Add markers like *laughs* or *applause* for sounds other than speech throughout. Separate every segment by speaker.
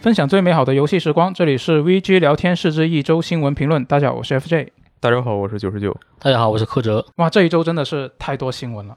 Speaker 1: 分享最美好的游戏时光，这里是 VG 聊天室之一周新闻评论。大家好，我是 FJ。
Speaker 2: 大家好，我是九十九。
Speaker 3: 大家好，我是柯哲。
Speaker 1: 哇，这一周真的是太多新闻了。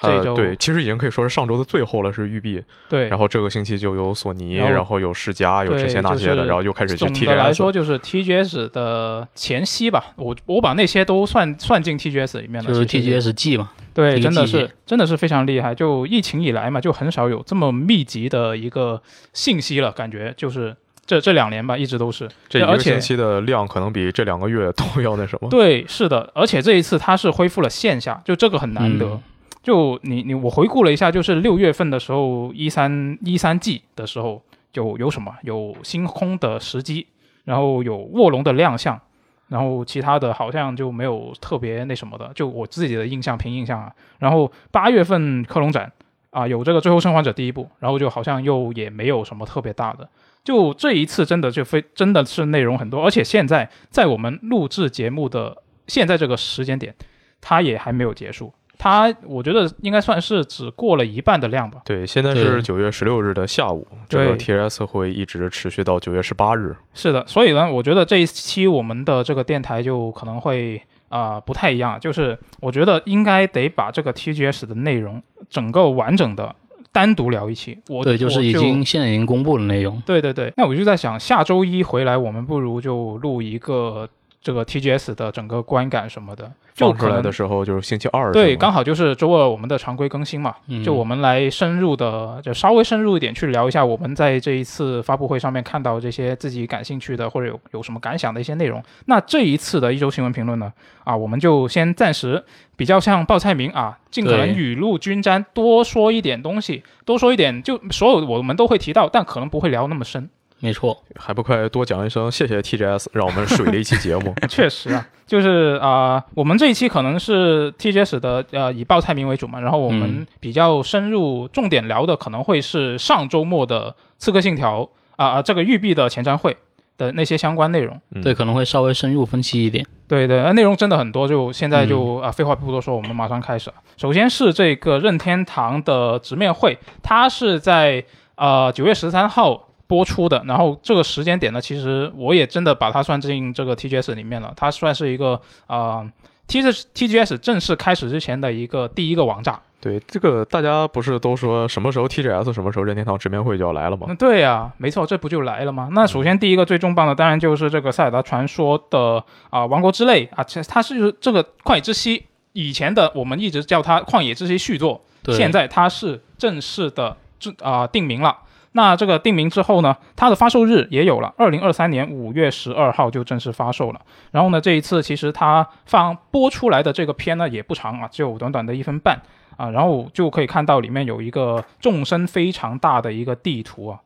Speaker 1: 这一周
Speaker 2: 呃，对，其实已经可以说是上周的最后了，是育碧。
Speaker 1: 对，
Speaker 2: 然后这个星期就有索尼，
Speaker 1: 然后
Speaker 2: 然后有世嘉，有这些那些
Speaker 1: 对就
Speaker 2: 的，
Speaker 1: 是
Speaker 2: 然后又开始去
Speaker 1: 总
Speaker 2: T
Speaker 1: 的
Speaker 2: G
Speaker 1: 来
Speaker 2: S
Speaker 1: 说。就是 TGS 的前夕吧，我我把那些都算算进 TGS 里面了。
Speaker 3: 就是
Speaker 1: 其实
Speaker 3: TGS G 嘛，
Speaker 1: 对，
Speaker 3: 一个
Speaker 1: 真的
Speaker 3: 季节
Speaker 1: 是真的是非常厉害。就疫情以来嘛，就很少有这么密集的一个信息了，感觉就是这这两年吧，一直都是。
Speaker 2: 这一
Speaker 1: 而
Speaker 2: 个
Speaker 1: 且
Speaker 2: 星期的量可能比这两个月都要那什么。
Speaker 1: 对，是的，而且这一次它是恢复了线下，就这个很难得。
Speaker 3: 嗯
Speaker 1: 就你你我回顾了一下，就是六月份的时候，一三一三季的时候有有什么？有星空的时机，然后有卧龙的亮相，然后其他的好像就没有特别那什么的，就我自己的印象凭印象啊。然后八月份克隆展啊，有这个《最后生还者》第一部，然后就好像又也没有什么特别大的。就这一次真的就非真的是内容很多，而且现在在我们录制节目的现在这个时间点，它也还没有结束。它我觉得应该算是只过了一半的量吧。
Speaker 2: 对，现在是
Speaker 3: 对
Speaker 2: 九月十六日的下午，这个
Speaker 1: 对
Speaker 2: T S 会一直持续到九月十八日。
Speaker 1: 是的，所以呢，我觉得这一期我们的这个电台就可能会啊、不太一样，就是我觉得应该得把这个 TGS 的内容整个完整的单独聊一期。我
Speaker 3: 对，就是
Speaker 1: 我
Speaker 3: 已经现在已经公布了内容。
Speaker 1: 对对对，那我就在想，下周一回来，我们不如就录一个这个 TGS 的整个观感什么的，就
Speaker 2: 放出
Speaker 1: 可
Speaker 2: 来
Speaker 1: 能
Speaker 2: 的时候就是星期二。
Speaker 1: 对，
Speaker 2: 是吗
Speaker 1: 刚好就是周二我们的常规更新嘛，
Speaker 3: 嗯
Speaker 1: 就我们来深入的，就稍微深入一点去聊一下我们在这一次发布会上面看到这些自己感兴趣的或者有有什么感想的一些内容。那这一次的一周新闻评论呢，啊，我们就先暂时比较像报菜名啊，尽可能
Speaker 3: 对
Speaker 1: 雨露均沾，多说一点东西，多说一点，就所有我们都会提到，但可能不会聊那么深。
Speaker 3: 没错，
Speaker 2: 还不快多讲一声谢谢 T G S，让我们水了一期
Speaker 1: *laughs*
Speaker 2: 节目。
Speaker 1: 确实啊，就是啊、我们这一期可能是 TGS 的呃以报菜名为主嘛，然后我们
Speaker 3: 嗯
Speaker 1: 比较深入重点聊的可能会是上周末的《刺客信条》啊、啊这个育碧的前瞻会的那些相关内容。
Speaker 2: 嗯
Speaker 3: 对，可能会稍微深入分析一点。
Speaker 1: 对对，呃内容真的很多，就现在就啊、废话不多说，我们马上开始啊。首先是这个任天堂的直面会，它是在呃九月十三号播出的，然后这个时间点呢，其实我也真的把它算进这个 TGS 里面了，它算是一个啊 T TGS 正式开始之前的一个第一个网站。
Speaker 2: 对，这个大家不是都说什么时候 T G S，什么时候任天堂直面会就要来了吗？
Speaker 1: 嗯，对呀、没错，这不就来了吗？那首先第一个最重磅的，当然就是这个《塞尔达传说》的啊、王国之泪》啊，其实它是这个《旷野之息》以前的我们一直叫它《旷野之息》续作，
Speaker 3: 对，
Speaker 1: 现在它是正式的正啊、定名了。那这个定名之后呢，它的发售日也有了，二零二三年五月十二号就正式发售了。然后呢，这一次其实它放播出来的这个片呢也不长啊，只有短短的一分半啊，然后就可以看到里面有一个纵深非常大的一个地图啊。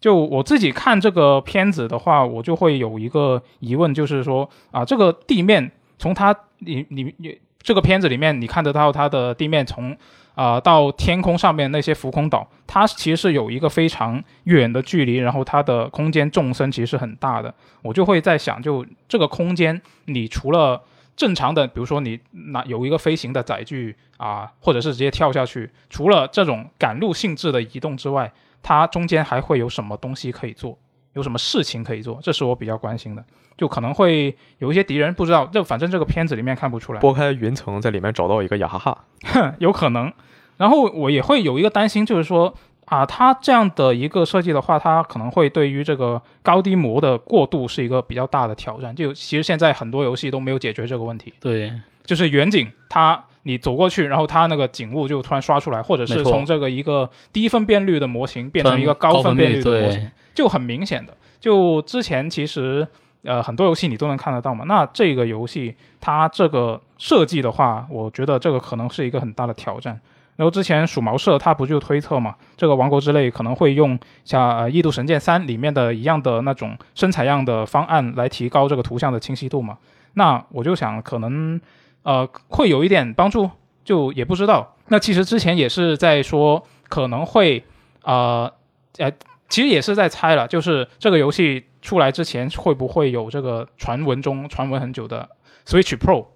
Speaker 1: 就我自己看这个片子的话，我就会有一个疑问，就是说啊，这个地面从它你你你这个片子里面你看得到它的地面从啊、到天空上面那些浮空岛，它其实是有一个非常远的距离，然后它的空间纵深其实是很大的。我就会在想，就这个空间，你除了正常的，比如说你拿有一个飞行的载具啊、或者是直接跳下去，除了这种赶路性质的移动之外，它中间还会有什么东西可以做？有什么事情可以做？这是我比较关心的。就可能会有一些敌人不知道，这反正这个片子里面看不出来。
Speaker 2: 拨开云层，在里面找到一个雅哈哈。
Speaker 1: *laughs* 有可能。然后我也会有一个担心，就是说啊，它这样的一个设计的话，它可能会对于这个高低模的过渡是一个比较大的挑战。就其实现在很多游戏都没有解决这个问题，
Speaker 3: 对
Speaker 1: 就是远景它。你走过去，然后它那个景物就突然刷出来，或者是
Speaker 3: 没错
Speaker 1: 从这个一个低分辨率的模型变成一个
Speaker 3: 分高
Speaker 1: 分辨率的模型，
Speaker 3: 对，
Speaker 1: 就很明显的。就之前其实呃很多游戏你都能看得到嘛，那这个游戏它这个设计的话，我觉得这个可能是一个很大的挑战。然后之前鼠毛社它不就推测嘛，这个《王国之泪》可能会用像呃《异度神剑三》里面的一样的那种身材样的方案来提高这个图像的清晰度嘛。那我就想，可能呃会有一点帮助，就也不知道。那其实之前也是在说可能会呃呃其实也是在猜了，就是这个游戏出来之前会不会有这个传闻中传闻很久的 Switch Pro，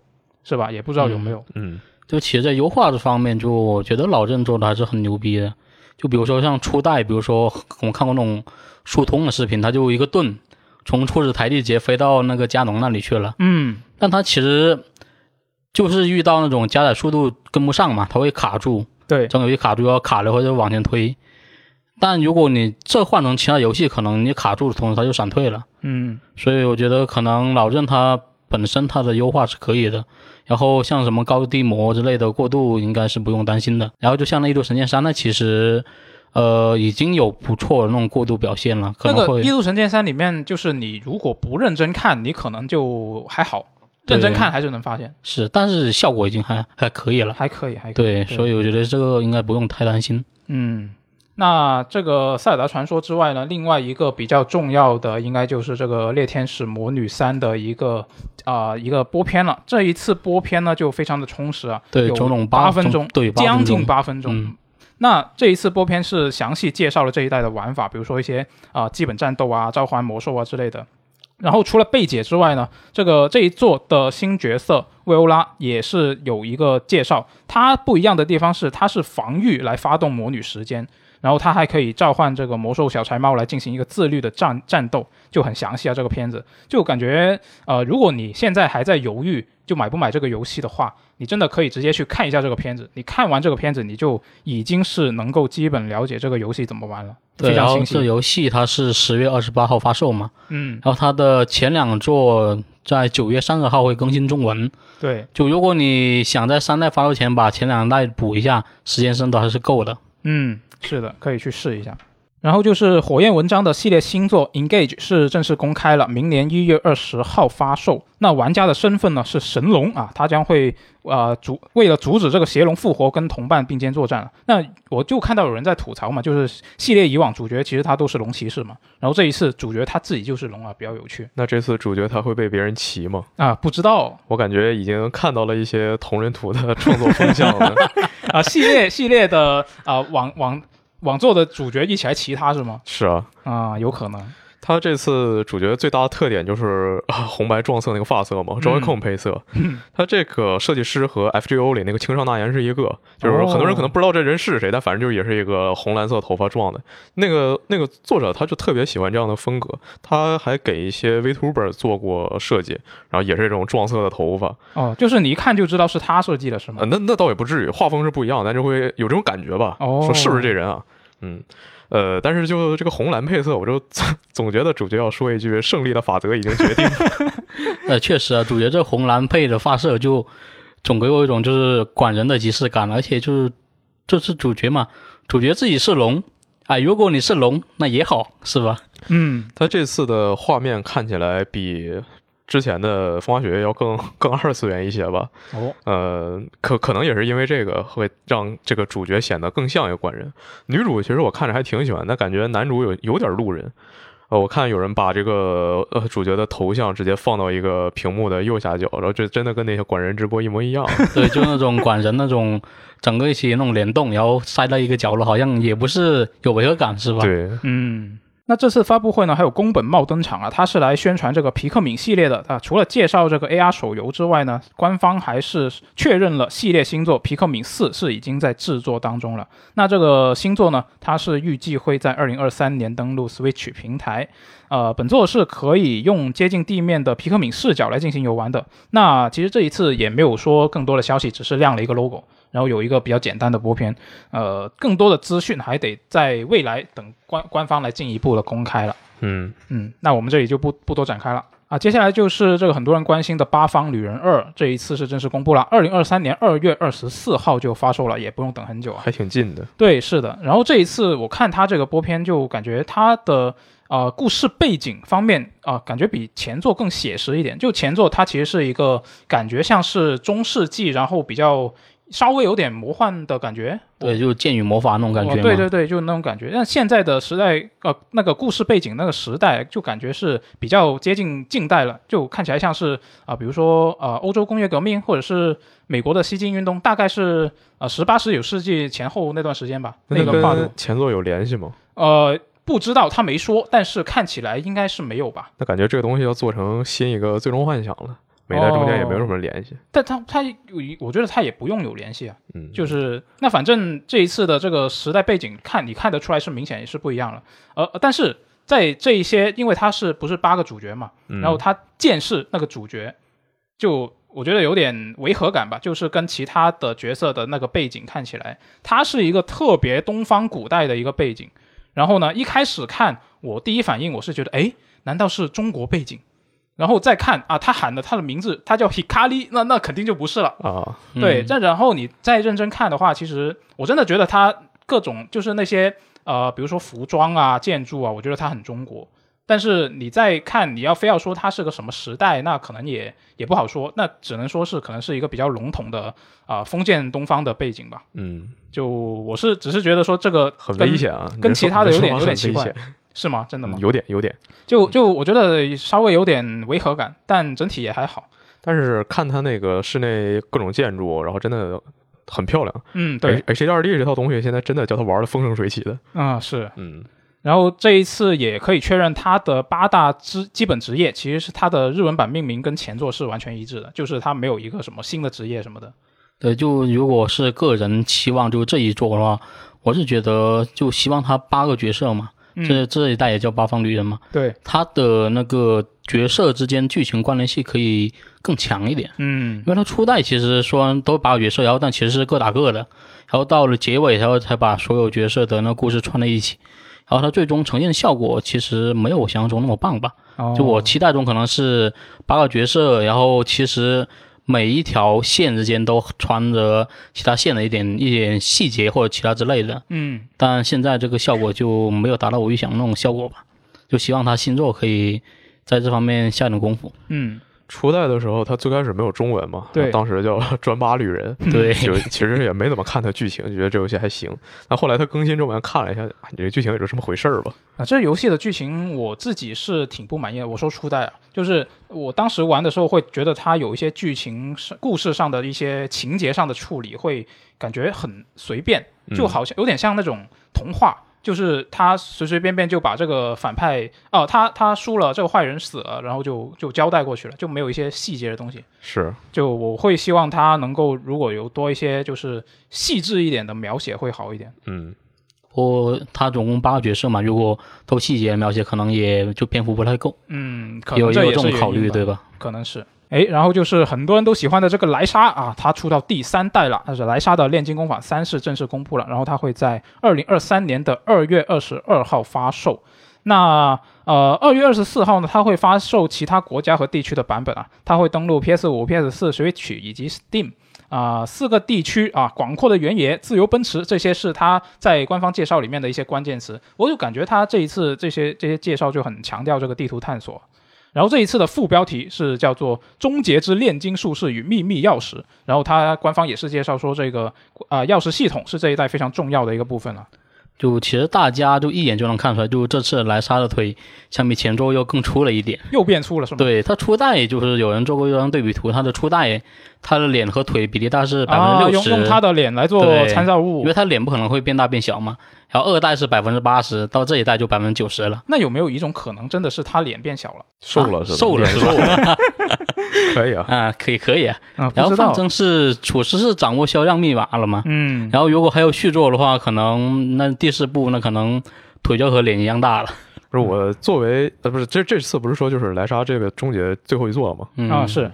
Speaker 1: 是吧？也不知道有没有。
Speaker 2: 嗯，
Speaker 3: 就企业在优化这方面，就我觉得老郑做的还是很牛逼的。就比如说像初代，比如说我们看过那种疏通的视频，它就一个盾从初始台地劫飞到那个加农那里去了，
Speaker 1: 嗯
Speaker 3: 但它其实就是遇到那种加载速度跟不上嘛，它会卡住，
Speaker 1: 对，
Speaker 3: 整个游戏卡住要卡了或者往前推。但如果你这换成其他游戏，可能你卡住的同时它就闪退了。
Speaker 1: 嗯
Speaker 3: 所以我觉得可能老任它本身它的优化是可以的，然后像什么高地模之类的过渡应该是不用担心的。然后就像那《一度神剑三》，那其实呃已经有不错的那种过渡表现了，可
Speaker 1: 那
Speaker 3: 能
Speaker 1: 个
Speaker 3: 会
Speaker 1: 《异度神剑三》里面，就是你如果不认真看，你可能就还好，认真
Speaker 3: 对
Speaker 1: 看还是能发现，
Speaker 3: 是，但是效果已经还还可以了。
Speaker 1: 还可以，还可以。
Speaker 3: 对，所以我觉得这个应该不用太担心。
Speaker 1: 嗯，那这个《塞尔达传说》之外呢，另外一个比较重要的，应该就是这个《猎天使魔女三》的一个啊、一个播片了。这一次播片呢，就非常的充实啊，
Speaker 3: 对，
Speaker 1: 有
Speaker 3: 种种
Speaker 1: 八
Speaker 3: 分
Speaker 1: 分钟，
Speaker 3: 对，八
Speaker 1: 将
Speaker 3: 分
Speaker 1: 近
Speaker 3: 钟，
Speaker 1: 八分钟。
Speaker 3: 嗯
Speaker 1: 那这一次播片是详细介绍了这一代的玩法，比如说一些啊、基本战斗啊、召唤魔兽啊之类的。然后除了贝姐之外呢，这个这一座的新角色维欧拉也是有一个介绍。它不一样的地方是，它是防御来发动魔女时间，然后它还可以召唤这个魔兽小柴猫来进行一个自律的战战斗，就很详细啊。这个片子就感觉呃，如果你现在还在犹豫就买不买这个游戏的话，你真的可以直接去看一下这个片子。你看完这个片子，你就已经是能够基本了解这个游戏怎么玩了，
Speaker 3: 对，
Speaker 1: 非
Speaker 3: 然
Speaker 1: 常
Speaker 3: 后
Speaker 1: 清
Speaker 3: 这
Speaker 1: 晰。
Speaker 3: 游戏它是十月二十八号发售嘛，
Speaker 1: 嗯，
Speaker 3: 然后它的前两座在九月三十号会更新中文，
Speaker 1: 对，
Speaker 3: 就如果你想在三代发售前把前两代补一下，时间深度还是够的。
Speaker 1: 嗯，是的，可以去试一下。然后就是火焰文章的系列新作《Engage》是正式公开了，明年一月二十号发售。那玩家的身份呢是神龙啊，他将会呃阻为了阻止这个邪龙复活，跟同伴并肩作战。那我就看到有人在吐槽嘛，就是系列以往主角其实他都是龙骑士嘛，然后这一次主角他自己就是龙啊，比较有趣
Speaker 2: 那这次主角他会被别人骑吗？
Speaker 1: 啊。不知道
Speaker 2: 我感觉已经看到了一些同人图的创作风向了。
Speaker 1: 啊，系列 *laughs* 系列的啊网网网作的主角一起来骑他是
Speaker 2: *laughs*
Speaker 1: 吗？
Speaker 2: 是啊，
Speaker 1: 啊，有可能。
Speaker 2: 他这次主角最大的特点就是、 *laughs* 啊、红白撞色那个发色嘛 j o y c o n 配色。他这个设计师和 FGO 里那个青少纳言是一个，就是很多人可能不知道这人是谁，但反正就是也是一个红蓝色头发撞的。那个那个作者他就特别喜欢这样的风格，他还给一些 VTuber 做过设计，然后也是这种撞色的头发。
Speaker 1: 哦，就是你一看就知道是他设计的，是吗
Speaker 2: 啊，？那那倒也不至于，画风是不一样，但就会有这种感觉吧。
Speaker 1: 哦
Speaker 2: 说是不是这人啊？嗯，呃，但是就这个红蓝配色，我就 *laughs* 总觉得主角要说一句“胜利的法则已经决定了
Speaker 3: 呃，确实啊，主角这红蓝配的发色就总给我一种就是管人的即视感，而且就是这是主角嘛，主角自己是龙，哎，如果你是龙那也好，是吧？ *laughs*
Speaker 1: 嗯”。
Speaker 2: 他这次的画面看起来比之前的《风花雪月》要更更二次元一些吧？
Speaker 1: 哦，
Speaker 2: 呃，可可能也是因为这个，会让这个主角显得更像一个管人。女主其实我看着还挺喜欢，但感觉男主有有点路人。呃，我看有人把这个呃主角的头像直接放到一个屏幕的右下角，然后这真的跟那些管人直播一模一样。
Speaker 3: 对，就那种管人那种整个一起那种联动，然后塞到一个角落，好像也不是有违和感，是吧？
Speaker 2: 对，
Speaker 1: 嗯。那这次发布会呢，还有宫本茂登场啊，他是来宣传这个皮克敏系列的啊。除了介绍这个 AR 手游之外呢，官方还是确认了系列新作《皮克敏四》是已经在制作当中了。那这个新作呢，它是预计会在二零二三年登陆 Switch 平台。呃，本作是可以用接近地面的皮克敏视角来进行游玩的。那其实这一次也没有说更多的消息，只是亮了一个 logo，然后有一个比较简单的播片。呃，更多的资讯还得在未来等官官方来进一步的公开了。
Speaker 2: 嗯，
Speaker 1: 嗯，那我们这里就不不多展开了啊。接下来就是这个很多人关心的《八方旅人二》，这一次是正式公布了，二零二三年二月二十四号就发售了，也不用等很久啊。
Speaker 2: 还挺近的。
Speaker 1: 对，是的。然后这一次我看他这个播片，就感觉他的呃故事背景方面啊、呃感觉比前作更写实一点。就前作它其实是一个感觉像是中世纪，然后比较稍微有点魔幻的感觉，
Speaker 3: 对，就剑与魔法那种感觉
Speaker 1: 哦
Speaker 3: 嘛。
Speaker 1: 对对对，就那种感觉。但现在的时代，呃，那个故事背景那个时代，就感觉是比较接近近代了，就看起来像是啊、比如说呃，欧洲工业革命，或者是美国的西进运动，大概是呃十八十九世纪前后那段时间吧，那个跨度
Speaker 2: 跟。前作有联系吗？
Speaker 1: 呃，不知道他没说，但是看起来应该是没有吧。
Speaker 2: 那感觉这个东西要做成新一个《最终幻想》了。没在中间也没有什么联系。
Speaker 1: 但他他，我觉得他也不用有联系啊，
Speaker 2: 嗯，
Speaker 1: 就是那反正这一次的这个时代背景看你看得出来是明显是不一样了，呃，但是在这一些，因为他是不是八个主角嘛，
Speaker 2: 嗯
Speaker 1: 然后他见识那个主角，就我觉得有点违和感吧，就是跟其他的角色的那个背景看起来，它是一个特别东方古代的一个背景。然后呢，一开始看我第一反应我是觉得，哎，难道是中国背景？然后再看啊，他喊的他的名字，他叫 Hikari，那那肯定就不是了。
Speaker 2: 啊，
Speaker 1: 对，
Speaker 3: 嗯
Speaker 1: 再然后你再认真看的话，其实我真的觉得它各种就是那些呃，比如说服装啊、建筑啊，我觉得它很中国。但是你再看，你要非要说它是个什么时代，那可能也也不好说，那只能说是可能是一个比较笼统的啊、封建东方的背景吧。
Speaker 2: 嗯，
Speaker 1: 就我是只是觉得说这个
Speaker 2: 很
Speaker 1: 跟
Speaker 2: 危险啊，
Speaker 1: 跟其他的有点有
Speaker 2: 你这
Speaker 1: 点
Speaker 2: 说
Speaker 1: 奇
Speaker 2: 法
Speaker 1: 怪
Speaker 2: 很危险，
Speaker 1: 是吗？真的吗
Speaker 2: 嗯？有点有点。
Speaker 1: 就就我觉得稍微有点违和感，但整体也还好。
Speaker 2: 但是看它那个室内各种建筑，然后真的很漂亮。哎
Speaker 1: 嗯，对，
Speaker 2: ，H D 二 D 这套东西现在真的叫它玩的风生水起的。
Speaker 1: 嗯，是。
Speaker 2: 嗯，
Speaker 1: 然后这一次也可以确认他的八大职基本职业其实是他的日文版命名跟前作是完全一致的，就是他没有一个什么新的职业什么的。
Speaker 3: 对，就如果是个人期望，就这一座的话，我是觉得就希望他八个角色嘛，
Speaker 1: 嗯
Speaker 3: 这这一代也叫八方旅人嘛，
Speaker 1: 对，
Speaker 3: 他的那个角色之间剧情关联性可以更强一点。
Speaker 1: 嗯
Speaker 3: 因为他初代其实虽然都八个角色，然后但其实是各打各的，然后到了结尾，然后才把所有角色的那故事串在一起，然后他最终呈现的效果其实没有我想象中那么棒吧。
Speaker 1: 哦
Speaker 3: 就我期待中可能是八个角色，然后其实每一条线之间都穿着其他线的一点一点细节或者其他之类的，
Speaker 1: 嗯
Speaker 3: 但现在这个效果就没有达到我预想的那种效果吧。就希望他新作可以在这方面下点功夫。
Speaker 1: 嗯
Speaker 2: 初代的时候它最开始没有中文嘛，
Speaker 1: 对
Speaker 2: 当时叫 *laughs* 专八旅人。
Speaker 3: 对，
Speaker 2: 就其实也没怎么看它剧情，就觉得这游戏还行。那后来它更新之后，我还看了一下，啊你这剧情也就这么回事儿吧。
Speaker 1: 啊，这游戏的剧情我自己是挺不满意的。我说初代啊，就是我当时玩的时候会觉得它有一些剧情上、故事上的一些情节上的处理会感觉很随便，就
Speaker 2: 嗯
Speaker 1: 好像有点像那种童话，就是他随随便便就把这个反派哦、他他输了，这个坏人死了，然后就就交代过去了，就没有一些细节的东西。
Speaker 2: 是，
Speaker 1: 就我会希望他能够如果有多一些就是细致一点的描写会好一点。
Speaker 2: 嗯，
Speaker 3: 我他总共八个角色嘛，如果都细节描写，可能也就篇幅不太够，
Speaker 1: 嗯，可
Speaker 3: 有
Speaker 1: 能
Speaker 3: 有
Speaker 1: 这也
Speaker 3: 这
Speaker 1: 是
Speaker 3: 种
Speaker 1: 原
Speaker 3: 考
Speaker 1: 因
Speaker 3: 虑，
Speaker 1: 吧
Speaker 3: 对吧？
Speaker 1: 可能是。哎，然后就是很多人都喜欢的这个莱莎啊，它出到第三代了，但是莱莎的炼金工坊三是正式公布了，然后它会在二零二三年的二月二十二号发售。那呃，二月二十四号呢，它会发售其他国家和地区的版本啊，它会登录 PS 五、PS 四、Switch 以及 Steam 啊、四个地区啊，广阔的原野、自由奔驰，这些是它在官方介绍里面的一些关键词。我就感觉它这一次这些这些介绍就很强调这个地图探索，然后这一次的副标题是叫做《终结之炼金术士与秘密钥匙》，然后它官方也是介绍说这个啊、呃钥匙系统是这一代非常重要的一个部分了。
Speaker 3: 就其实大家就一眼就能看出来，就这次莱莎的腿相比前作又更粗了一点。
Speaker 1: 又变 *laughs* 粗了是吗？
Speaker 3: 对，它初代就是有人做过一张对比图，它的初代它的脸和腿比例大概是百分
Speaker 1: 啊，
Speaker 3: 之六
Speaker 1: 用
Speaker 3: 十，
Speaker 1: 用它的脸来做
Speaker 3: 对
Speaker 1: 参照
Speaker 3: 因
Speaker 1: 物
Speaker 3: 为，它脸不可能会变大变小嘛。然后二代是百分之八十，到这一代就百分之九十了。啊
Speaker 1: 那有没有一种可能真的是他脸变小了
Speaker 2: 瘦
Speaker 1: 啊
Speaker 2: 了是吧？
Speaker 3: 瘦了 *laughs*
Speaker 2: 脸
Speaker 3: 是吧？
Speaker 2: 可以啊。
Speaker 3: 啊，可以可以啊。
Speaker 1: 啊？
Speaker 3: 然
Speaker 1: 不
Speaker 3: 后
Speaker 1: 知
Speaker 3: 反
Speaker 1: 道，
Speaker 3: 正是楚辞是掌握销量密码了嘛。
Speaker 1: 嗯，
Speaker 3: 然后如果还有续作的话，可能那第四部那可能腿就和脸一样大了。
Speaker 2: 不
Speaker 1: 嗯
Speaker 2: 是我作为呃，不是这这次不是说就是莱莎这个终结最后一座嘛？
Speaker 3: 嗯
Speaker 1: 啊是，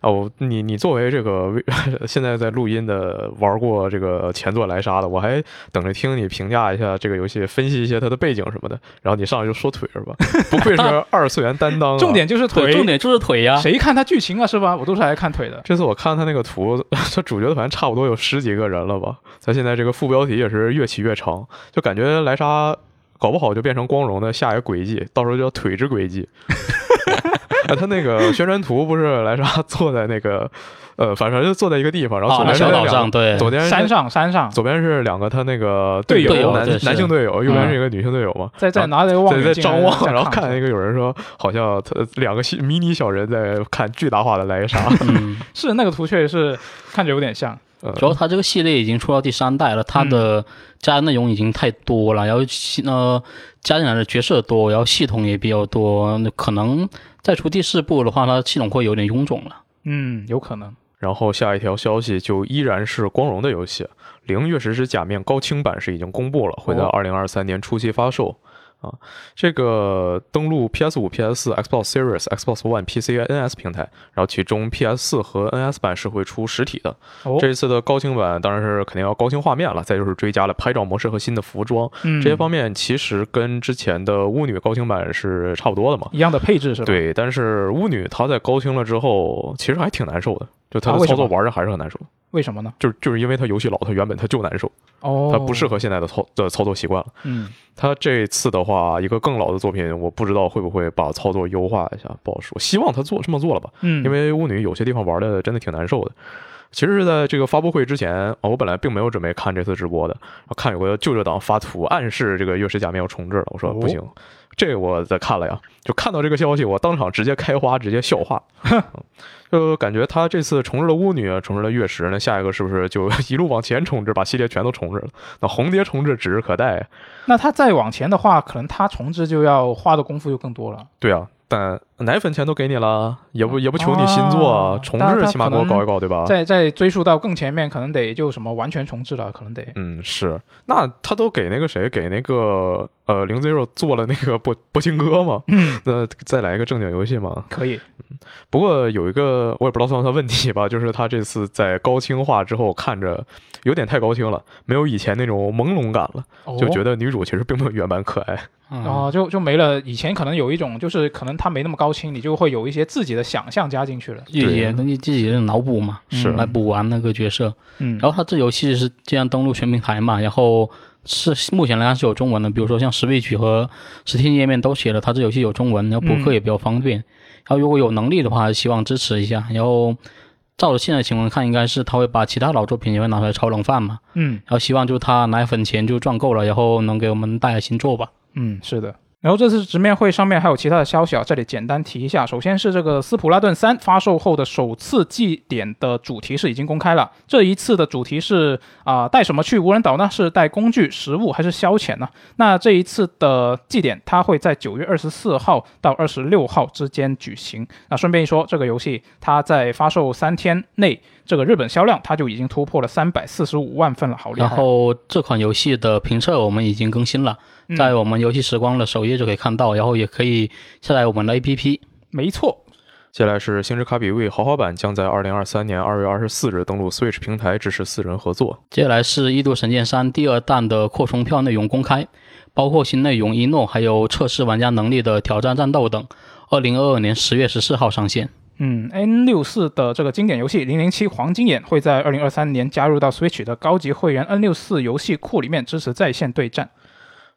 Speaker 2: 啊，我你你作为这个微 *laughs* 现在在录音的玩过这个前作莱莎的，我还等着听你评价一下这个游戏，分析一些它的背景什么的。然后你上来就说腿是吧？不
Speaker 1: *laughs*
Speaker 2: 愧是二次元担当、啊。
Speaker 1: 重点就是
Speaker 3: 腿，
Speaker 1: 腿，
Speaker 3: 重点就是腿呀、
Speaker 1: 谁看他剧情啊是吧？我都是来看腿的。
Speaker 2: 这次我看他那个图， *laughs* 他主角团差不多有十几个人了吧？他现在这个副标题也是越起越长，就感觉莱莎搞不好就变成光荣的下一个轨迹，到时候就叫腿之轨迹。 *laughs* 啊，他那个宣传图不是莱莎坐在那个，呃，反正就坐在一个地方，然后左，
Speaker 3: 啊那
Speaker 2: 边是
Speaker 3: 小
Speaker 2: 两
Speaker 3: 岛
Speaker 2: 个，
Speaker 3: 上对，
Speaker 2: 左边是
Speaker 1: 山上山上，
Speaker 2: 左边是两个他那个
Speaker 1: 队
Speaker 2: 友，
Speaker 1: 友啊
Speaker 2: 男
Speaker 3: 对是
Speaker 2: 男性队友，右边是一个女性队友嘛，
Speaker 1: 在在
Speaker 2: 然后
Speaker 1: 拿着嗯望
Speaker 2: 在
Speaker 1: 远
Speaker 2: 在
Speaker 1: 镜
Speaker 2: 张望，然后看
Speaker 1: 一个，
Speaker 2: 那个有人说，好像他两个小迷你小人在看巨大化的莱
Speaker 3: *laughs*
Speaker 2: 莎，
Speaker 3: 嗯，
Speaker 1: 是那个图确实是看着有点像。
Speaker 2: 呃
Speaker 3: 主要它这个系列已经出到第三代了，它的加的内容已经太多了，然后系呃加进来的角色多，然后系统也比较多，那可能再出第四部的话，它系统会有点臃肿了。
Speaker 1: 嗯，有可能。
Speaker 2: 然后下一条消息就依然是光荣的游戏，《零月食之假面》高清版是已经公布了，会在
Speaker 1: 哦
Speaker 2: 二零二三年初期发售。啊，这个登录 PS 五、PS 四、Xbox Series、Xbox One、PC、NS 平台，然后其中 PS 四和 NS 版是会出实体的。
Speaker 1: 哦，
Speaker 2: 这一次的高清版当然是肯定要高清画面了，再就是追加了拍照模式和新的服装，
Speaker 1: 这
Speaker 2: 这些方面其实跟之前的巫女高清版是差不多的嘛。
Speaker 1: 一样的配置是吧？，
Speaker 2: 对，但是巫女她在高清了之后，其实还挺难受的，就她
Speaker 1: 啊
Speaker 2: 的
Speaker 1: 为什
Speaker 2: 操作
Speaker 1: 么
Speaker 2: 玩着还是很难受，
Speaker 1: 为什么呢？
Speaker 2: 就是就是因为她游戏老，她原本她就难受，
Speaker 1: 哦，
Speaker 2: 她不适。合现在的操的操作习惯了。
Speaker 1: 嗯，
Speaker 2: 她这次的话，一个更老的作品，我不知道会不会把操作优化一下，不好说。希望她做这么做了吧，
Speaker 1: 嗯，
Speaker 2: 因为巫女有些地方玩的真的挺难受的。其实是在这个发布会之前啊，我本来并没有准备看这次直播的，看有个舅舅党发图暗示这个《月食假面》要重置了，我说
Speaker 1: 哦
Speaker 2: 不行，这个我再看了呀，就看到这个消息，我当场直接开花，直接笑
Speaker 1: *laughs*
Speaker 2: 话，嗯就感觉他这次重置了巫女，重置了月食，那下一个是不是就 *laughs* 一路往前重置，把系列全都重置了？那红蝶重置指日可待，
Speaker 1: 那它再往前的话，可能它重置就要花的功夫就更多了。
Speaker 2: 对啊。但奶粉钱都给你了，也不也不求你新作
Speaker 1: 啊
Speaker 2: 重
Speaker 1: 但
Speaker 2: 置
Speaker 1: 哦他
Speaker 2: 起码给我
Speaker 1: 可能
Speaker 2: 搞一搞，对吧？
Speaker 1: 再再追溯到更前面，可能得就什么完全重置了，可能得。
Speaker 2: 嗯，是，那他都给那个谁，给那个呃零 zero 做了那个波波青哥嘛，那再来一个正经游戏嘛。
Speaker 1: 可以，
Speaker 2: 不过有一个我也不知道算不算问题吧，就是他这次在高清化之后看着有点太高清了，没有以前那种朦胧感了，就觉
Speaker 1: 得
Speaker 2: 得女主其实并没有原版可爱。
Speaker 3: 嗯
Speaker 1: 哦，就就没了。以前可能有一种，就是可能它没那么高清，你就会有一些自己的想象加进去了。
Speaker 3: 自己也自己也脑补嘛，
Speaker 2: 是
Speaker 3: 来补完那个角色。
Speaker 1: 嗯，
Speaker 3: 然后它这游戏是既然登陆全平台嘛，然后是目前来看是有中文的，比如说像 Switch 和 Steam 页面都写了，它这游戏有中文，
Speaker 1: 嗯
Speaker 3: 然后博客也比较方便。然后如果有能力的话，希望支持一下。然后照着现在情况看，应该是他会把其他老作品也会拿出来炒冷饭嘛。
Speaker 1: 嗯
Speaker 3: 然后希望就他奶粉钱就赚够了，然后能给我们带来新作吧。
Speaker 1: 嗯，是的。然后这次直面会上面还有其他的消息啊，这里简单提一下。首先是这个《斯普拉顿三》发售后的首次祭典的主题是已经公开了，这一次的主题是啊、带什么去无人岛呢？是带工具、食物还是消遣呢？那这一次的祭典，它会在九月二十四号到二十六号之间举行。那顺便一说，这个游戏它在发售三天内，这个日本销量它就已经突破了三百四十五万份了，好厉害！
Speaker 3: 然后这款游戏的评测我们已经更新了，
Speaker 1: 嗯
Speaker 3: 在我们游戏时光的首页就可以看到，然后也可以下载我们的 APP。
Speaker 1: 没错，
Speaker 2: 接下来是《星之卡比卫》豪华版将在二零二三年二月二十四日登陆 Switch 平台，支持四人合作。
Speaker 3: 接下来是《异度神剑三》第二弹的扩充票内容公开，包括新内容一诺，还有测试玩家能力的挑战战斗等。二零二二年十月十四号上线。
Speaker 1: 嗯，N 六四的这个经典游戏《零零七黄金眼》会在二零二三年加入到 Switch 的高级会员 N 六四游戏库里面，支持在线对战。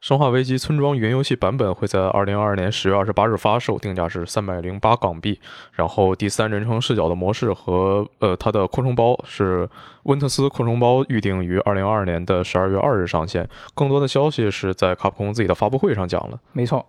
Speaker 2: 《生化危机：村庄》原游戏版本会在二零二二年十月二十八日发售，定价是三百零八港币。然后第三人称视角的模式和呃它的扩充包是温特斯扩充包，预定于二零二二年的十二月二日上线。更多的消息是在卡普空自己的发布会上讲了。
Speaker 1: 没错，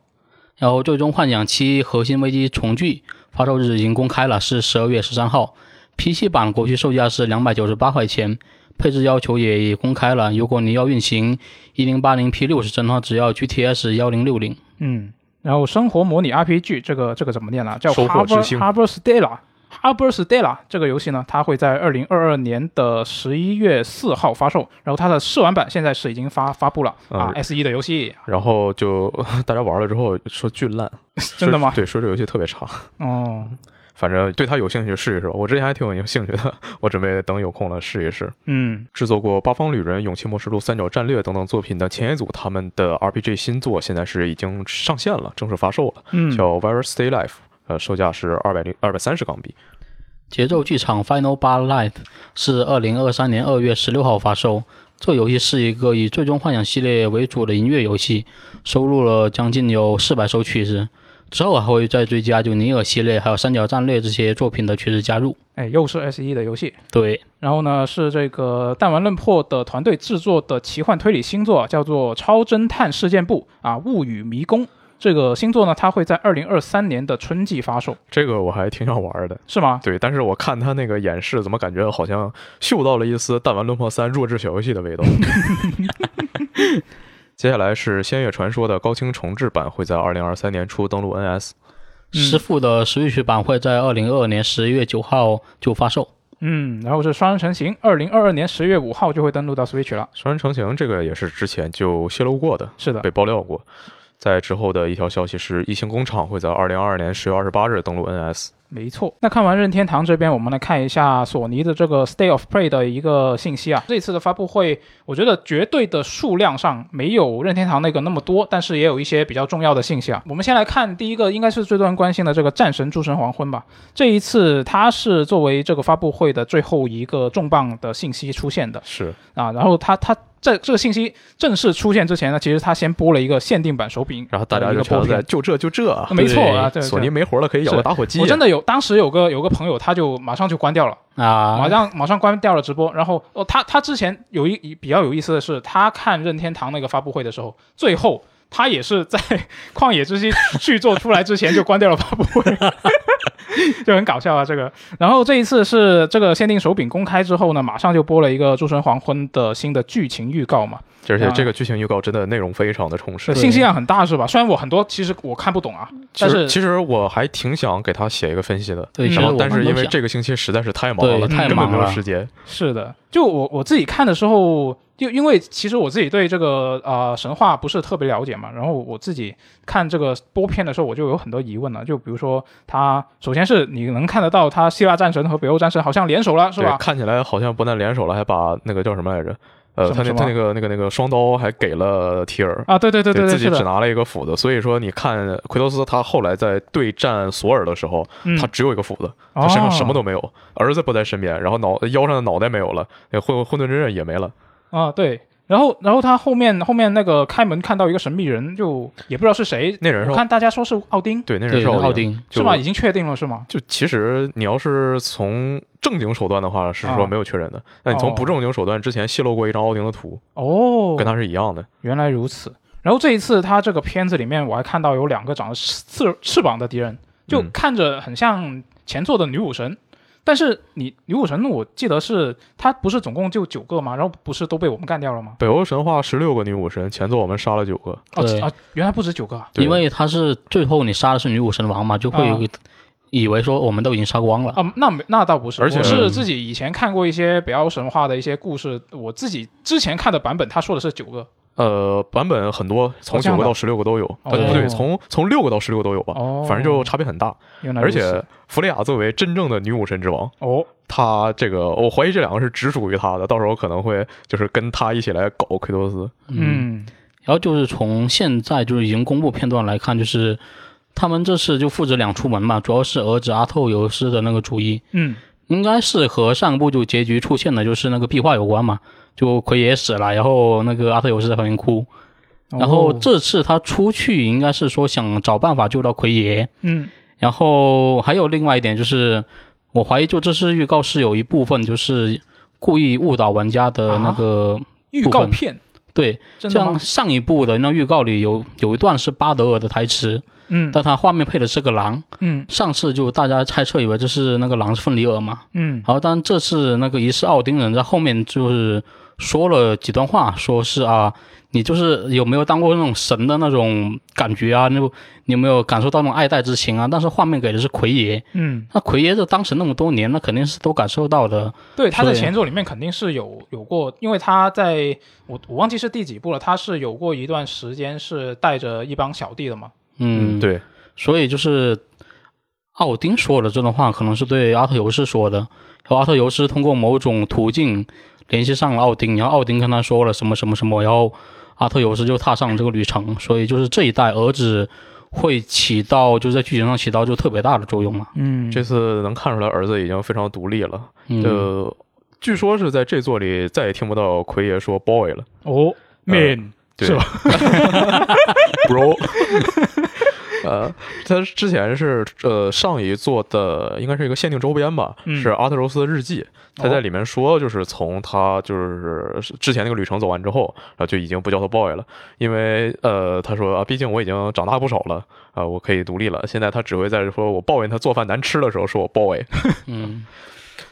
Speaker 3: 然后《最终幻想七：核心危机重聚》发售日已经公开了，是十二月十三号。PC 版国区售价是两百九十八块钱，配置要求也也公开了。如果你要运行一零八零 P 六十帧的话，只要 GTS 幺零六零。
Speaker 1: 嗯，然后生活模拟 RPG 这个这个怎么念啊呢？叫
Speaker 2: 收获之
Speaker 1: Harbor
Speaker 2: 星
Speaker 1: Harbor Stella。Harbor Stella 这个游戏呢，它会在二零二二年的十一月四号发售，然后它的试玩版现在是已经发发布了啊
Speaker 2: 嗯
Speaker 1: ，S 一的游戏，
Speaker 2: 然后就 *laughs* 大家玩了之后说巨烂，
Speaker 1: *laughs* 真的吗
Speaker 2: 说？对，说这游戏特别差。
Speaker 1: 哦，
Speaker 2: 反正对它有兴趣试一试吧，我之前还挺有兴趣的，我准备等有空了试一试。
Speaker 1: 嗯，
Speaker 2: 制作过《八方旅人》《勇气末世录》《三角战略》等等作品的前一组，他们的 RPG 新作现在是已经上线了，正式发售了，
Speaker 1: 嗯
Speaker 2: 叫《Virus Stay Life》，呃，售价是二百零二百三十港币。
Speaker 3: 节奏剧场《Final b a l Life》是二零二三年二月十六号发售。这游戏是一个以《最终幻想》系列为主的音乐游戏，收录了将近有四百首曲子。之后还会再追加就尼尔系列还有三角战略这些作品的曲子加入。
Speaker 1: 哎，又是 S 一的游戏，
Speaker 3: 对，
Speaker 1: 然后呢，是这个弹丸论破的团队制作的奇幻推理新作，叫做《超侦探事件簿》啊，《物语迷宫》。这个新作呢，它会在二零二三年的春季发售，
Speaker 2: 这个我还挺想玩的，
Speaker 1: 是吗？
Speaker 2: 对，但是我看他那个演示，怎么感觉好像嗅到了一丝《弹丸论破三》弱智小游戏的味道。接下来是《仙月传说》的高清重制版，会在二零二三年初登陆 NS。
Speaker 1: 嗯
Speaker 3: 师傅的 Switch 版会在二零二二年十一月九号就发售。
Speaker 1: 嗯，然后是《双人成行》，二零二二年十月五号就会登陆到 Switch 了。
Speaker 2: 双人成行这个也是之前就泄露过的，
Speaker 1: 是的
Speaker 2: 被，爆料过。在之后的一条消息是，异形工厂会在二零二二年十月二十八日登陆 NS。
Speaker 1: 没错。那看完任天堂这边，我们来看一下索尼的这个 State of Play 的一个信息啊。这次的发布会，我觉得绝对的数量上没有任天堂那个那么多，但是也有一些比较重要的信息啊。我们先来看第一个，应该是最多人关心的这个《战神：诸神黄昏》吧。这一次它是作为这个发布会的最后一个重磅的信息出现的。
Speaker 2: 是，
Speaker 1: 啊，然后他他这这个信息正式出现之前呢，其实他先播了一个限定版手柄，
Speaker 2: 然后大家
Speaker 1: 呃一
Speaker 2: 就
Speaker 1: 个
Speaker 2: 全
Speaker 1: 播
Speaker 2: 都在
Speaker 1: 片，
Speaker 2: 就这就这啊。
Speaker 1: 没错啊，对，对
Speaker 2: 索尼。没活了，可以咬个
Speaker 1: 是
Speaker 2: 打火机。
Speaker 1: 我真的有，当时有个有个朋友，他就马上就关掉了，马
Speaker 3: 啊，
Speaker 1: 上马上关掉了直播。然后哦，他他之前有一一比较有意思的是，他看任天堂那个发布会的时候，最后他也是在 *laughs* 《旷野之息》续作出来之前就关掉了发布会， *laughs* 就很搞笑啊这个。然后这一次是这个限定手柄公开之后呢，马上就播了一个《诸神黄昏》的新的剧情预告嘛。
Speaker 2: 而且
Speaker 1: 啊
Speaker 2: 这个剧情预告真的内容非常的充实
Speaker 1: 对，。信息量很大是吧？虽然我很多其实我看不懂啊，
Speaker 2: 其
Speaker 1: 但
Speaker 2: 实
Speaker 1: 是
Speaker 2: 其实我还挺想给他写一个分析的，
Speaker 3: 对，
Speaker 1: 嗯
Speaker 3: 其实
Speaker 2: 然后
Speaker 3: 我
Speaker 2: 但是
Speaker 3: 们
Speaker 2: 因
Speaker 3: 都
Speaker 2: 为
Speaker 3: 想
Speaker 2: 这个星期实在是太忙
Speaker 3: 对
Speaker 2: 了，
Speaker 3: 太
Speaker 2: 根本没
Speaker 3: 忙
Speaker 2: 有
Speaker 3: 了
Speaker 2: 时间。
Speaker 1: 是的，就我我自己看的时候，就因为其实我自己对这个呃神话不是特别了解嘛，然后我自己看这个播片的时候，我就有很多疑问了。就比如说他，首先是你能看得到他希腊战神和北欧战神好像联手了，是
Speaker 2: 对，
Speaker 1: 吧？
Speaker 2: 看起来好像不但联手了，还把那个叫什么来着？呃，
Speaker 1: 什么
Speaker 2: 他那
Speaker 1: 什么
Speaker 2: 他那个那个那个双刀还给了提尔。
Speaker 1: 啊，对对对对对，
Speaker 2: 自己
Speaker 1: 是
Speaker 2: 只
Speaker 1: 的，
Speaker 2: 拿了一个斧子，所以说你看奎托斯他后来在对战索尔的时候，
Speaker 1: 嗯哦
Speaker 2: 他只有一个斧子，他身上什么
Speaker 1: 都
Speaker 2: 都没有，儿子不在身边，然后脑腰上的脑袋没有了，那混混沌之刃也没了，
Speaker 1: 啊对。然后，然后他后面后面那个开门看到一个神秘人，就也不知道是谁。
Speaker 2: 那人是
Speaker 1: 我看大家说是奥丁，
Speaker 2: 对，那人
Speaker 3: 对
Speaker 2: 是
Speaker 3: 奥
Speaker 2: 奥，
Speaker 3: 丁，
Speaker 1: 是
Speaker 2: 就
Speaker 1: 吗？已经确定了是吗？
Speaker 2: 就其实你要是从正经手段的话，是说
Speaker 1: 啊
Speaker 2: 没有确认的。那、你从
Speaker 1: 哦
Speaker 2: 不正经手段之前泄露过一张奥丁的图，
Speaker 1: 哦，
Speaker 2: 跟他是一样的。
Speaker 1: 原来如此。然后这一次他这个片子里面，我还看到有两个长着翅翅膀的敌人，就
Speaker 2: 嗯
Speaker 1: 看着很像前作的女武神。但是你女武神，我记得是她不是总共就九个吗？然后不是都被我们干掉了吗？
Speaker 2: 北欧神话十六个女武神，前作我们杀了九个，
Speaker 1: 哦
Speaker 3: 对
Speaker 1: 啊，原来不止九个啊！
Speaker 2: 对
Speaker 3: 因为他是最后你杀的是女武神王嘛，就会
Speaker 1: 啊
Speaker 3: 有一个以为说我们都已经杀光了。
Speaker 1: 啊，那没那倒不是，
Speaker 2: 而且
Speaker 1: 我是自己以前看过一些北欧神话的一些故事，我自己之前看的版本，他说的是九个。
Speaker 2: 呃，版本很多，从
Speaker 1: 这样
Speaker 2: 九个
Speaker 1: 的
Speaker 2: 到十六个都有，呃，
Speaker 1: 哦
Speaker 2: 不对，从从六个到十六个都有吧，
Speaker 1: 哦
Speaker 2: 反正就差别很大。
Speaker 1: 原来如
Speaker 2: 而
Speaker 1: 此
Speaker 2: 且弗利亚作为真正的女武神之王，
Speaker 1: 哦，
Speaker 2: 她这个我怀疑这两个是只属于她的，到时候可能会就是跟她一起来搞奎托斯。
Speaker 1: 嗯，
Speaker 3: 然后就是从现在就是已经公布片段来看，就是他们这次就父子俩出门嘛，主要是儿子阿透尤斯的那个主意，
Speaker 1: 嗯，
Speaker 3: 应该是和上部就结局出现的就是那个壁画有关嘛，就奎爷死了，然后那个阿特尤斯在旁边哭，然后
Speaker 1: 哦
Speaker 3: 这次他出去应该是说想找办法救到奎爷，
Speaker 1: 嗯
Speaker 3: 然后还有另外一点就是，我怀疑就这次预告是有一部分就是故意误导玩家的那个、
Speaker 1: 预告片
Speaker 3: 对，
Speaker 1: 真的吗
Speaker 3: 像？上一部的那预告里有有一段是巴德尔的台词，
Speaker 1: 嗯
Speaker 3: 但他画面配的是个狼。
Speaker 1: 嗯
Speaker 3: 上次就大家猜测以为这是那个狼是芬里尔嘛，
Speaker 1: 嗯，
Speaker 3: 然后但这次那个疑似奥丁人在后面就是说了几段话，说是啊，你就是有没有当过那种神的那种感觉啊？那种你有没有感受到那种爱戴之情啊？但是画面给的是奎爷，
Speaker 1: 嗯，
Speaker 3: 那奎爷这当时那么多年，那肯定是都感受到的。
Speaker 1: 对，他在
Speaker 3: 所以
Speaker 1: 前作里面肯定是有有过，因为他在我我忘记是第几部了，他是有过一段时间是带着一帮小弟的嘛。
Speaker 3: 嗯，。
Speaker 2: 对，
Speaker 3: 所以就是奥丁说的这段话，可能是对阿特尤斯说的，然后阿特尤斯通过某种途径联系上了奥丁，然后奥丁跟他说了什么什么什么，然后阿特尤斯就踏上了这个旅程。所以就是这一代儿子会起到，就是在剧情上起到就特别大的作用嘛。
Speaker 1: 嗯
Speaker 2: 这次能看出来儿子已经非常独立了。
Speaker 3: 嗯，
Speaker 2: 呃，据说是在这座里再也听不到奎爷说 boy 了，
Speaker 1: 哦，man，
Speaker 2: 呃对
Speaker 1: 是吧
Speaker 2: ？Bro，呃，他之前是呃上一座的应该是一个限定周边吧，
Speaker 1: 嗯
Speaker 2: 是啊阿特柔斯的日记，他在里面说就是从他就是之前那个旅程走完之后，然后就已经不叫他 boy 了，因为呃他说啊，毕竟我已经长大不少了啊、我可以独立了。现在他只会在说我抱怨他做饭难吃的时候说我 boy，
Speaker 3: 嗯，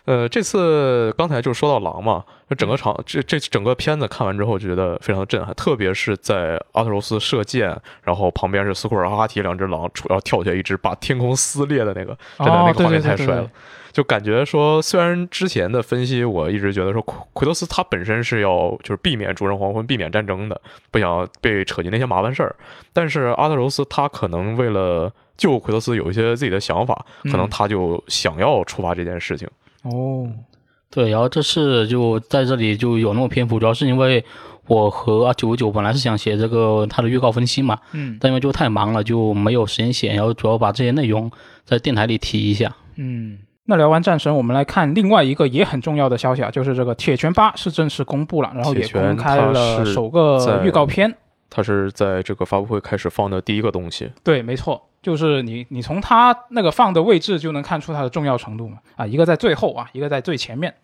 Speaker 2: 呃，这次刚才就说到狼嘛，这整个场这这整个片子看完之后，觉得非常震撼，特别是在阿特柔斯射箭，然后旁边是斯库尔哈哈提两只狼，然后跳起来一只把天空撕裂的那个，真的那
Speaker 1: 哦，
Speaker 2: 个
Speaker 1: 对
Speaker 2: 画面
Speaker 1: 对
Speaker 2: 太
Speaker 1: 对
Speaker 2: 帅
Speaker 1: 对
Speaker 2: 了。
Speaker 1: 对，
Speaker 2: 就感觉说，虽然之前的分析我一直觉得说，奎奎托斯他本身是要就是避免逐人黄昏、避免战争的，不想被扯进那些麻烦事儿，但是阿特柔斯他可能为了救奎托斯有一些自己的想法，可能
Speaker 1: 嗯
Speaker 2: 他就想要触发这件事情。
Speaker 1: 哦，
Speaker 3: 对，然后这次就在这里就有那么篇幅，主要是因为我和二九九本来是想写这个它的预告分析嘛，
Speaker 1: 嗯
Speaker 3: 但因为就太忙了，就没有时间写，然后主要把这些内容在电台里提一下。
Speaker 1: 嗯。那聊完战神，我们来看另外一个也很重要的消息啊，就是这个《铁拳八》是正式公布了，然后也
Speaker 2: 铁拳
Speaker 1: 公开
Speaker 2: 它
Speaker 1: 了
Speaker 2: 是
Speaker 1: 首
Speaker 2: 在
Speaker 1: 个预告片。
Speaker 2: 他是在这个发布会开始放的第一个东西，
Speaker 1: 对，没错，就是你你从它那个放的位置就能看出它的重要程度嘛。啊，一个在最后啊，一个在最前面。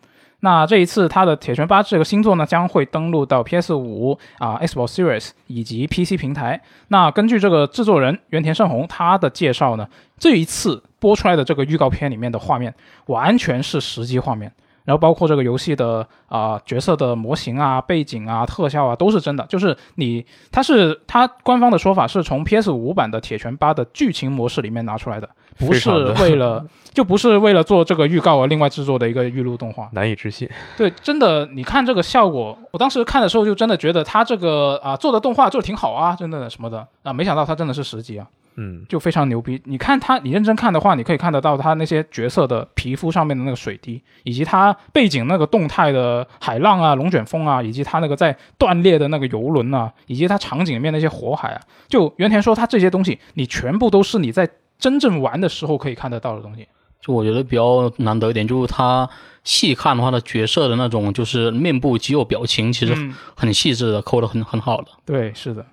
Speaker 1: 那这一次它的《铁拳八》这个新作呢，将会登陆到 PS 五啊、Xbox Series 以及 PC 平台。那根据这个制作人原田胜宏他的介绍呢，这一次播出来的这个预告片里面的画面，完全是实际画面。然后包括这个游戏的啊、角色的模型啊、背景啊、特效啊，都是真的。就是你它是它官方的说法是从 PS 五版的《铁拳八》的剧情模式里面拿出来的，不
Speaker 2: 非
Speaker 1: 是
Speaker 2: 常的
Speaker 1: 为了就不是为了做这个预告而另外制作的一个预录动画。
Speaker 2: 难以置信。
Speaker 1: 对，真的，你看这个效果，我当时看的时候就真的觉得他这个啊、做的动画做的挺好啊，真的什么的啊，没想到他真的是十级啊，
Speaker 2: 嗯，
Speaker 1: 就非常牛逼。你看他，你认真看的话，你可以看得到他那些角色的皮肤上面的那个水滴，以及他背景那个动态的海浪啊、龙卷风啊，以及他那个在断裂的那个游轮啊，以及他场景里面那些火海啊。就原田说，他这些东西你全部都是你在真正玩的时候可以看得到的东西。
Speaker 3: 就我觉得比较难得一点，就是他细看的话，他角色的那种就是面部肌肉表情，其实
Speaker 1: 嗯，
Speaker 3: 很细致的，抠的很很好的。
Speaker 1: 对，是的，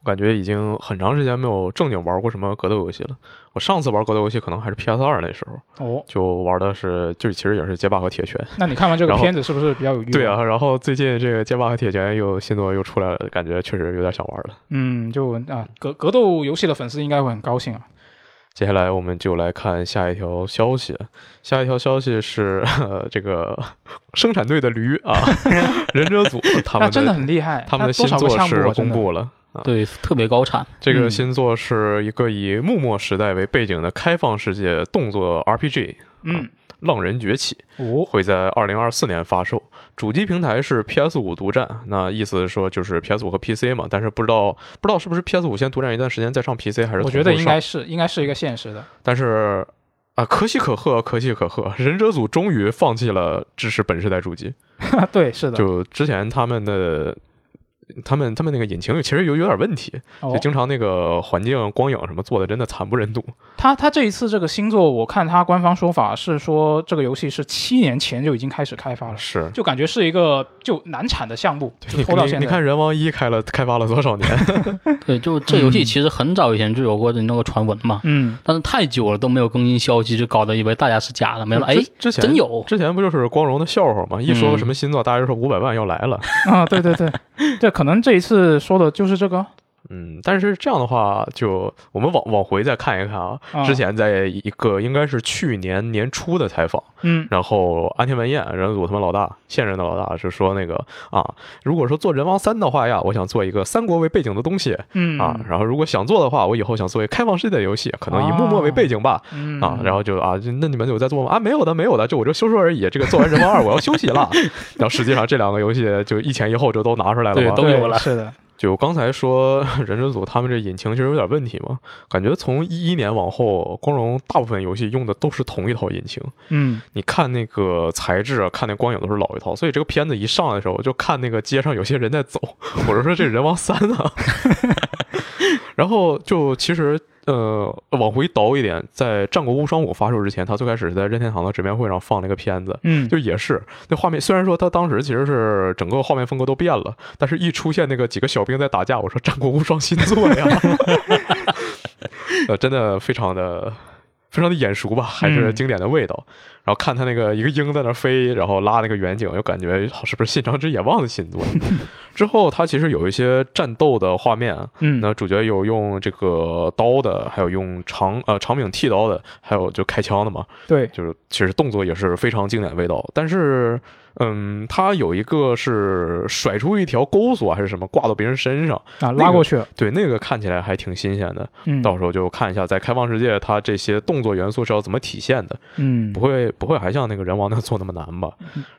Speaker 2: 我感觉已经很长时间没有正经玩过什么格斗游戏了。我上次玩格斗游戏可能还是 PS 二那时候，
Speaker 1: 哦。
Speaker 2: 就玩的是就是其实也是街霸和铁拳。
Speaker 1: 那你看完这个
Speaker 2: 然后
Speaker 1: 片子是不是比较有欲望？
Speaker 2: 对啊，然后最近这个街霸和铁拳又新作又出来了，感觉确实有点想玩了。
Speaker 1: 嗯，就啊，格格斗游戏的粉丝应该会很高兴啊。
Speaker 2: 接下来我们就来看下一条消息，下一条消息是、呃、这个生产队的驴
Speaker 1: *laughs*
Speaker 2: 啊，忍者组他
Speaker 1: 那
Speaker 2: 们
Speaker 1: 真的
Speaker 2: 的
Speaker 1: 很厉害，
Speaker 2: 他们的
Speaker 1: 那多少个
Speaker 2: 新作
Speaker 1: 项目
Speaker 2: 是
Speaker 1: 啊
Speaker 2: 公。
Speaker 1: 真的
Speaker 2: 布了。啊
Speaker 3: 对，特别高产。
Speaker 2: 这
Speaker 1: 嗯
Speaker 2: 个新作是一个以幕末时代为背景的开放世界动作 RPG《
Speaker 1: 嗯，
Speaker 2: 浪人崛起》，
Speaker 1: 哦，
Speaker 2: 会在二零二四年发售，主机平台是 PS 五独占，那意思说就是 PS 五和 PC 嘛，但是不知道不知道是不是 PS 五先独占一段时间再上 PC 还是
Speaker 1: 我
Speaker 2: 同步
Speaker 1: 觉得应该
Speaker 2: 上，
Speaker 1: 是应该是一个现实的。
Speaker 2: 但是啊，可喜可贺，可喜可贺，忍者组终于放弃了支持本世代主机，
Speaker 1: 对，是的。 *laughs*
Speaker 2: 就之前他们的。他们他们那个引擎其实有有点问题，就
Speaker 1: 哦，
Speaker 2: 经常那个环境光影什么做的真的惨不忍睹。
Speaker 1: 他他这一次这个星座，我看他官方说法是说这个游戏是七年前就已经开始开发了，
Speaker 2: 是，
Speaker 1: 就感觉是一个就难产的项目，啊就
Speaker 2: 你
Speaker 1: 拖到
Speaker 2: 你
Speaker 1: 现
Speaker 2: 你
Speaker 1: 在
Speaker 2: 看。人王一开了开发了多少年？
Speaker 3: 对，就这游
Speaker 2: 嗯
Speaker 3: 戏其实很早以前就有过那个传闻嘛，
Speaker 1: 嗯，
Speaker 3: 但是太久了都没有更新消息，就搞得以为大家是假的，没有了。哎
Speaker 2: 嗯 *laughs* 之，之前
Speaker 3: 真有
Speaker 2: 之前不就是光荣的笑话
Speaker 1: 嗯
Speaker 2: 吗？一说什么新作，大家就说五百万要来了。
Speaker 1: 啊，对
Speaker 2: *laughs*
Speaker 1: 对对，对，可能这一次说的就是这个。
Speaker 2: 嗯，但是这样的话，就我们往往回再看一看啊。
Speaker 1: 啊
Speaker 2: 之，前在一个应该是去年年初的采访，
Speaker 1: 嗯，
Speaker 2: 然后安田文彦人组他们老大现任的老大是说那个啊，如果说做人王三的话呀，我想做一个三国为背景的东西
Speaker 1: 嗯
Speaker 2: 啊。然后如果想做的话，我以后想做一个开放世界的游戏，可能以幕末为背景吧。
Speaker 1: 嗯
Speaker 2: 啊，然后就啊，就那你们有在做吗？啊，没有的，没有的，就我就说说而已。这个做完人王二，我要休息
Speaker 3: *laughs*
Speaker 2: 了。然后实际上这两个游戏就一前一后就都拿出来了
Speaker 3: 对
Speaker 2: 嘛。
Speaker 3: 都
Speaker 1: 对
Speaker 3: 有了
Speaker 1: 是的，
Speaker 2: 就刚才说 *laughs* 忍者组他们这引擎其实有点问题嘛，感觉从一一年往后，光荣大部分游戏用的都是同一套引擎。
Speaker 1: 嗯，
Speaker 2: 你看那个材质啊，看那光影都是老一套，所以这个片子一上来的时候，我就看那个街上有些人在走， *laughs* 我就说这人王三啊。然后就其实呃，往回倒一点，在《战国无双五》发售之前，他最开始是在任天堂的直面会上放了一个片子。
Speaker 1: 嗯，
Speaker 2: 就也是那画面，虽然说他当时其实是整个画面风格都变了，但是一出现那个几个小兵在打架，我说《战国无双》新作呀，
Speaker 1: *laughs*
Speaker 2: 呃，真的非常的非常的眼熟吧，还是
Speaker 1: 嗯
Speaker 2: 经典的味道。然后看他那个一个鹰在那儿飞，然后拉那个远景，又感觉好是不是《信长之野望》的新作？ *laughs* 之后他其实有一些战斗的画面，啊
Speaker 1: 嗯
Speaker 2: 那主角有用这个刀的，还有用长呃长柄剃刀的，还有就开枪的嘛，
Speaker 1: 对，
Speaker 2: 就是其实动作也是非常经典的味道。但是，嗯，他有一个是甩出一条钩索还是什么挂到别人身上，
Speaker 1: 啊，
Speaker 2: 那
Speaker 1: 拉
Speaker 2: 个
Speaker 1: 过去了，
Speaker 2: 对那个看起来还挺新鲜的。
Speaker 1: 嗯，
Speaker 2: 到时候就看一下在开放世界它这些动作元素是要怎么体现的，
Speaker 1: 嗯
Speaker 2: 不，会不会还像那个人王那做那么难吧？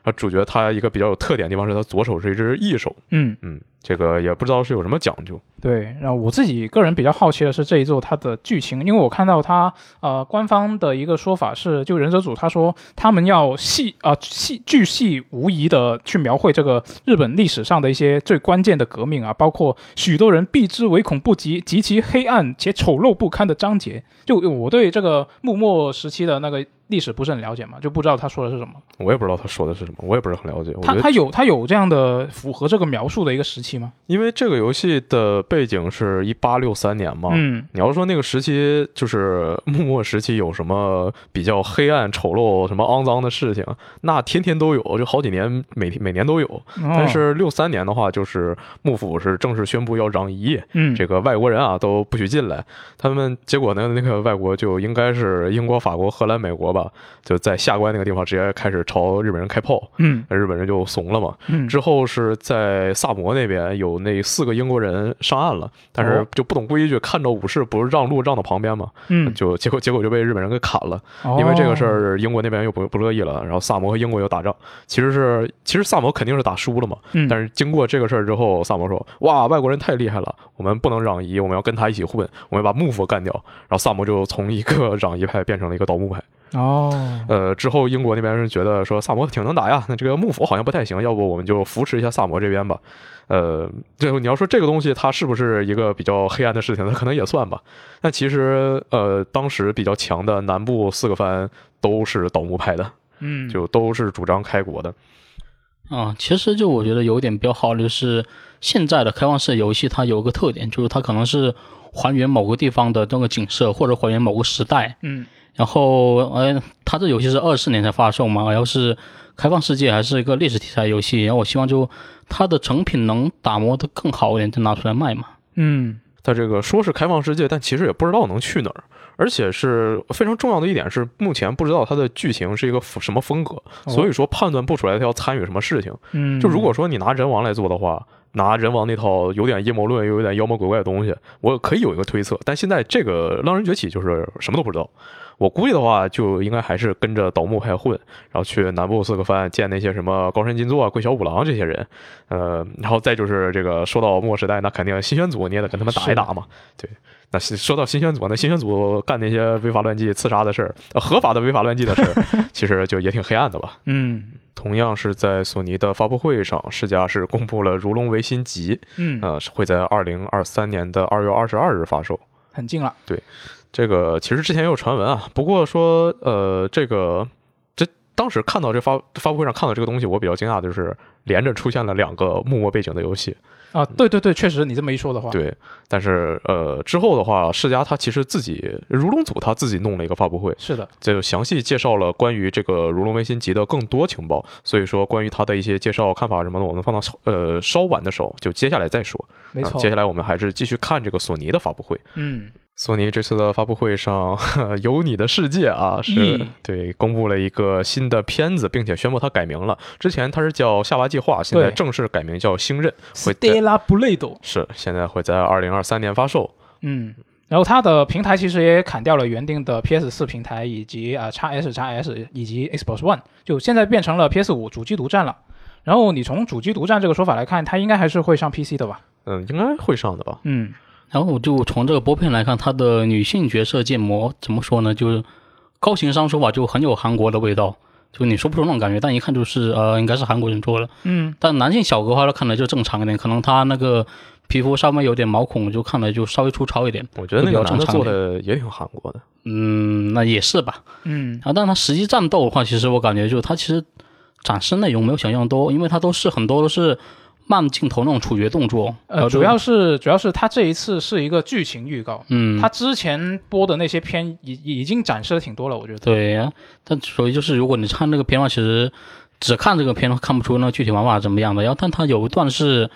Speaker 2: 啊，主角他一个比较有特点的地方是他左手是一只翼手，
Speaker 1: 嗯，
Speaker 2: 嗯，这个也不知道是有什么讲究。
Speaker 1: 对。然后我自己个人比较好奇的是这一作它的剧情，因为我看到它呃官方的一个说法是，就忍者组他说他们要细啊、细巨细无遗的去描绘这个日本历史上的一些最关键的革命啊，包括许多人避之唯恐不及、极其黑暗且丑陋不堪的章节。就我对这个幕末时期的那个历史不是很了解嘛，就不知道他说的是什么。
Speaker 2: 我也不知道他说的是什么，我也不是很了解。我觉
Speaker 1: 他
Speaker 2: 得
Speaker 1: 他有他有这样的符合这个描述的一个时期吗？
Speaker 2: 因为这个游戏的背景是一八六三年嘛，
Speaker 1: 嗯，
Speaker 2: 你要说那个时期就是幕末时期有什么比较黑暗、丑陋、什么肮脏的事情，那天天都有，就好几年每天每年都有。但
Speaker 1: 但
Speaker 2: 是六三年的话，就是幕府是正式宣布要让一夜，
Speaker 1: 嗯，
Speaker 2: 这个外国人啊都不许进来。他们结果呢，那个外国就应该是英国、法国、荷兰、美国吧，就在下关那个地方直接开始朝日本人开炮，
Speaker 1: 嗯
Speaker 2: 日本人就怂了嘛。
Speaker 1: 嗯
Speaker 2: 之后是在萨摩那边有那四个英国人上岸了，但是
Speaker 1: 哦
Speaker 2: 就不懂规矩，看着武士不是让路让到旁边嘛，
Speaker 1: 嗯，
Speaker 2: 就结果结果就被日本人给砍了。因为这个事
Speaker 1: 哦，
Speaker 2: 儿，英国那边又不不乐意了，然后萨摩和英国又打仗，其实是其实萨摩肯定是打输了嘛，
Speaker 1: 嗯
Speaker 2: 但是经过这个事儿之后，萨摩说：“哇，外国人太厉害了，我们不能攘夷，我们要跟他一起混，我们要把幕府干掉。”然后萨摩就从一个 *laughs* 攘夷派变成了一个倒幕派。
Speaker 1: 哦，
Speaker 2: 呃，之后英国那边是觉得说萨摩挺能打呀，那这个幕府好像不太行，要不我们就扶持一下萨摩这边吧。呃，最后你要说这个东西它是不是一个比较黑暗的事情，它可能也算吧。但其实呃，当时比较强的南部四个藩都是倒幕派的，
Speaker 1: 嗯，
Speaker 2: 就都是主张开国的。
Speaker 3: 啊，其实就我觉得有点标号，就是现在的开放式游戏，它有个特点，就是它可能是还原某个地方的那个景色，或者还原某个时代。
Speaker 1: 嗯
Speaker 3: 然后，呃，它这游戏是二四年才发售嘛，然后是开放世界，还是一个历史题材游戏。然后我希望就它的成品能打磨得更好一点，再拿出来卖嘛。
Speaker 1: 嗯
Speaker 2: 它这个说是开放世界，但其实也不知道能去哪儿。而且是非常重要的一点是，目前不知道它的剧情是一个什么风格，所以说判断不出来它要参与什么事情。
Speaker 1: 嗯，
Speaker 2: 就如果说你拿人王来做的话，拿人王那套有点阴谋论又有点妖魔鬼怪的东西，我可以有一个推测。但现在这个浪人崛起就是什么都不知道。我估计的话，就应该还是跟着倒幕派混，然后去南部四个藩见那些什么高山金作啊、桂小五郎这些人，呃，然后再就是这个说到末时代，那肯定新选组你也得跟他们打一打嘛，对。那新说到新选组，那新选组干那些违法乱纪、刺杀的事儿、呃合法的违法乱纪的事儿，其实就也挺黑暗的吧。
Speaker 1: 嗯
Speaker 2: 同样是在索尼的发布会上，世嘉是公布了《如龙维新集》，
Speaker 1: 嗯，
Speaker 2: 呃，是会在二零二三年的二月二十二日发售。
Speaker 1: 很近了，
Speaker 2: 这个其实之前也有传闻啊，不过说呃，这个这当时看到这发发布会上看到这个东西，我比较惊讶的就是连着出现了两个幕末背景的游戏。
Speaker 1: 啊，对对对，确实你这么一说的话，
Speaker 2: 对，但是呃之后的话，世嘉它其实自己如龙组它自己弄了一个发布会，
Speaker 1: 是的，
Speaker 2: 就详细介绍了关于这个《如龙维新集》的更多情报，所以说关于它的一些介绍、看法什么的，我们放到稍呃稍晚的时候，就接下来再说。
Speaker 1: 没
Speaker 2: 啊
Speaker 1: 错
Speaker 2: 接，下来我们还是继续看这个索尼的发布会。
Speaker 1: 嗯
Speaker 2: 索尼这次的发布会上， *laughs* 呃有你的世界啊，是、
Speaker 1: 嗯
Speaker 2: 对公布了一个新的片子，并且宣布它改名了。之前它是叫《夏娃计划》，现在
Speaker 1: 对
Speaker 2: 正式改名叫《星刃》，会在
Speaker 1: ，Stella Blade，
Speaker 2: 是现在会在二零二三年发售。
Speaker 1: 嗯。然后它的平台其实也砍掉了原定的 PS 4平台以及啊 x S、x S 以及 Xbox One，就现在变成了 PS 5主机独占了。然后你从主机独占这个说法来看，它应该还是会上 PC 的吧？
Speaker 2: 嗯，应该会上的吧？
Speaker 1: 嗯
Speaker 3: 然后我就从这个波片来看，它的女性角色建模怎么说呢？就是高情商说法就很有韩国的味道，就你说不出那种感觉，但一看就是呃，应该是韩国人做的。
Speaker 1: 嗯
Speaker 3: 但男性小哥的话，看着就正常一点，可能他那个皮肤稍微有点毛孔，就看着就稍微粗糙一点。
Speaker 2: 我觉得那
Speaker 3: 比
Speaker 2: 个
Speaker 3: 较
Speaker 2: 男
Speaker 3: 正
Speaker 2: 的
Speaker 3: 常
Speaker 2: 做的也挺韩国的。
Speaker 3: 嗯，那也是吧。
Speaker 1: 嗯
Speaker 3: 然后，但他实际战斗的话，其实我感觉就他其实展示内容没有想象多，因为他都是很多都是慢镜头那种处决动作，然
Speaker 1: 呃，
Speaker 3: 后就
Speaker 1: 主要是主要是它这一次是一个剧情预告，
Speaker 3: 嗯，
Speaker 1: 它之前播的那些片已已经展示的挺多了，我觉得。
Speaker 3: 对，但所以就是，如果你看这个片的话，其实只看这个片的话看不出那个具体玩法怎么样的。然后，但它有一段是，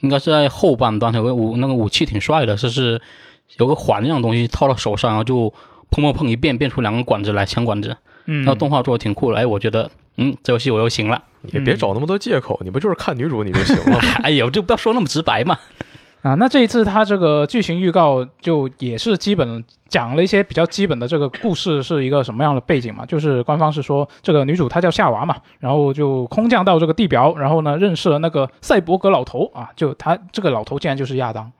Speaker 3: 应该是在后半段，有个武那个武器挺帅的，就是有个环一样的东西套到手上，然后就砰砰砰一变变出两个管子来，枪管子。
Speaker 1: 嗯
Speaker 3: 然后动画做的挺酷的，哎，我觉得，嗯，这游戏我又行了。 *laughs*
Speaker 2: 也
Speaker 1: 嗯
Speaker 2: 别找那么多借口，你不就是看女主你就行了吗？
Speaker 1: *laughs*
Speaker 3: 哎呀，我就不要说那么直白嘛。
Speaker 1: 啊，那这一次它这个剧情预告就也是基本讲了一些比较基本的这个故事是一个什么样的背景嘛，就是官方是说这个女主她叫夏娃嘛，然后就空降到这个地表，然后呢认识了那个赛博格老头啊，就他这个老头竟然就是亚当，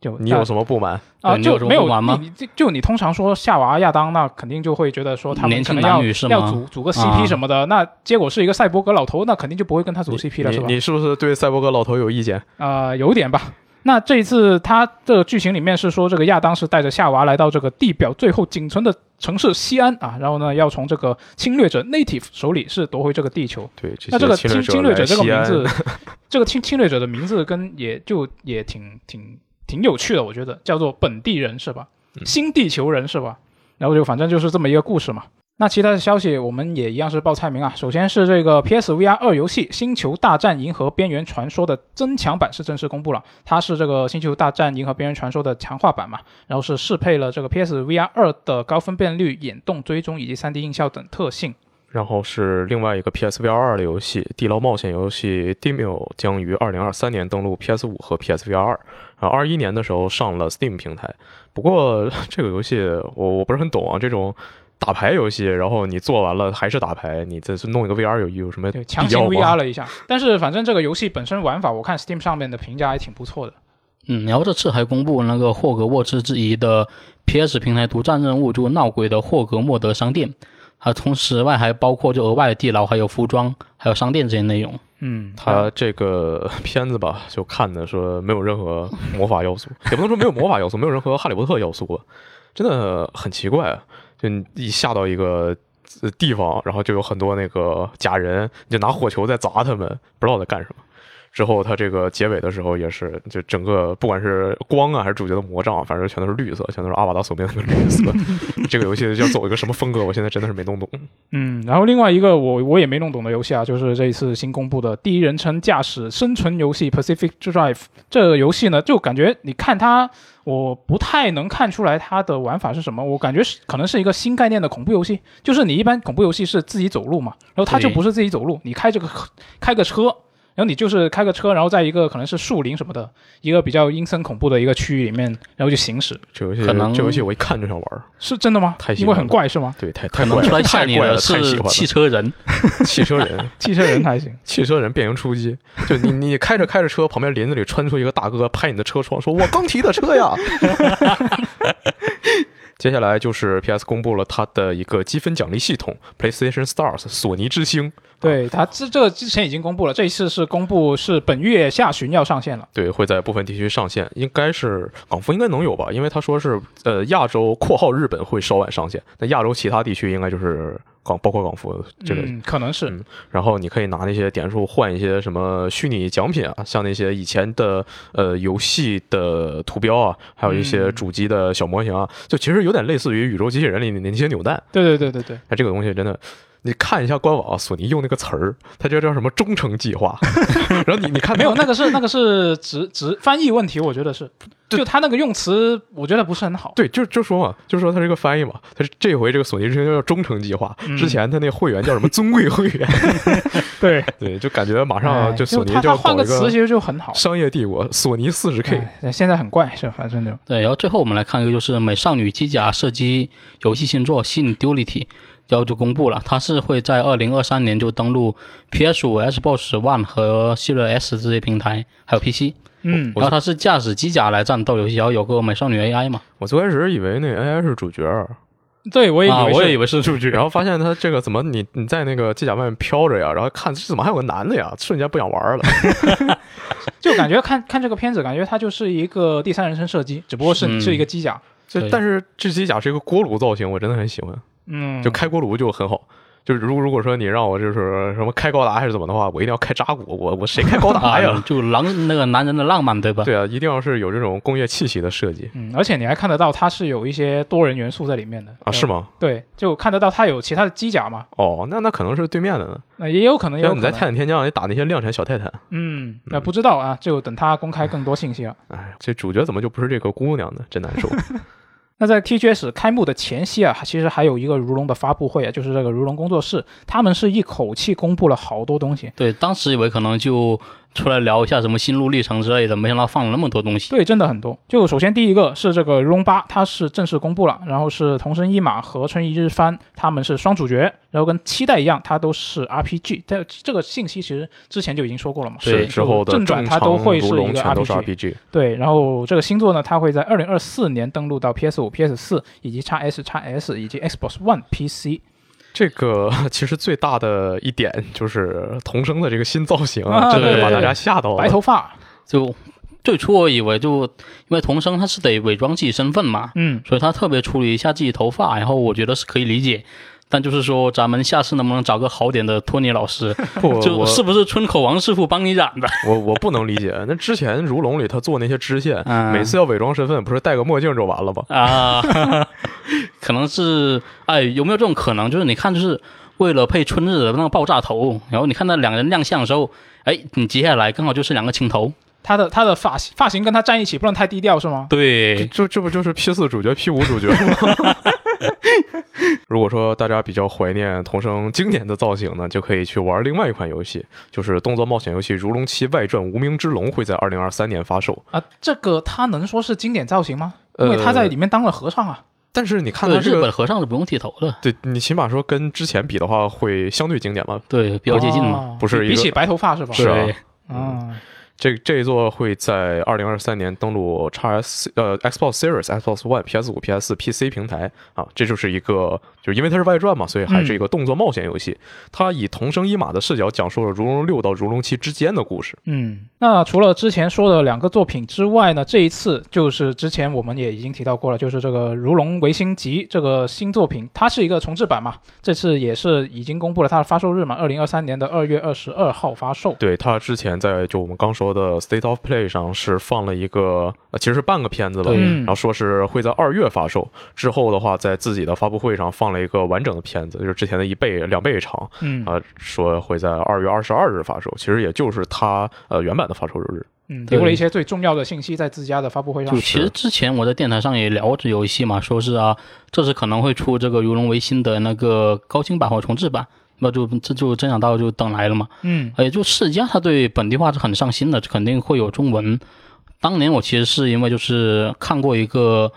Speaker 1: 就
Speaker 2: 你
Speaker 1: 大
Speaker 2: 有什么
Speaker 1: *laughs*
Speaker 2: 不满？
Speaker 1: 啊
Speaker 3: 对你
Speaker 1: 就
Speaker 3: 有这么
Speaker 1: 没有
Speaker 3: 不满吗
Speaker 1: 你就就你通常说夏娃亚当，那肯定就会觉得说他们
Speaker 3: 年
Speaker 1: 可
Speaker 3: 轻
Speaker 1: 能
Speaker 3: 男
Speaker 1: 要
Speaker 3: 女是吗
Speaker 1: 要组组个 CP
Speaker 3: 啊
Speaker 1: 什么的，那结果是一个赛博格老头，那肯定就不会跟他组 CP 了，是吧？
Speaker 2: 你你是不是对赛博格老头有意见？
Speaker 1: 呃，有点吧。那这一次他的剧情里面是说，这个亚当是带着夏娃来到这个地表最后仅存的城市西安啊，然后呢，要从这个侵略者 Native 手里是夺回这个地球。
Speaker 2: 对，这
Speaker 1: 那这
Speaker 2: 些
Speaker 1: 个
Speaker 2: 侵
Speaker 1: 侵侵
Speaker 2: 略
Speaker 1: 略
Speaker 2: 者
Speaker 1: 者这个
Speaker 2: 来西
Speaker 1: 名
Speaker 2: 安 *laughs*
Speaker 1: 字，这个侵侵略者的名字跟也就也挺挺挺有趣的，我觉得叫做本地人是吧？
Speaker 2: 嗯
Speaker 1: 新地球人是吧？然后就反正就是这么一个故事嘛。那其他的消息我们也一样是报菜名啊。首先是这个 PSVR 二游戏《星球大战：银河边缘传说》的增强版是正式公布了，它是这个《星球大战：银河边缘传说》的强化版嘛，然后是适配了这个 PSVR 二的高分辨率、眼动追踪以及 3D 音效等特性。
Speaker 2: 然后是另外一个 PSVR 二的游戏《地牢冒险游戏 Demio》将于二零二三年登陆 PS 五和 PSVR 二，然后二一年的时候上了 Steam 平台。不过 *laughs* 这个游戏我我不是很懂啊，这种打牌游戏，然后你做完了还是打牌，你再去弄一个 VR 有有什么
Speaker 1: 对，
Speaker 2: 必
Speaker 1: 强行
Speaker 2: 要
Speaker 1: VR
Speaker 2: 吗？
Speaker 1: 了一下。但是反正这个游戏本身玩法，我看 Steam 上面的评价还挺不错的。
Speaker 3: 嗯，然后这次还公布那个霍格沃兹之遗的 PS 平台独占任务，就闹鬼的霍格莫德商店。它同时外还包括就额外的地牢，还有服装，还有商店这些内容。
Speaker 1: 嗯，
Speaker 2: 他这个 *laughs* 片子吧，就看的说没有任何魔法要素，也不能说没有魔法要素，没有任何哈利波特要素吧，真的很奇怪啊。就你一下到一个呃地方，然后就有很多那个假人，你就拿火球在砸他们，不知道在干什么。之后他这个结尾的时候也是，就整个不管是光啊还是主角的魔杖，反正全都是绿色，全都是阿瓦达索命那个绿色。 *laughs* 这个游戏要走一个什么风格，我现在真的是没弄懂。
Speaker 1: 嗯，然后另外一个我我也没弄懂的游戏啊，就是这一次新公布的第一人称驾驶生存游戏《Pacific Drive》这个游戏呢，就感觉你看它，我不太能看出来它的玩法是什么。我感觉是可能是一个新概念的恐怖游戏，就是你一般恐怖游戏是自己走路嘛，然后它就
Speaker 3: 对
Speaker 1: 不是自己走路，你开这个开个车，然后你就是开个车，然后在一个可能是树林什么的一个比较阴森恐怖的一个区域里面，然后就行驶，
Speaker 2: 这游戏
Speaker 3: 可能
Speaker 2: 这游戏我一看就想玩儿，
Speaker 1: 是真的吗？
Speaker 2: 太喜
Speaker 1: 因为
Speaker 2: 欢
Speaker 1: 很
Speaker 2: 了
Speaker 1: 怪是吗？
Speaker 2: 对，太
Speaker 3: 可
Speaker 2: 太
Speaker 3: 能
Speaker 2: 怪
Speaker 3: 出
Speaker 2: 了，
Speaker 3: 来吓
Speaker 2: 哎太
Speaker 3: 你
Speaker 2: 怪了，太喜
Speaker 3: 是
Speaker 2: 欢了。
Speaker 3: 汽车人，
Speaker 2: *laughs* 汽车人，
Speaker 1: 汽车人还行。
Speaker 2: 汽车人变形出击，就你你开着开着车，旁边林子里穿出一个大哥，拍你的车窗，说：“我刚提的车呀。” *laughs* 接下来就是 PS 公布了它的一个积分奖励系统 PlayStation Stars 索尼之星，
Speaker 1: 对它这这个之前已经公布了，这一次是公布是本月下旬要上线了。
Speaker 2: 对，会在部分地区上线，应该是港服应该能有吧，因为他说是呃亚洲（括号日本）会稍晚上线，那亚洲其他地区应该就是港，包括港服这个
Speaker 1: 嗯，可能是、
Speaker 2: 嗯然后你可以拿那些点数换一些什么虚拟奖品啊，像那些以前的呃游戏的图标啊，还有一些
Speaker 1: 嗯
Speaker 2: 主机的小模型啊，就其实有点类似于宇宙机器人里那些扭蛋。
Speaker 1: 对对对对
Speaker 2: *laughs*
Speaker 1: 对，
Speaker 2: 哎，这个东西真的。你看一下官网啊，索尼用那个词儿，它这叫什么“忠诚
Speaker 1: *laughs*
Speaker 2: 计划”，然后你你看
Speaker 1: 没
Speaker 2: 它
Speaker 1: 有那个是那个是直直翻译问题，我觉得是，
Speaker 2: *laughs* 对
Speaker 1: 就他那个用词，我觉得不是很好。
Speaker 2: 对，就就说嘛，就说它是一个翻译嘛，它是这回这个索尼之前叫忠诚计划，
Speaker 1: 嗯
Speaker 2: 之前它那会员叫什么尊贵
Speaker 1: *laughs*
Speaker 2: 会员，
Speaker 1: 对，
Speaker 2: 对，就感觉马
Speaker 1: 哎
Speaker 2: 上就索尼
Speaker 1: 他
Speaker 2: 就
Speaker 1: 他
Speaker 2: 要
Speaker 1: 换
Speaker 2: 搞一
Speaker 1: 词
Speaker 2: 个
Speaker 1: 其实就很好。
Speaker 2: 商业帝国，索尼四十 K，
Speaker 1: 哎现在很怪是吧，反正就
Speaker 3: 对，然后最后我们来看一个就是《美少女机甲射击游戏新作《Sin Duality》，然后就公布了，它是会在二零二三年就登陆 PS 五、Xbox One 和 Series S 这些平台，还有 PC。
Speaker 1: 嗯
Speaker 2: 我
Speaker 3: 然后它是驾驶机甲来战斗游戏，然后有个美少女 AI 嘛，
Speaker 2: 我最开始以为那 AI 是主角儿，
Speaker 1: 对我也以
Speaker 3: 啊，
Speaker 1: 为
Speaker 3: 我也以
Speaker 1: 是。
Speaker 3: 为是数据，
Speaker 2: 然后发现他这个怎么你你在那个机甲外面飘着呀，然后看这怎么还有个男的呀，瞬间不想玩了。
Speaker 1: 就感觉看看这个片子，感觉它就是一个第三人称射击，只不过是你
Speaker 3: 嗯
Speaker 1: 是一个机甲，
Speaker 2: 这
Speaker 3: 对
Speaker 2: 但是这机甲是一个锅炉造型，我真的很喜欢，
Speaker 1: 嗯，
Speaker 2: 就开锅炉就很好。就是如如果说你让我就是什么开高达还是怎么的话，我一定要开扎古，我我谁开高达
Speaker 1: *laughs*
Speaker 2: 呀？
Speaker 3: 啊就狼那个男人的浪漫，对吧？
Speaker 2: 对啊，一定要是有这种工业气息的设计
Speaker 1: 嗯，而且你还看得到它是有一些多人元素在里面的
Speaker 2: 啊，是
Speaker 1: 吗？
Speaker 2: 吗？
Speaker 1: 对，就看得到它有其他的机甲嘛，
Speaker 2: 哦，那那可能是对面的呢。
Speaker 1: 那也有可能也
Speaker 2: 要
Speaker 1: 有
Speaker 2: 不你在
Speaker 1: 可
Speaker 2: 泰
Speaker 1: 能
Speaker 2: 坦天降，你打那些量产小泰坦，
Speaker 1: 嗯，那不知道啊，就等它公开更多信息了。 *laughs*
Speaker 2: 哎，这主角怎么就不是这个姑娘呢？真难受。
Speaker 1: 那在 TGS 开幕的前夕啊，其实还有一个如龙的发布会啊，就是这个如龙工作室，他们是一口气公布了好多东西。
Speaker 3: 对，当时以为可能就出来聊一下什么心路历程之类的，没想到放了那么多东西。
Speaker 1: 对，真的很多。就首先第一个是这个《如龙八》，它是正式公布了，然后是桐生一马和春一日番，他们是双主角，然后跟期待一样，它都是 RPG。但这个信息其实之前就已经说过了嘛，
Speaker 3: 对
Speaker 2: 是之后的
Speaker 1: 正
Speaker 2: 正
Speaker 1: 版它
Speaker 2: 常
Speaker 1: 都会是
Speaker 2: 如
Speaker 1: 一
Speaker 2: 龙
Speaker 1: 个
Speaker 2: 全都是
Speaker 1: RPG
Speaker 2: RPG。
Speaker 1: 对，然后这个星座呢，它会在二零二四年登陆到 PS 五、PS 四以及 x S、x S 以及 Xbox One、PC。
Speaker 2: 这个 *laughs* 其实最大的一点就是童声的这个新造型
Speaker 1: 啊
Speaker 2: 真的
Speaker 3: 对
Speaker 2: 把大家吓到了。 *laughs*
Speaker 1: 白头发，
Speaker 3: 就最初我以为就因为童声他是得伪装自己身份嘛，
Speaker 1: 嗯，
Speaker 3: 所以他特别处理一下自己头发，然后我觉得是可以理解。但就是说，咱们下次能不能找个好点的托尼老师？
Speaker 2: 不，
Speaker 3: 就
Speaker 2: 我
Speaker 3: 是不是村口王师傅帮你染的？
Speaker 2: 我我不能理解。那之前如龙里他做那些支线，
Speaker 3: 嗯
Speaker 2: 每次要伪装身份，不是戴个墨镜就完了吗？
Speaker 3: 啊， *laughs* 可能是哎，有没有这种可能？就是你看，就是为了配春日的那个爆炸头，然后你看那两个人亮相的时候，哎，你接下来刚好就是两个青头，
Speaker 1: 他的他的发型发型跟他站一起，不能太低调是吗？
Speaker 2: 这
Speaker 3: 对，
Speaker 2: 这这不就是 P 四主角、P 五主角吗？ *laughs* 如果说大家比较怀念童声经典的造型呢，就可以去玩另外一款游戏，就是动作冒险游戏《如龙七外传：无名之龙》，会在二零二三年发售。
Speaker 1: 啊，这个他能说是经典造型吗？因
Speaker 2: 呃
Speaker 1: 为他在里面当了和尚啊。
Speaker 2: 但是你看
Speaker 3: 对，
Speaker 2: 它这
Speaker 3: 日
Speaker 2: 个
Speaker 3: 本和尚是不用剃头的，
Speaker 2: 对你起码说跟之前比的话，会相对经典吧？
Speaker 3: 对，比较接近嘛。
Speaker 1: 哦
Speaker 2: 不是一
Speaker 1: 比
Speaker 2: 个
Speaker 1: 起白头发是吧？
Speaker 2: 是啊
Speaker 3: 对，
Speaker 1: 嗯，
Speaker 2: 这这一座会在二零二三年登陆 x S 呃 Xbox Series、Xbox One、PS 五、PS 四、PC 平台啊，这就是一个，就是因为它是外传嘛，所以还是一个动作冒险游戏。它以同生一马的视角讲述了如龙六到如龙七之间的故事。
Speaker 1: 嗯，那除了之前说的两个作品之外呢，这一次就是之前我们也已经提到过了，就是这个《如龙维新集》这个新作品，它是一个重制版嘛，这次也是已经公布了它的发售日嘛，二零二三年的二月二十二号发售。
Speaker 2: 对，它之前在就我们刚说的 State of Play 上是放了一个，呃、其实是半个片子吧，
Speaker 3: 对
Speaker 1: 嗯
Speaker 2: 然后说是会在二月发售，之后的话在自己的发布会上放了一个完整的片子，就是之前的一倍两倍长，
Speaker 1: 嗯
Speaker 2: 啊、说会在二月二十二日发售，其实也就是它呃原版的发售日。
Speaker 1: 嗯，
Speaker 3: 对
Speaker 1: 留了一些最重要的信息在自家的发布会上
Speaker 3: 就。
Speaker 2: 啊
Speaker 3: 其实之前我在电台上也聊过这游戏嘛，说是啊，这次可能会出这个《如龙维新》的那个高清版或重制版，那就这就真想到就等来了嘛。
Speaker 1: 嗯
Speaker 3: 哎，就世嘉他对本地化是很上心的，肯定会有中文。当年我其实是因为就是看过一个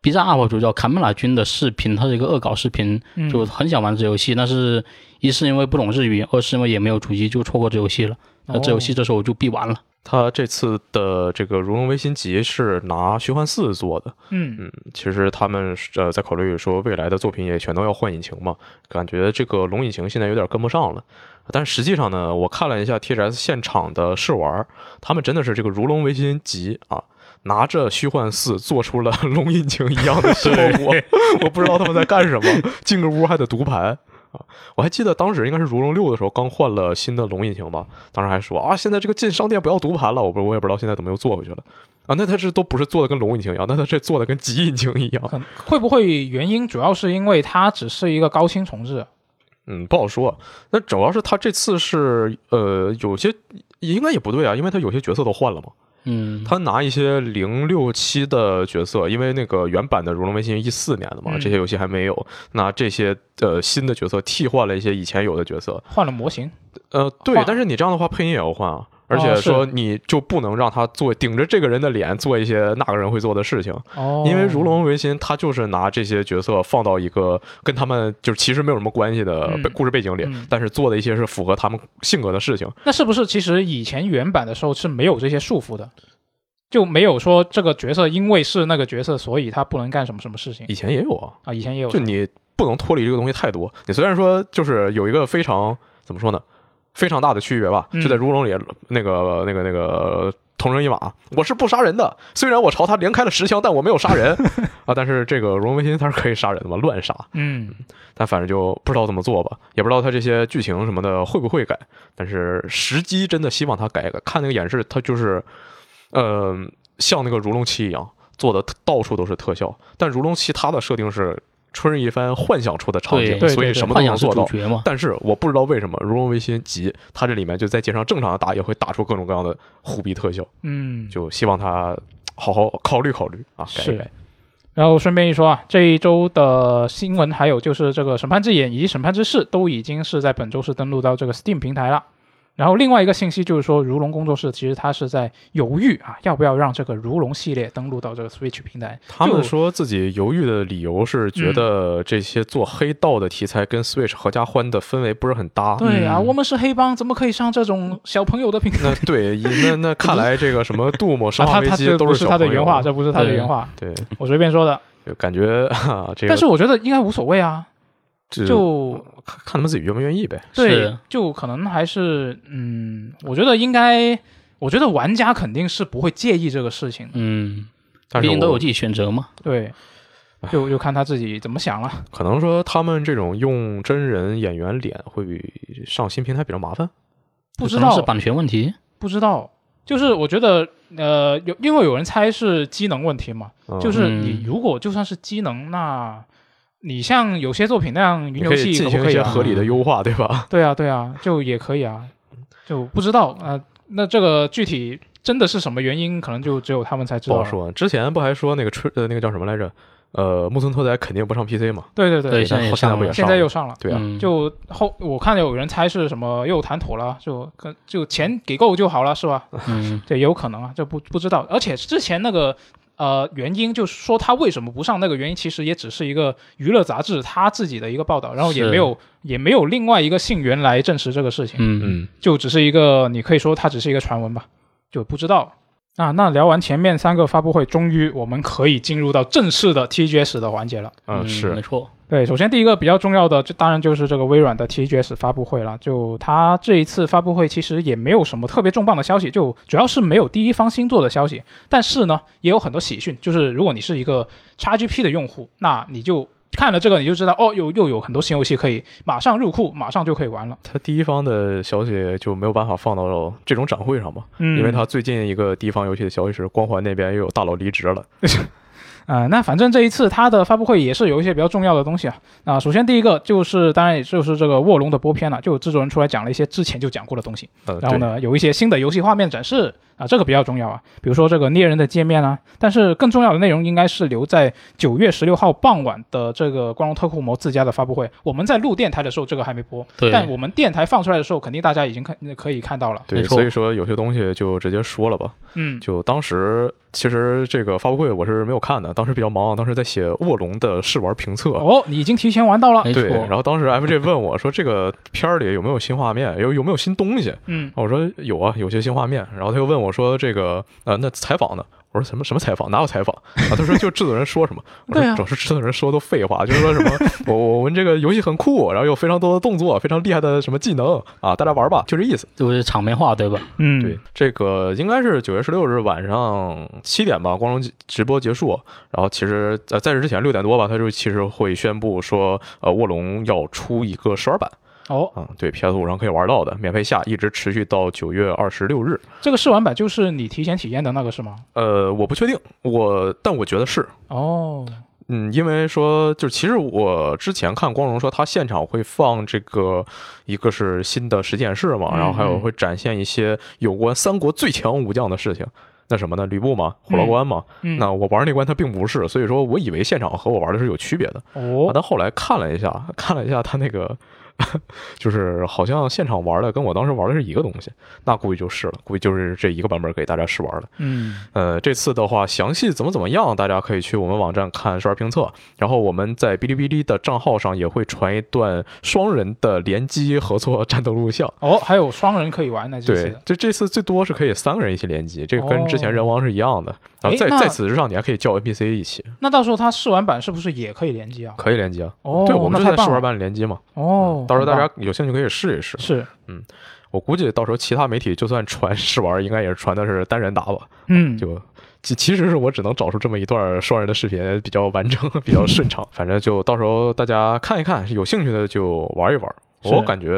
Speaker 3: B 站 UP 主叫卡梅拉君的视频，他是一个恶搞视频，
Speaker 2: 啊
Speaker 1: 嗯，
Speaker 3: 就很想玩这游戏，但是一是因为不懂日语，二是因为也没有主机，就错过这游戏了。
Speaker 1: 嗯
Speaker 2: 啊
Speaker 3: 那这游
Speaker 2: 哦
Speaker 3: 戏这时候我就必玩了。
Speaker 2: 它这次的这个《如龙维新集》是拿虚幻四做的，
Speaker 1: 嗯
Speaker 2: 其实他们是呃在考虑说未来的作品也全都要换引擎嘛，感觉这个龙引擎现在有点跟不上了。但实际上呢，我看了一下 TGS 现场的试玩儿，他们真的是这个《如龙维新集》啊，拿着虚幻四做出了龙引擎一样的效果， *laughs* 我不知道他们在干什么，进个屋还得读盘。啊，我还记得当时应该是如龙六的时候，刚换了新的龙引擎吧。当时还说啊，现在这个进商店不要读盘了。我不，我也不知道现在怎么又做回去了。啊，那它这都不是做的跟龙引擎一样，那它这做的跟极引擎一样。
Speaker 1: 可能会不会原因主要是因为它只是一个高清重置？
Speaker 2: 嗯，不好说。那主要是它这次是呃，有些应该也不对啊，因为它有些角色都换了嘛。
Speaker 3: 嗯，
Speaker 2: 他拿一些零六七的角色，因为那个原版的《如龙维新》一四年的嘛，
Speaker 1: 嗯
Speaker 2: 这些游戏还没有。那这些呃新的角色替换了一些以前有的角色，
Speaker 1: 换了模型，
Speaker 2: 呃，对
Speaker 1: 换，
Speaker 2: 但是你这样的话配音也要换啊，而且
Speaker 1: 哦是
Speaker 2: 说你就不能让他做顶着这个人的脸做一些那个人会做的事情，
Speaker 1: 哦，
Speaker 2: 因为《如龙维新》他就是拿这些角色放到一个跟他们就是其实没有什么关系的
Speaker 1: 嗯
Speaker 2: 背故事背景里，
Speaker 1: 嗯
Speaker 2: 但是做的一些是符合他们性格的事情。
Speaker 1: 那是不是其实以前原版的时候是没有这些束缚的，就没有说这个角色因为是那个角色，所以他不能干什么什么事情
Speaker 2: 以前也有啊，
Speaker 1: 啊？以前也有
Speaker 2: 就你不能脱离这个东西太多。你虽然说就是有一个非常怎么说呢，非常大的区别吧，
Speaker 1: 嗯
Speaker 2: 就在《如龙》里那个那个那个。同人一马，我是不杀人的。虽然我朝他连开了十枪，但我没有杀人啊。但是这个荣文心他是可以杀人的嘛，乱杀。
Speaker 1: 嗯，
Speaker 2: 但反正就不知道怎么做吧，也不知道他这些剧情什么的会不会改。但是时机真的希望他改改。看那个演示，他就是，呃，像那个《如龙七》一样做的到处都是特效。但《如龙七》它的设定是春日一番幻想出的场景
Speaker 3: 对，对
Speaker 2: 所以
Speaker 1: 对
Speaker 2: 什么都
Speaker 3: 幻
Speaker 2: 能
Speaker 3: 想是
Speaker 2: 做到
Speaker 3: 主。角嘛，
Speaker 2: 但是我不知道为什么《如龙维新急》它这里面就在街上正常的打也会打出各种各样的虎逼特效，
Speaker 1: 嗯，
Speaker 2: 就希望他好好考虑考虑啊，改一改
Speaker 1: 是。然后顺便一说啊，这一周的新闻还有就是这个《审判之眼》以及《审判之誓》都已经是在本周是登录到这个 Steam 平台了。然后另外一个信息就是说，如龙工作室其实它是在犹豫啊，要不要让这个如龙系列登录到这个 Switch 平台。
Speaker 2: 他们
Speaker 1: 就嗯
Speaker 2: 说自己犹豫的理由是觉得这些做黑道的题材跟 Switch 合家欢的氛围不是很搭。
Speaker 1: 对啊，
Speaker 3: 嗯
Speaker 1: 我们是黑帮，怎么可以上这种小朋友的平台？
Speaker 2: 那对，那
Speaker 1: *laughs*
Speaker 2: 那看来这个什么杜牧、生
Speaker 1: 啊，
Speaker 2: 化
Speaker 1: 他
Speaker 2: 危
Speaker 1: 他
Speaker 2: 机
Speaker 1: 这
Speaker 2: 都
Speaker 1: 不
Speaker 2: 是
Speaker 1: 是
Speaker 2: 小
Speaker 1: 他的
Speaker 2: 朋
Speaker 1: 原
Speaker 2: 友
Speaker 1: 话，这不是他的
Speaker 3: 对
Speaker 1: 原话，
Speaker 2: 对，
Speaker 1: 我随便说
Speaker 2: *laughs*
Speaker 1: 的。
Speaker 2: 就感觉哈这个
Speaker 1: 但是我觉得应该无所谓啊，
Speaker 2: 这
Speaker 1: 就
Speaker 2: 看看他们自己愿不愿意呗。
Speaker 1: 对
Speaker 3: 是，
Speaker 1: 就可能还是嗯，我觉得应该，我觉得玩家肯定是不会介意这个事情的，
Speaker 3: 嗯，
Speaker 2: 但
Speaker 3: 毕
Speaker 2: 是
Speaker 3: 竟
Speaker 2: 我
Speaker 3: 都有自己选择嘛。
Speaker 1: 对，就就看他自己怎么想了。
Speaker 2: 可能说他们这种用真人演员脸会比上新平台比较麻烦。
Speaker 1: 不知
Speaker 3: 可能
Speaker 1: 道
Speaker 3: 是，版权问题，
Speaker 1: 不知道，就是我觉得呃，有因为有人猜是机能问题嘛，
Speaker 2: 嗯、
Speaker 1: 就是你
Speaker 3: 嗯
Speaker 1: 如果就算是机能，那你像有些作品那样云
Speaker 2: 你
Speaker 1: 游
Speaker 2: 可以
Speaker 1: 戏
Speaker 2: 进
Speaker 1: 可不
Speaker 2: 行
Speaker 1: 可
Speaker 2: 一
Speaker 1: 以
Speaker 2: 些
Speaker 1: 啊？
Speaker 2: 合理的优化，对吧？
Speaker 1: 对啊，对啊，就也可以啊，就不知道啊、呃那这个具体真的是什么原因，可能就只有他们才知
Speaker 2: 不
Speaker 1: 道
Speaker 2: 好
Speaker 1: 了。
Speaker 2: 说。之前不还说那个春呃那个叫什么来着？呃，木村拓哉肯定不上 PC 嘛？
Speaker 1: 对对对，
Speaker 3: 对
Speaker 2: 现
Speaker 3: 现在也
Speaker 2: 现在
Speaker 3: 上
Speaker 2: 不也
Speaker 3: 了
Speaker 2: 上
Speaker 1: 现
Speaker 2: 了？
Speaker 1: 在又上了。
Speaker 2: 对啊，
Speaker 3: 嗯
Speaker 1: 就后我看有人猜是什么又谈妥了，就跟就钱给够就好了，是吧？
Speaker 2: *laughs*
Speaker 3: 嗯，
Speaker 1: 这也有可能啊，这不不知道。而且之前那个呃原因，就是说他为什么不上那个原因，其实也只是一个娱乐杂志他自己的一个报道，然后也
Speaker 3: 是
Speaker 1: 没有也没有另外一个信源来证实这个事情。
Speaker 3: 嗯
Speaker 2: 嗯，
Speaker 1: 就只是一个，你可以说它只是一个传闻吧，就不知道。啊，那聊完前面三个发布会，终于我们可以进入到正式的 TGS 的环节了。
Speaker 2: 嗯是
Speaker 3: 没错，
Speaker 1: 对，首先第一个比较重要的，就当然就是这个微软的 TGS 发布会了。就它这一次发布会其实也没有什么特别重磅的消息，就主要是没有第一方星座的消息。但是呢，也有很多喜讯，就是如果你是一个 XGP 的用户，那你就看了这个，你就知道哦，又又有很多新游戏可以马上入库，马上就可以玩了。
Speaker 2: 他第一方的消息就没有办法放到这种展会上嘛，
Speaker 1: 嗯
Speaker 2: 因为他最近一个第一方游戏的消息是光环那边又有大佬离职了。
Speaker 1: 啊、那反正这一次它的发布会也是有一些比较重要的东西啊。啊、首先第一个就是，当然也就是这个《卧龙》的播片了、就有制作人出来讲了一些之前就讲过的东西。
Speaker 2: 嗯，
Speaker 1: 然后
Speaker 2: 对？
Speaker 1: 呢，有一些新的游戏画面展示啊、这个比较重要啊，比如说这个猎人的界面啊。但是更重要的内容应该是留在九月十六号傍晚的这个《光荣特库摩》自家的发布会。我们在录电台的时候，这个还没播，
Speaker 3: 对，
Speaker 1: 但我们电台放出来的时候，肯定大家已经看可以看到了。
Speaker 2: 对，
Speaker 3: 没错
Speaker 2: 所以说有些东西就直接说了吧。
Speaker 1: 嗯，
Speaker 2: 就当时其实这个发布会我是没有看的，当时比较忙，当时在写卧龙的试玩评测。
Speaker 1: 哦，你已经提前玩到了。
Speaker 3: 没错
Speaker 2: 对，，然后当时 FJ 问我说：“这个片儿里有没有新画面？有有没有新东西？”
Speaker 1: 嗯
Speaker 2: 然，后我说：“有啊，有些新画面。”然后他又问我说：“这个呃，那采访呢？”我说：“什么什么采访？哪有采访？”啊，他说：“就制作人说什么。”我
Speaker 1: 对
Speaker 2: 说
Speaker 1: 啊：“
Speaker 2: 主要是制作人说的都废话，就是说什么我我们这个游戏很酷，然后有非常多的动作，非常厉害的什么技能啊，大家玩吧，就这意思。”
Speaker 3: 就是场面化，对吧？
Speaker 1: 嗯，
Speaker 2: 对，这个应该是九月十六日晚上七点吧，光荣直播结束。然后其实呃，在这之前六点多吧，他就其实会宣布说，呃，卧龙要出一个试玩版
Speaker 1: 哦，
Speaker 2: 啊、对，PS 五上可以玩到的，免费下，一直持续到九月二十六日。
Speaker 1: 这个试玩版就是你提前体验的那个是吗？
Speaker 2: 呃，我不确定，我但我觉得是，
Speaker 1: 哦，
Speaker 2: 嗯，因为说就是其实我之前看光荣说他现场会放这个，一个是新的实验室嘛，然后还有
Speaker 1: 嗯
Speaker 2: 会展现一些有关三国最强武将的事情。那什么呢？吕布嘛，虎牢关嘛。
Speaker 1: 嗯，
Speaker 2: 那我玩那关他并不是，所以说我以为现场和我玩的是有区别的。啊
Speaker 1: 哦，
Speaker 2: 但后来看了一下，看了一下他那个， *laughs* 就是好像现场玩的跟我当时玩的是一个东西，那估计就是了，估计就是这一个版本给大家试玩了。
Speaker 1: 嗯
Speaker 2: 呃，这次的话，详细怎么怎么样，大家可以去我们网站看试玩评测。然后我们在哔哩哔哩的账号上也会传一段双人的联机合作战斗录像。
Speaker 1: 哦，还有双人可以玩呢，这
Speaker 2: 对
Speaker 1: 次，
Speaker 2: 这这次最多是可以三个人一起联机，这个跟之前人王是一样的。然后
Speaker 1: 诶
Speaker 2: 在
Speaker 1: 哎那
Speaker 2: 在此之上，你还可以叫 NPC 一起，
Speaker 1: 那到时候它试玩版是不是也可以联机啊？
Speaker 2: 可以联机啊。
Speaker 1: 哦，
Speaker 2: 对，我们
Speaker 1: 那
Speaker 2: 就
Speaker 1: 太
Speaker 2: 在
Speaker 1: 棒
Speaker 2: 试玩
Speaker 1: 了
Speaker 2: 版里联机嘛。嗯
Speaker 1: 哦，
Speaker 2: 到时候大
Speaker 1: 很
Speaker 2: 家
Speaker 1: 棒
Speaker 2: 有兴趣可以试一试。
Speaker 1: 是
Speaker 2: 我估计到时候其他媒体就算传试玩，应该也是传的是单人打吧。
Speaker 1: 嗯，
Speaker 2: 就其其实是我只能找出这么一段双人的视频比较完整、比较顺畅。反正就到时候大家看一看，有兴趣的就玩一玩。
Speaker 1: 是
Speaker 2: 我感觉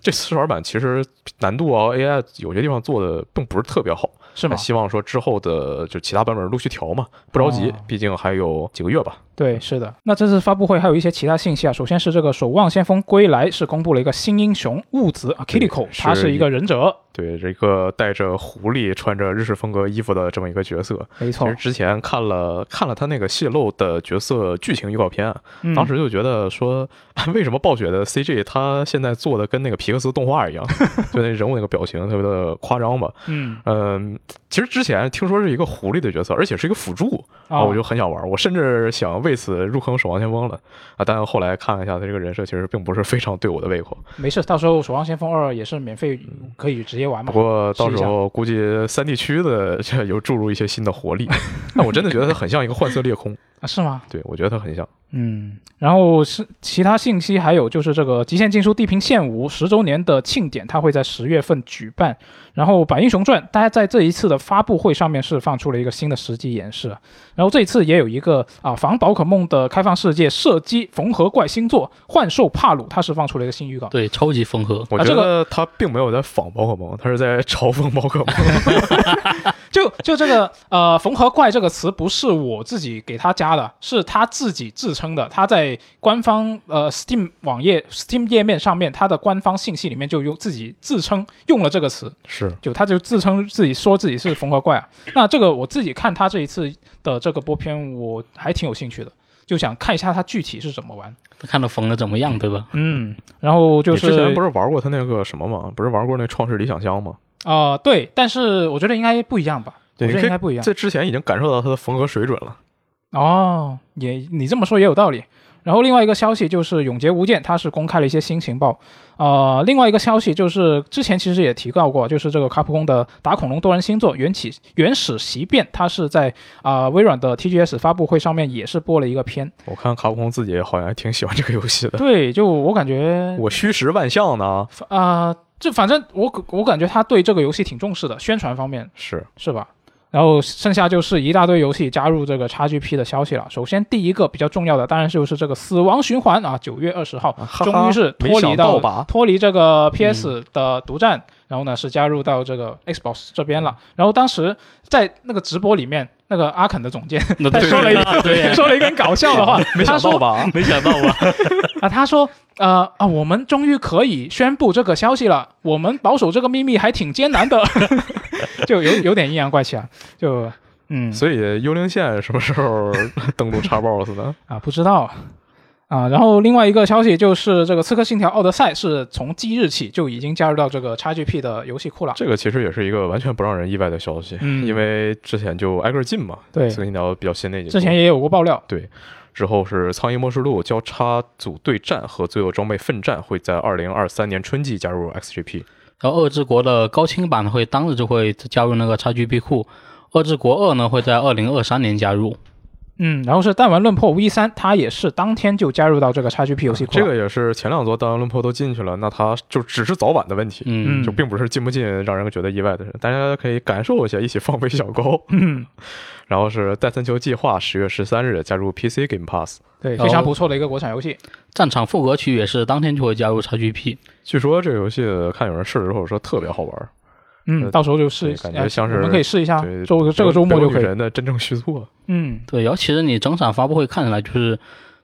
Speaker 2: 这次试玩版其实难度啊，AI 有些地方做的并不是特别好。
Speaker 1: 是吗
Speaker 2: 那？希望说之后的就其他版本陆续调嘛，不着急
Speaker 1: 哦，
Speaker 2: 毕竟还有几个月吧。
Speaker 1: 对，是的。那这次发布会还有一些其他信息啊，首先是这个《守望先锋归来》是公布了一个新英雄物子啊 k i r i k o
Speaker 2: 是
Speaker 1: 他是一个忍者，
Speaker 2: 对，这个带着狐狸、穿着日式风格衣服的这么一个角色，
Speaker 1: 没
Speaker 2: 其
Speaker 1: 错
Speaker 2: 实。之前看了看了他那个泄露的角色剧情预告片，
Speaker 1: 嗯
Speaker 2: 当时就觉得说， *laughs* 为什么暴雪的 CG 他现在做的跟那个皮克斯动画
Speaker 1: *laughs*
Speaker 2: 一样，就那人物那个表情特别的夸张吧？
Speaker 1: 嗯
Speaker 2: 嗯，其实之前听说是一个狐狸的角色，而且是一个辅助，
Speaker 1: 啊，
Speaker 2: 啊，我就很想玩，我甚至想为此入坑《守望先锋》了啊！但后来看了一下，他这个人设其实并不是非常对我的胃口。
Speaker 1: 没事，到时候《守望先锋二》也是免费可以直接玩
Speaker 2: 不
Speaker 1: 嘛。
Speaker 2: 过到
Speaker 1: 试一
Speaker 2: 时
Speaker 1: 下
Speaker 2: 候估计三地区的 *laughs* 这有注入一些新
Speaker 1: *laughs*
Speaker 2: 的活力。但我真的觉得他很像一个幻色裂空，
Speaker 1: 啊，是吗？
Speaker 2: 对我觉得他很像。
Speaker 1: 嗯，然后是其他信息，还有就是这个《极限竞速：地平线五》十周年的庆典，它会在十月份举办。然后《百英雄传》，大家在这一次的发布会上面是放出了一个新的实际演示。然后这一次也有一个啊，防宝可梦的开放世界射击缝合怪星座幻兽帕鲁，它是放出了一个新预告。
Speaker 3: 对，超级缝合，
Speaker 2: 我
Speaker 1: 啊
Speaker 2: 觉
Speaker 1: 这个
Speaker 2: 得他并没有在仿宝可梦，他是在嘲讽宝可
Speaker 1: *laughs*
Speaker 2: 梦。
Speaker 1: 就就这个呃，缝合怪这个词不是我自己给他加的，是他自己自称的。他在官方呃 Steam 网页 Steam 页面上面，他的官方信息里面就用自己自称用了这个词，
Speaker 2: 是，
Speaker 1: 就他就自称自己说自己是缝合怪啊。那这个我自己看他这一次的这个播片，我还挺有兴趣的，就想看一下他具体是怎么玩。
Speaker 3: 看到缝的怎么样，
Speaker 1: *laughs*
Speaker 3: 对吧？
Speaker 1: 嗯，然后就
Speaker 2: 你之前
Speaker 1: 是
Speaker 2: 不是玩过他那个什么吗？不是玩过那《创世理想乡》吗？
Speaker 1: 啊、对，但是我觉得应该不一样吧。我
Speaker 2: 对
Speaker 1: 觉得
Speaker 2: 你可以
Speaker 1: 应该不一样。
Speaker 2: 在之前已经感受到他的缝合水准了。
Speaker 1: 哦，也你这么说也有道理。然后另外一个消息就是《永劫无间》，它是公开了一些新情报。呃，另外一个消息就是之前其实也提到过，就是这个卡普空的打恐龙多人星座《缘起原始席变》，它是在啊、微软的 TGS 发布会上面也是播了一个片。
Speaker 2: 我看卡普空自己好像还挺喜欢这个游戏的。
Speaker 1: 对，就我感觉
Speaker 2: 我虚实万象呢，
Speaker 1: 啊，这、反正我我感觉他对这个游戏挺重视的，宣传方面
Speaker 2: 是
Speaker 1: 是吧？然后剩下就是一大堆游戏加入这个 XGP 的消息了。首先第一个比较重要的，当然就是这个《死亡循环》啊，九月二十号
Speaker 2: 啊嗯哈哈
Speaker 1: 终于是脱
Speaker 2: 没
Speaker 1: 离
Speaker 2: 想
Speaker 1: 到
Speaker 2: 到吧
Speaker 1: 脱离这个 PS 的独占，然后呢是加入到这个 Xbox 这边了。
Speaker 2: 嗯
Speaker 1: 然后当时在那个直播里面，那个阿肯的总监 *laughs*
Speaker 3: 那
Speaker 1: 他说了一
Speaker 3: 对 *laughs*
Speaker 1: *laughs*
Speaker 3: 对，
Speaker 1: 说了一个很搞笑的话，
Speaker 2: *laughs* 没
Speaker 1: 他
Speaker 2: 想
Speaker 1: 说 *laughs*
Speaker 2: 到吧？
Speaker 3: 没想到吧？
Speaker 1: 啊，他说，呃啊，我们终于可以宣布这个消息了。我们保守这个秘密还挺艰难的， *laughs* 就有有点阴阳怪气啊，就嗯
Speaker 2: 所以幽灵线什么时候 *laughs* 登陆叉 box 呢？
Speaker 1: 啊，不知道啊。然后另外一个消息就是，这个《刺客信条：奥德赛》是从即日起就已经加入到这个 XGP 的游戏库了。
Speaker 2: 这个其实也是一个完全不让人意外的消息，
Speaker 1: 嗯
Speaker 2: 因为之前就挨个儿进嘛，
Speaker 1: 对
Speaker 2: 刺客信条比较新的一
Speaker 1: 之前也有过爆料，
Speaker 2: 之后是《苍蝇末世录》交叉组对战和《罪恶装备奋战》会在二零二三年春季加入 XGP，
Speaker 3: *laughs* 然后《恶之国》的高清版会当日就会加入那个 XGP 库，《恶之国二》呢会在二零二三年加入。
Speaker 1: 嗯，然后是弹丸论破 V 三，它也是当天就加入到这个 XGP 游戏库了。
Speaker 2: 啊这个也是前两座单轮坡都进去了，那它就只是早晚的问题。
Speaker 3: 嗯，
Speaker 1: 嗯
Speaker 2: 就并不是进不进让人觉得意外的事，大家可以感受一下，一起放飞小高。
Speaker 1: 嗯
Speaker 2: *laughs* 然后是《戴森球计划》十月十三日加入 PC Game Pass，
Speaker 1: 对，
Speaker 3: 然
Speaker 1: 非常
Speaker 3: 后
Speaker 1: 不错的一个国产游戏。
Speaker 3: 战场复合区也是当天就会加入 XGP。
Speaker 2: 据说这个游戏看有人试了之后说特别好玩，
Speaker 1: 嗯，
Speaker 2: 呃
Speaker 1: 到时候就试一
Speaker 2: 对
Speaker 1: 下，
Speaker 2: 感觉像是
Speaker 1: 我们可以试一下，
Speaker 2: 对，
Speaker 1: 周这个周末就可
Speaker 2: 北欧女
Speaker 1: 以。
Speaker 2: 神的真正续作，
Speaker 1: 嗯，
Speaker 3: 对，然后其实你整场发布会看起来就是，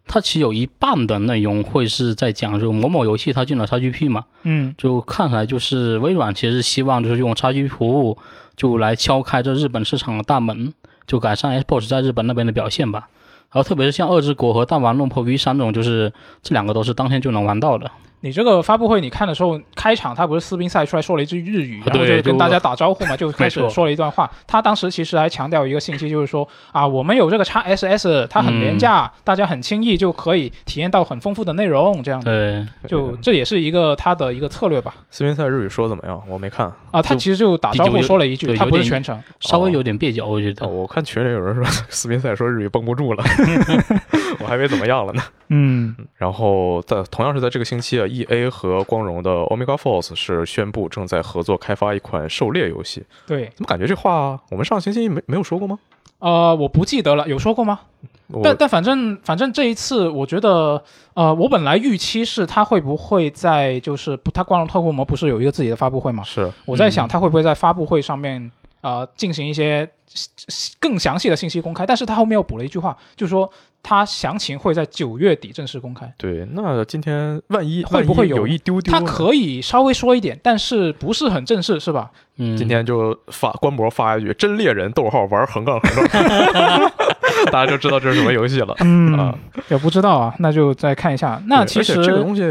Speaker 3: 它其实有一半的内容会是在讲就某某游戏它进了 XGP 嘛，
Speaker 1: 嗯，
Speaker 3: 就看起来就是微软其实希望就是用 XGP 服务就来敲开这日本市场的大门，就改善 Xbox 在日本那边的表现吧。然后特别是像《恶之国》和《弹丸论破 V 三》这种，就是这两个都是当天就能玩到的。
Speaker 1: 你这个发布会你看的时候，开场他不是斯宾塞出来说了一句日语，
Speaker 3: 啊
Speaker 1: 然后
Speaker 3: 对
Speaker 1: 就跟
Speaker 3: 就
Speaker 1: 大家打招呼
Speaker 3: *laughs*
Speaker 1: 嘛，就开始
Speaker 3: 没错
Speaker 1: 说了一段话。他当时其实还强调一个信息，就是说啊，我们有这个 x SS，它很廉价，大家很轻易就可以体验到很丰富的内容，这样的。
Speaker 3: 对，
Speaker 1: 就这也是一个他的一个策略吧。
Speaker 2: 斯宾塞日语说怎么样？我没看，
Speaker 1: 啊，他
Speaker 3: 就
Speaker 1: 其实就打招呼
Speaker 3: 有
Speaker 1: 说了一句，
Speaker 3: 对
Speaker 1: 他
Speaker 3: 有
Speaker 1: 不是
Speaker 3: 点
Speaker 1: 全程。
Speaker 3: 稍微有点蹩
Speaker 1: 哦
Speaker 3: 脚，我觉
Speaker 2: *laughs*
Speaker 3: 得。
Speaker 2: 哦我看群里有人说斯宾塞说日语绷不住了，我还没怎么样了呢。
Speaker 1: 嗯
Speaker 2: 然后在同样是在这个星期啊，E A 和光荣的 Omega Force 是宣布正在合作开发一款狩猎游戏。
Speaker 1: 对，
Speaker 2: 怎么感觉这话我们上星期没没有说过吗？
Speaker 1: 呃，我不记得了，有说过吗？
Speaker 2: 我
Speaker 1: 但但反正反正这一次，我觉得，呃，我本来预期是他会不会在就是不，他光荣特库摩不是有一个自己的发布会嘛？
Speaker 2: 是
Speaker 1: 我在
Speaker 2: 嗯
Speaker 1: 想他会不会在发布会上面啊、呃进行一些更详细的信息公开，但是他后面又补了一句话，就说他详情会在九月底正式公开。
Speaker 2: 对，那今天万一
Speaker 1: 会不会
Speaker 2: 万一
Speaker 1: 有
Speaker 2: 有一丢丢
Speaker 1: 他
Speaker 2: 呢？
Speaker 1: 可以稍微说一点，但是不是很正式，是吧？
Speaker 3: 嗯，
Speaker 2: 今天就发官博发一句“真猎人”逗号玩横杠横杠， *laughs* 大家就知道这是什么游戏了。啊，
Speaker 1: 呃也不知道啊，那就再看一下。那
Speaker 2: 对
Speaker 1: 其实
Speaker 2: 而，且这个东西，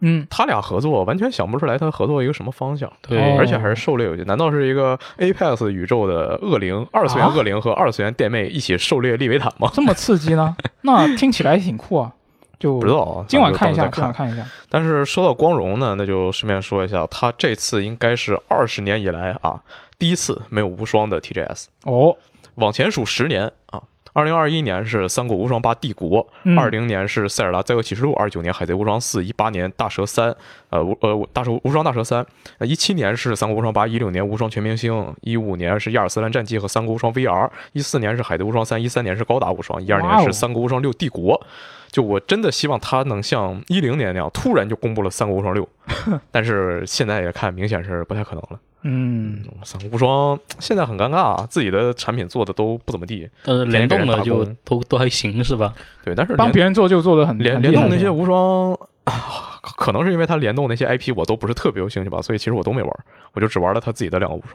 Speaker 1: 嗯，
Speaker 2: 他俩合作完全想不出来他合作一个什么方向。
Speaker 3: 对
Speaker 1: 哦
Speaker 2: 而且还是狩猎游戏，难道是一个 Apex 宇宙的恶灵、二次元
Speaker 1: 啊哦
Speaker 2: 恶灵和二次元电妹一起狩猎利维坦吗？
Speaker 1: 这么刺激
Speaker 2: *laughs*
Speaker 1: 呢？那听起来挺酷啊，就
Speaker 2: 不知道啊，
Speaker 1: 今晚
Speaker 2: 咱
Speaker 1: 看
Speaker 2: 们
Speaker 1: 一
Speaker 2: 就
Speaker 1: 下，
Speaker 2: 到时候再
Speaker 1: 今晚
Speaker 2: 看。
Speaker 1: 看一下。
Speaker 2: 但是说到光荣呢，那就顺便说一下，他这次应该是二十年以来啊第一次没有无双的 TGS，
Speaker 1: 哦，
Speaker 2: 往前数十年啊。二零二一年是《三国无双八帝国》
Speaker 1: 嗯
Speaker 2: 二零年是《塞尔达灾厄启示录》，二九年《海贼无双四》，一八年《大蛇三》，呃无呃大蛇无双大蛇三，呃一七年是《三国无双八》，一六年《无双全明星》，一五年是《亚尔斯兰战记》和《三国无双 VR》，一四年是《海贼无双三》，一三年是《高达无双》，一二年
Speaker 1: 哇
Speaker 2: 是
Speaker 1: 哦
Speaker 2: 《三国无双六帝国》。就我真的希望他能像一零年那样突然就公布了《三国无双六》，
Speaker 1: *laughs*
Speaker 2: 但是现在也看明显是不太可能了。
Speaker 1: 嗯，
Speaker 2: 三国无双现在很尴尬啊，自己的产品做的都不怎么地。
Speaker 3: 但是联动了
Speaker 2: 天天
Speaker 3: 就
Speaker 2: 给人
Speaker 3: 都都还行是吧？
Speaker 2: 对，但是
Speaker 1: 帮
Speaker 2: 联
Speaker 1: 别人做就做嗯的很
Speaker 2: 联
Speaker 1: 很
Speaker 2: 联
Speaker 1: 厉害
Speaker 2: 动那些无双，啊可可能是因为它联动那些 IP 我都不是特别有兴趣吧，所以其实我都没玩，我就只玩了他自己的两个无双。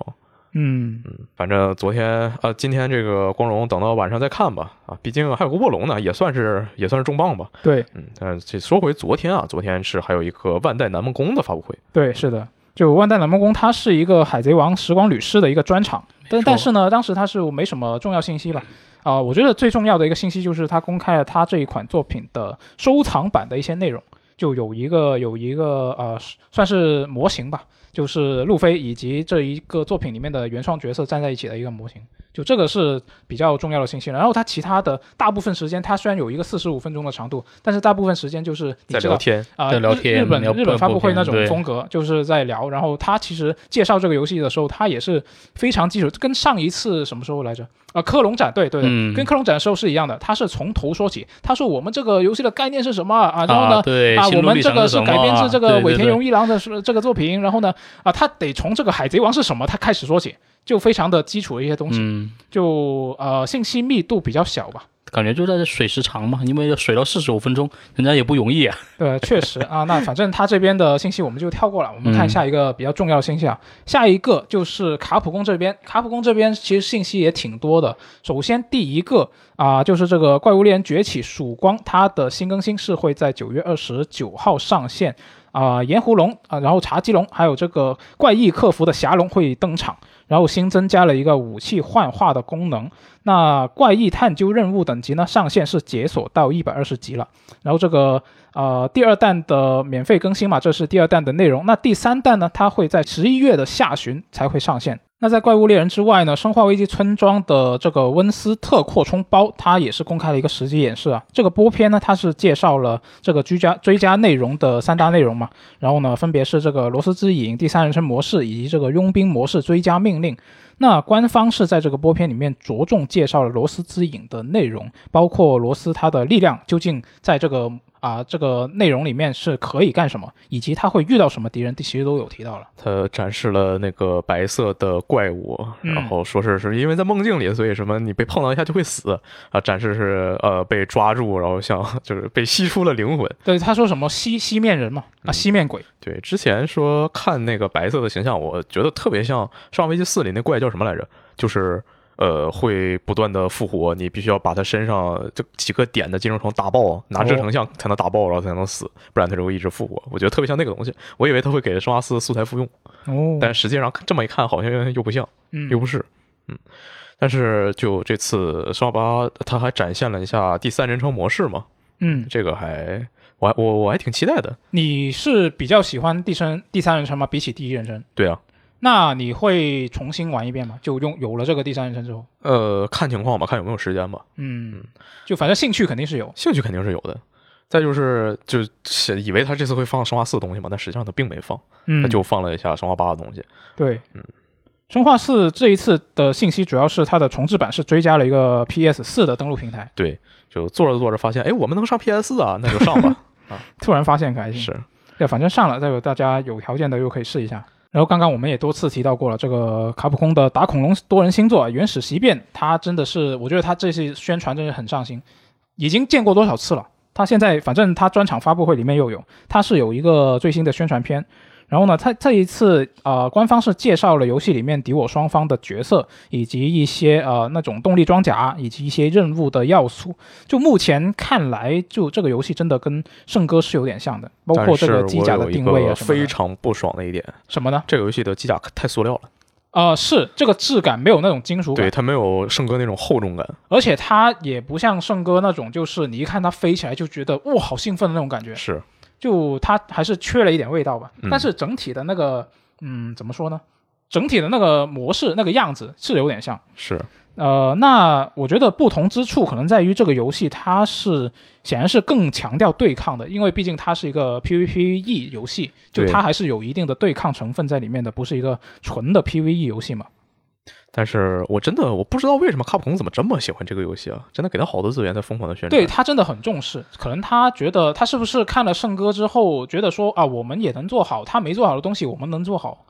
Speaker 1: 嗯，
Speaker 2: 反正昨天呃，今天这个光荣等到晚上再看吧啊，毕竟还有个卧龙呢，也算是也算是重磅吧。
Speaker 1: 对
Speaker 2: 嗯，但这说回昨天啊，昨天是还有一个万代南梦宫的发布会，
Speaker 1: 对，是的。就万代南梦宫，它是一个《海贼王时光旅师》的一个专场，但
Speaker 3: 错
Speaker 1: 但是呢，当时它是没什么重要信息了。啊、我觉得最重要的一个信息就是它公开了它这一款作品的收藏版的一些内容，就有一个有一个呃，算是模型吧，就是路飞以及这一个作品里面的原创角色站在一起的一个模型。就这个是比较重要的信息了。然后它其他的大部分时间，它虽然有一个四十五分钟的长度，但是大部分时间就是你
Speaker 2: 在
Speaker 1: 知道
Speaker 2: 聊天。
Speaker 1: 啊、
Speaker 3: 在聊天
Speaker 1: 日日本
Speaker 3: 聊
Speaker 1: 日本发布会那种
Speaker 3: 对
Speaker 1: 风格，就是在聊。然后他其实介绍这个游戏的时候，他也是非常基础，跟上一次什么时候来着？啊、科隆展，对对对，
Speaker 3: 嗯
Speaker 1: 跟科隆展的时候是一样的。他是从头说起，他说我们这个游戏的概念是什么啊？ *laughs* 然后呢？
Speaker 3: 啊，对，心
Speaker 1: 我
Speaker 3: 路
Speaker 1: 们
Speaker 3: 历
Speaker 1: 这
Speaker 3: 程
Speaker 1: 个
Speaker 3: 是
Speaker 1: 是
Speaker 3: 什么
Speaker 1: 改
Speaker 3: 啊
Speaker 1: 编自这个
Speaker 3: 对对
Speaker 1: 尾田
Speaker 3: 对
Speaker 1: 荣一郎的是这个作品，然后呢，啊，他得从这个《海贼王》是什么，他开始说起，就非常的基础的一些东西，
Speaker 3: 嗯，
Speaker 1: 就呃信息密度比较小吧。
Speaker 3: 感觉就在这水时长嘛，因为水到四十五分钟，人家也不容易啊。
Speaker 1: *laughs* 对，确实啊，那反正他这边的信息我们就跳过了，我们看
Speaker 3: 嗯
Speaker 1: 下一个比较重要的信息啊。下一个就是卡普空这边，卡普空这边其实信息也挺多的。首先第一个啊、就是这个《怪物猎人崛起：曙光》它的新更新是会在九月二十九号上线啊、炎狐龙啊、然后茶几龙，还有这个怪异客服的霞龙会登场。然后新增加了一个武器幻化的功能，那怪异探究任务等级呢上限是解锁到一百二十级了。然后这个呃第二弹的免费更新嘛，这是第二弹的内容。那第三弹呢，它会在十一月的下旬才会上线。那在《怪物猎人》之外呢，《生化危机：村庄》的这个温斯特扩充包，它也是公开了一个实际演示啊。这个播片呢，它是介绍了这个追加追加内容的三大内容嘛，然后呢，分别是这个罗斯之影第三人称模式以及这个佣兵模式追加命令。那官方是在这个播片里面着重介绍了罗斯之影的内容，包括罗斯他的力量究竟在这个啊、这个内容里面是可以干什么，以及他会遇到什么敌人，其实都有提到了。
Speaker 2: 他展示了那个白色的怪物，
Speaker 1: 嗯
Speaker 2: 然后说是是因为在梦境里，所以什么你被碰到一下就会死啊。展示是呃被抓住，然后像 *laughs* 就是被吸出了灵魂。
Speaker 1: 对，他说什么西西面人嘛，
Speaker 2: 嗯
Speaker 1: 啊西面鬼，
Speaker 2: 对，之前说看那个白色的形象，我觉得特别像《上上危机四》里那怪叫什么来着？就是呃会不断的复活，你必须要把他身上这几个点的金属虫打爆，拿制成像才能打爆，然后才能死，不然他就会一直复活。我觉得特别像那个东西，我以为他会给《生化四》素材复用，
Speaker 1: 哦
Speaker 2: 但实际上这么一看好像又不像。
Speaker 1: 嗯
Speaker 2: 又不是，嗯。但是就这次生化八，它还展现了一下第三人称模式嘛，
Speaker 1: 嗯，
Speaker 2: 这个还我还我我还挺期待的。
Speaker 1: 你是比较喜欢第三第三人称吗？比起第一人称，
Speaker 2: 对啊，
Speaker 1: 那你会重新玩一遍吗？就用有了这个第三人称之后，嗯
Speaker 2: 呃，看情况吧，看有没有时间吧，
Speaker 1: 嗯，就反正兴趣肯定是有，
Speaker 2: 兴趣肯定是有的。再就是就写以为他这次会放生化四的东西嘛，但实际上他并没放，
Speaker 1: 嗯，
Speaker 2: 他就放了一下生化八的东西。
Speaker 1: 对，
Speaker 2: 嗯
Speaker 1: 生化四这一次的信息主要是它的重置版是追加了一个 PS 四的登录平台，
Speaker 2: 对，就做着做着发现，哎，我们能上 PS 啊， *laughs* 那就上吧。
Speaker 1: 突然发现可还行。
Speaker 2: 是，
Speaker 1: 对，反正上了，再有大家有条件的又可以试一下。然后刚刚我们也多次提到过了，这个卡普空的打恐龙多人新作《原始奇变》，它真的是，我觉得它这次宣传真是很上心，已经见过多少次了。它现在反正它专场发布会里面又有，它是有一个最新的宣传片。然后呢，它这一次呃，官方是介绍了游戏里面敌我双方的角色，以及一些呃那种动力装甲，以及一些任务的要素。就目前看来，就这个游戏真的跟圣歌是有点像的，包括
Speaker 2: 但
Speaker 1: 这
Speaker 2: 是
Speaker 1: 个
Speaker 2: 我
Speaker 1: 机甲的
Speaker 2: 有一
Speaker 1: 定位啊
Speaker 2: 个
Speaker 1: 什么
Speaker 2: 非
Speaker 1: 的。
Speaker 2: 常不爽的一点，
Speaker 1: 什么呢？
Speaker 2: 这个游戏的机甲太塑料了，
Speaker 1: 呃，是这个质感没有那种金属
Speaker 2: 对
Speaker 1: 感，
Speaker 2: 它没有圣哥那种厚重感。
Speaker 1: 而且它也不像圣歌那种，就是你一看它飞起来就觉得哇好兴奋的那种感觉，
Speaker 2: 是，
Speaker 1: 就它还是缺了一点味道吧。
Speaker 2: 嗯
Speaker 1: 但是整体的那个，嗯，怎么说呢？整体的那个模式、那个样子是有点像。
Speaker 2: 是，
Speaker 1: 呃，那我觉得不同之处可能在于这个游戏它是显然是更强调对抗的，因为毕竟它是一个 PVPE 游戏，就
Speaker 2: 对
Speaker 1: 它还是有一定的对抗成分在里面的，不是一个纯的 PVE 游戏嘛。
Speaker 2: 但是我真的我不知道为什么卡普空怎么这么喜欢这个游戏啊！真的给他好多资源在疯狂的宣传。
Speaker 1: 对他真的很重视，可能他觉得他是不是看了圣歌之后，觉得说啊，我们也能做好，他没做好的东西我们能做好。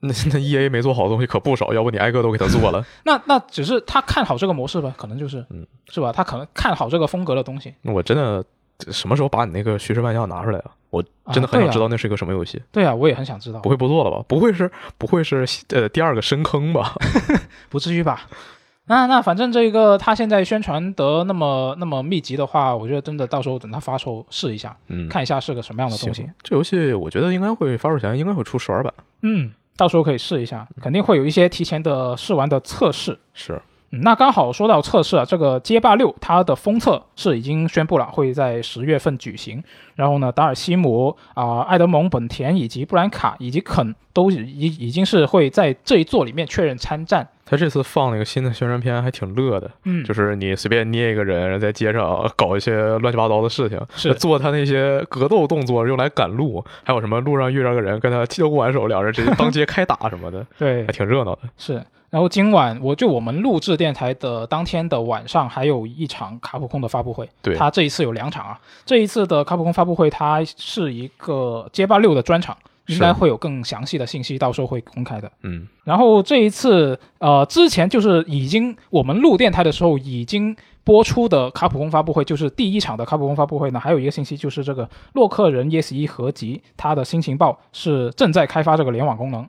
Speaker 2: *laughs* 那那 E A 没做好的东西可不少，要不你挨个都给他做了。
Speaker 1: 那那只是他看好这个模式吧，可能就是，
Speaker 2: 嗯
Speaker 1: 是吧？他可能看好这个风格的东西。
Speaker 2: 我真的什么时候把你那个虚实万象拿出来啊？我真的
Speaker 1: 啊对
Speaker 2: 很想
Speaker 1: 啊
Speaker 2: 知道那是一个什么游戏。
Speaker 1: 对啊，我也很想知道
Speaker 2: 不，会不做了吧？不会是不会是呃第二个深
Speaker 1: *laughs*
Speaker 2: 坑吧？
Speaker 1: 不至于吧？那那反正这个他现在宣传得那么那么密集的话，我觉得真的到时候等他发售试一下，
Speaker 2: 嗯，
Speaker 1: 看一下是个什么样的东西
Speaker 2: 行。。这游戏我觉得应该会发售前应该会出试玩版。
Speaker 1: 嗯，到时候可以试一下，肯定会有一些提前的试玩的测试。
Speaker 2: 是，
Speaker 1: 嗯，那刚好说到测试啊，这个街霸六它的封测是已经宣布了，会在十月份举行。然后呢，达尔西姆啊、艾德蒙、本田以及布兰卡以及肯都已已已经是会在这一座里面确认参战。
Speaker 2: 他这次放那个新的宣传片还挺乐的，
Speaker 1: 嗯
Speaker 2: 就是是你随便捏一个人，然后在街上搞一些乱七八糟的事情，
Speaker 1: 是
Speaker 2: 做他那些格斗动作用来赶路，还有什么路上遇上个人跟他踢球不还手，两人直接当街开打什么的，
Speaker 1: 对
Speaker 2: 还挺热闹的。
Speaker 1: 是。然后今晚我就我们录制电台的当天的晚上，还有一场卡普空的发布会。
Speaker 2: 对
Speaker 1: 它这一次有两场啊，这一次的卡普空发布会它是一个街霸六的专场，应
Speaker 2: 是
Speaker 1: 该会有更详细的信息，到时候会公开的。
Speaker 2: 嗯，
Speaker 1: 然后这一次，呃，之前就是已经我们录电台的时候已经播出的卡普空发布会，就是第一场的卡普空发布会呢，还有一个信息就是这个洛克人 Yes 一合集，它的新情报是正在开发这个联网功能。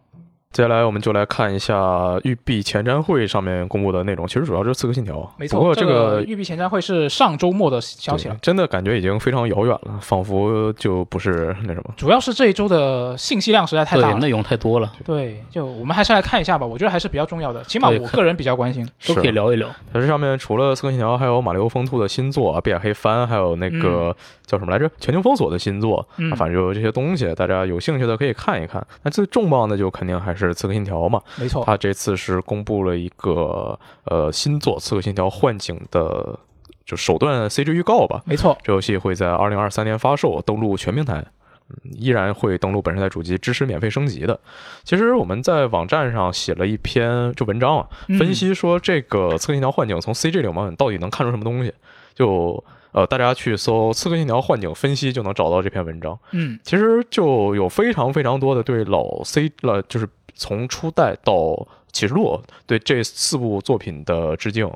Speaker 2: 接下来我们就来看一下育碧前瞻会上面公布的内容，其实主要就是《刺客信条》，
Speaker 1: 没错，
Speaker 2: 不过
Speaker 1: 这
Speaker 2: 这个
Speaker 1: 育碧前瞻会是上周末的消息
Speaker 2: 对
Speaker 1: 了，
Speaker 2: 真的感觉已经非常遥远了，仿佛就不是那什么。
Speaker 1: 主要是这一周的信息量实在太
Speaker 3: 对
Speaker 1: 大，了。
Speaker 3: 内容太多了，
Speaker 1: 对，就我们还是来看一下吧，我觉得还是比较重要的，起码
Speaker 3: 对
Speaker 1: 我
Speaker 3: 可
Speaker 1: 个人比较关心。
Speaker 3: 都可以
Speaker 2: 是
Speaker 3: 聊一聊。
Speaker 2: 它这上面除了《刺客信条》，还有《马里奥风兔》的新作啊，《碧海黑帆》，还有那个叫什么来着，《全球封锁》的新作，
Speaker 1: 嗯
Speaker 2: 啊，反正就有这些东西，大家有兴趣的可以看一看。那最重磅的就肯定还是《刺客信条》嘛，
Speaker 1: 没错，
Speaker 2: 它这次是公布了一个呃新作《刺客信条：幻境》的就手段 CG 预告吧。
Speaker 1: 没错，
Speaker 2: 这游戏会在二零二三年发售，登陆全平台。嗯依然会登录本世代主机，支持免费升级的。其实我们在网站上写了一篇就文章啊，
Speaker 1: 嗯
Speaker 2: 分析说这个《刺客信条：幻境》从 CG 里面到底能看出什么东西？就呃，大家去搜《刺客信条：幻境分析》就能找到这篇文章。
Speaker 1: 嗯，
Speaker 2: 其实就有非常非常多的对老 C 了，就是从初代到启示录对这四部作品的致敬。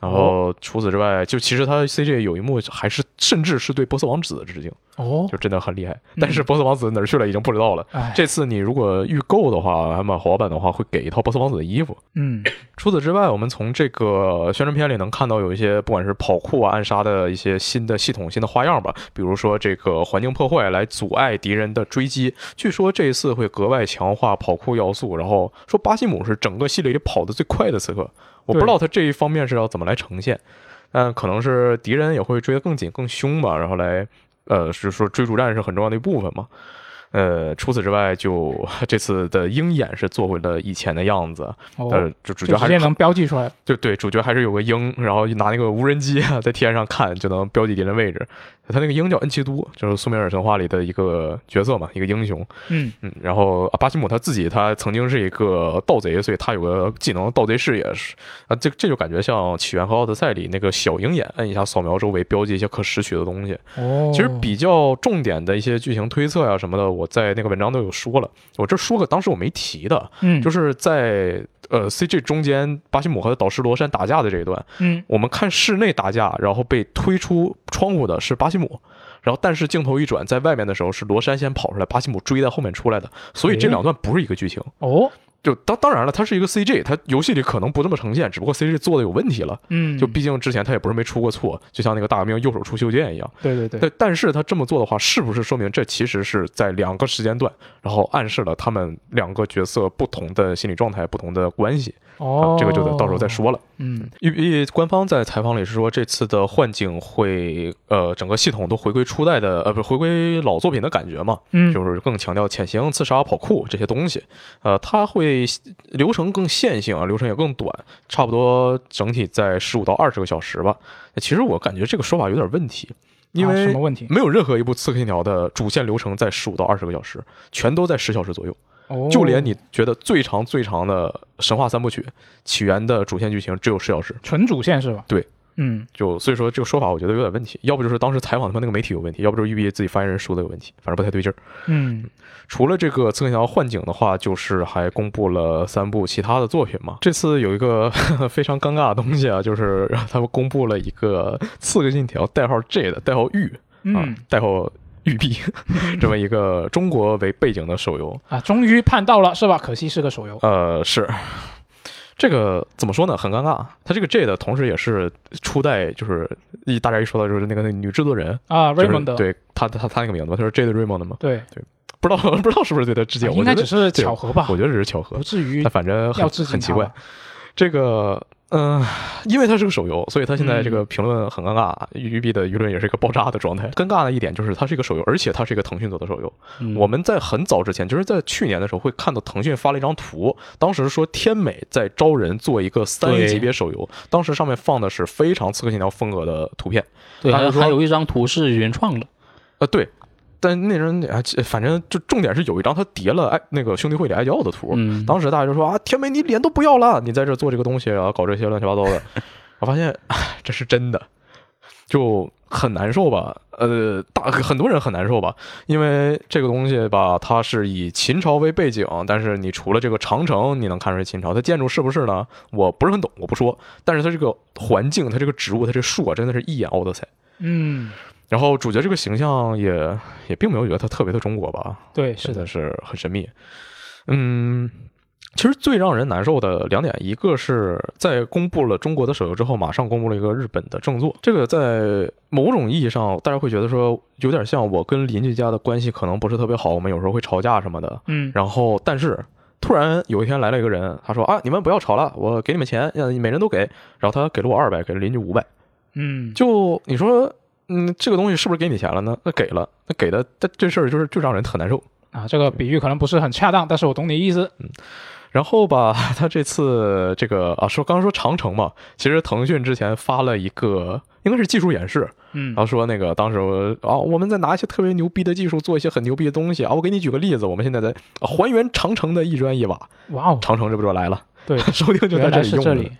Speaker 2: 然后除此之外，就其实它 CG 有一幕还是甚至是对波斯王子的致敬，
Speaker 1: 哦，
Speaker 2: 就真的很厉害。但是波斯王子哪儿去了已经不知道了。
Speaker 1: 哎，
Speaker 2: 这次你如果预购的话，还买豪华版的话，会给一套波斯王子的衣服。
Speaker 1: 嗯，
Speaker 2: 除此之外，我们从这个宣传片里能看到有一些不管是跑酷啊、暗杀的一些新的系统、新的花样吧，比如说这个环境破坏来阻碍敌人的追击。据说这一次会格外强化跑酷要素，然后说巴西姆是整个系列里跑得最快的刺客，我不知道他这一方面是要怎么来呈现，但可能是敌人也会追得更紧、更凶吧，然后来呃是说追逐战是很重要的一部分嘛。呃，除此之外就， *laughs* 这次的鹰眼是做回了以前的样子，
Speaker 1: 哦，
Speaker 2: 但是呃主主角
Speaker 1: 就直
Speaker 2: 还
Speaker 1: 接
Speaker 2: 是
Speaker 1: 能标记出来。
Speaker 2: 就对，主角还是有个鹰，然后拿那个无人机啊，在天上看就能标记敌人位置。他那个鹰叫恩奇都，就是苏美尔神话里的一个角色嘛，一个英雄。
Speaker 1: 嗯，
Speaker 2: 嗯，然后阿巴西姆他自己，他曾经是一个盗贼，所以他有个技能盗贼视野是啊，这这就感觉像起源和奥德赛里那个小鹰眼，按一下扫描周围标记一些可拾取的东西。
Speaker 1: 哦，
Speaker 2: 其实比较重点的一些剧情推测啊呀、什么的，我在那个文章都有说了。我这说个当时我没提的，
Speaker 1: 嗯，
Speaker 2: 就是是在呃 CG 中间，巴西姆和导师罗山打架的这一段，
Speaker 1: 嗯，
Speaker 2: 我们看室内打架，然后被推出窗户的是巴西姆。然后，但是镜头一转，在外面的时候是罗山先跑出来，巴西姆追在后面出来的，所以这
Speaker 1: 哦
Speaker 2: 两段不是一个剧情。
Speaker 1: 哦，
Speaker 2: 就当当然了，它是一个 CG，它游戏里可能不这么呈现，只不过 CG 做的有问题了。
Speaker 1: 嗯，
Speaker 2: 就毕竟之前它也不是没出过错，就像那个大革命右手出袖剑一样。
Speaker 1: 对对对，
Speaker 2: 但但是他这么做的话，是不是说明这其实是在两个时间段，然后暗示了他们两个角色不同的心理状态、不同的关系？
Speaker 1: 哦
Speaker 2: 啊，，这个就得到时候再。说了。
Speaker 1: 嗯，
Speaker 2: 因为官方在采访里是说，这次的幻境会呃整个系统都回归初代的呃不是回归老作品的感觉嘛，
Speaker 1: 嗯
Speaker 2: 就是更强调潜行、刺杀、跑酷这些东西。呃，它会流程更线性啊，流程也更短，差不多整体在十五到二十个小时吧。其实我感觉这个说法有点问题，因
Speaker 1: 啊
Speaker 2: 为、
Speaker 1: 什么问题？
Speaker 2: 没有任何一部《刺客信条》的主线流程在十五到二十个小时，全都在十小时左右。
Speaker 1: 哦，
Speaker 2: 就连你觉得最长最长的《神话三部曲》起源的主线剧情只有十小时。
Speaker 1: 纯主线是吧？
Speaker 2: 对，
Speaker 1: 嗯，
Speaker 2: 就所以说这个说法我觉得有点问题，要不就是当时采访他们那个媒体有问题，要不就是育碧自己发言人说的有问题，反正不太对劲儿。
Speaker 1: 嗯，
Speaker 2: 除了这个《刺客信条：幻境》的话，就是还公布了三部其他的作品 *laughs* 嘛。这次有一个非常尴尬的东西啊，就是他们公布了一个《刺客信条》代号 J 的代号玉，啊
Speaker 1: 嗯，
Speaker 2: 代号
Speaker 1: *laughs*
Speaker 2: 玉璧这么一个中国为背景的手游。
Speaker 1: 啊，终于盼到了是吧？可惜是个手游。
Speaker 2: 呃，是这个怎么说呢？很尴尬。它这个 J 的同时也是初代，就是一大家一说到就是那个那个女制作人
Speaker 1: 啊
Speaker 2: 就是
Speaker 1: ，Raymond
Speaker 2: 对他他他那个名字吧，他是 J 的 Raymond 吗？
Speaker 1: 对，
Speaker 2: 不知道 *laughs* 不知道是不是对他致敬，
Speaker 1: 啊
Speaker 2: 我
Speaker 1: 应
Speaker 2: 觉
Speaker 1: 该
Speaker 2: 得
Speaker 1: 只是巧合吧
Speaker 2: 我，觉得只是巧合
Speaker 1: 不，至于
Speaker 2: 但反正
Speaker 1: 要
Speaker 2: 很
Speaker 1: 致敬
Speaker 2: 很奇
Speaker 1: 他
Speaker 2: 怪
Speaker 1: 吧。
Speaker 2: 这个。嗯、因为它是个手游，所以它现在这个
Speaker 1: 嗯
Speaker 2: 评论很尴尬，育碧的舆论也是一个爆炸的状态。尴尬的一点就是它是一个手游，而且它是一个腾讯做的手游，
Speaker 3: 嗯
Speaker 2: 我们在很早之前，就是在去年的时候，会看到腾讯发了一张图，当时说天美在招人做一个三 A
Speaker 3: 对
Speaker 2: 级别手游，当时上面放的是非常《刺客信条》风格的图片，
Speaker 3: 对，
Speaker 2: 他
Speaker 3: 还
Speaker 2: 就说
Speaker 3: 还有一张图是原创的，
Speaker 2: 呃，对。但那人啊，这反正就重点是有一张他叠了哎那个兄弟会里艾奥的图，
Speaker 3: 嗯，
Speaker 2: 当时大家就说啊，天美你脸都不要了，你在这做这个东西，然后搞这些乱七八糟的。我发现，唉这是真的，就很难受吧？呃，大很多人很难受吧，因为这个东西吧，它是以秦朝为背景，但是你除了这个长城，你能看出来秦朝，它建筑是不是呢？我不是很懂，我不说。但是它这个环境，它这个植物，它这树啊，真的是一眼奥德赛。
Speaker 1: 嗯，
Speaker 2: 然后主角这个形象也也并没有觉得它特别的中国吧，
Speaker 1: 对，
Speaker 2: 真
Speaker 1: 是的，
Speaker 2: 的是很神秘。嗯，其实最让人难受的两点，一个是在公布了中国的手游之后，马上公布了一个日本的正作，这个在某种意义上，大家会觉得说有点像我跟邻居家的关系可能不是特别好，我们有时候会吵架什么的。
Speaker 1: 嗯，
Speaker 2: 然后，但是突然有一天来了一个人，他说啊，你们不要吵了，我给你们钱，呃每人都给。然后他给了我二百，给了邻居五百。
Speaker 1: 嗯，
Speaker 2: 就你说，嗯，这个东西是不是给你钱了呢？那给了，那给的，但这事儿就是就让人很难受。
Speaker 1: 啊，这个比喻可能不是很恰当，但是我懂你意思。
Speaker 2: 然后吧， *laughs* 他这次这个啊，说刚刚说长城嘛，其实腾讯之前发了一个，应该是技术演示，
Speaker 1: 嗯
Speaker 2: 然，后说那个当时我啊，我们在拿一些特别牛逼的技术做一些很牛逼的东西啊。我给你举个例子，我们现在在啊还原长城的一砖一瓦，
Speaker 1: 哇哦，
Speaker 2: 长城这不就来了？
Speaker 1: 对
Speaker 2: *laughs* 收听就在
Speaker 1: 原来
Speaker 2: 这里
Speaker 1: 是
Speaker 2: 用
Speaker 1: 这
Speaker 2: 的。
Speaker 1: 里，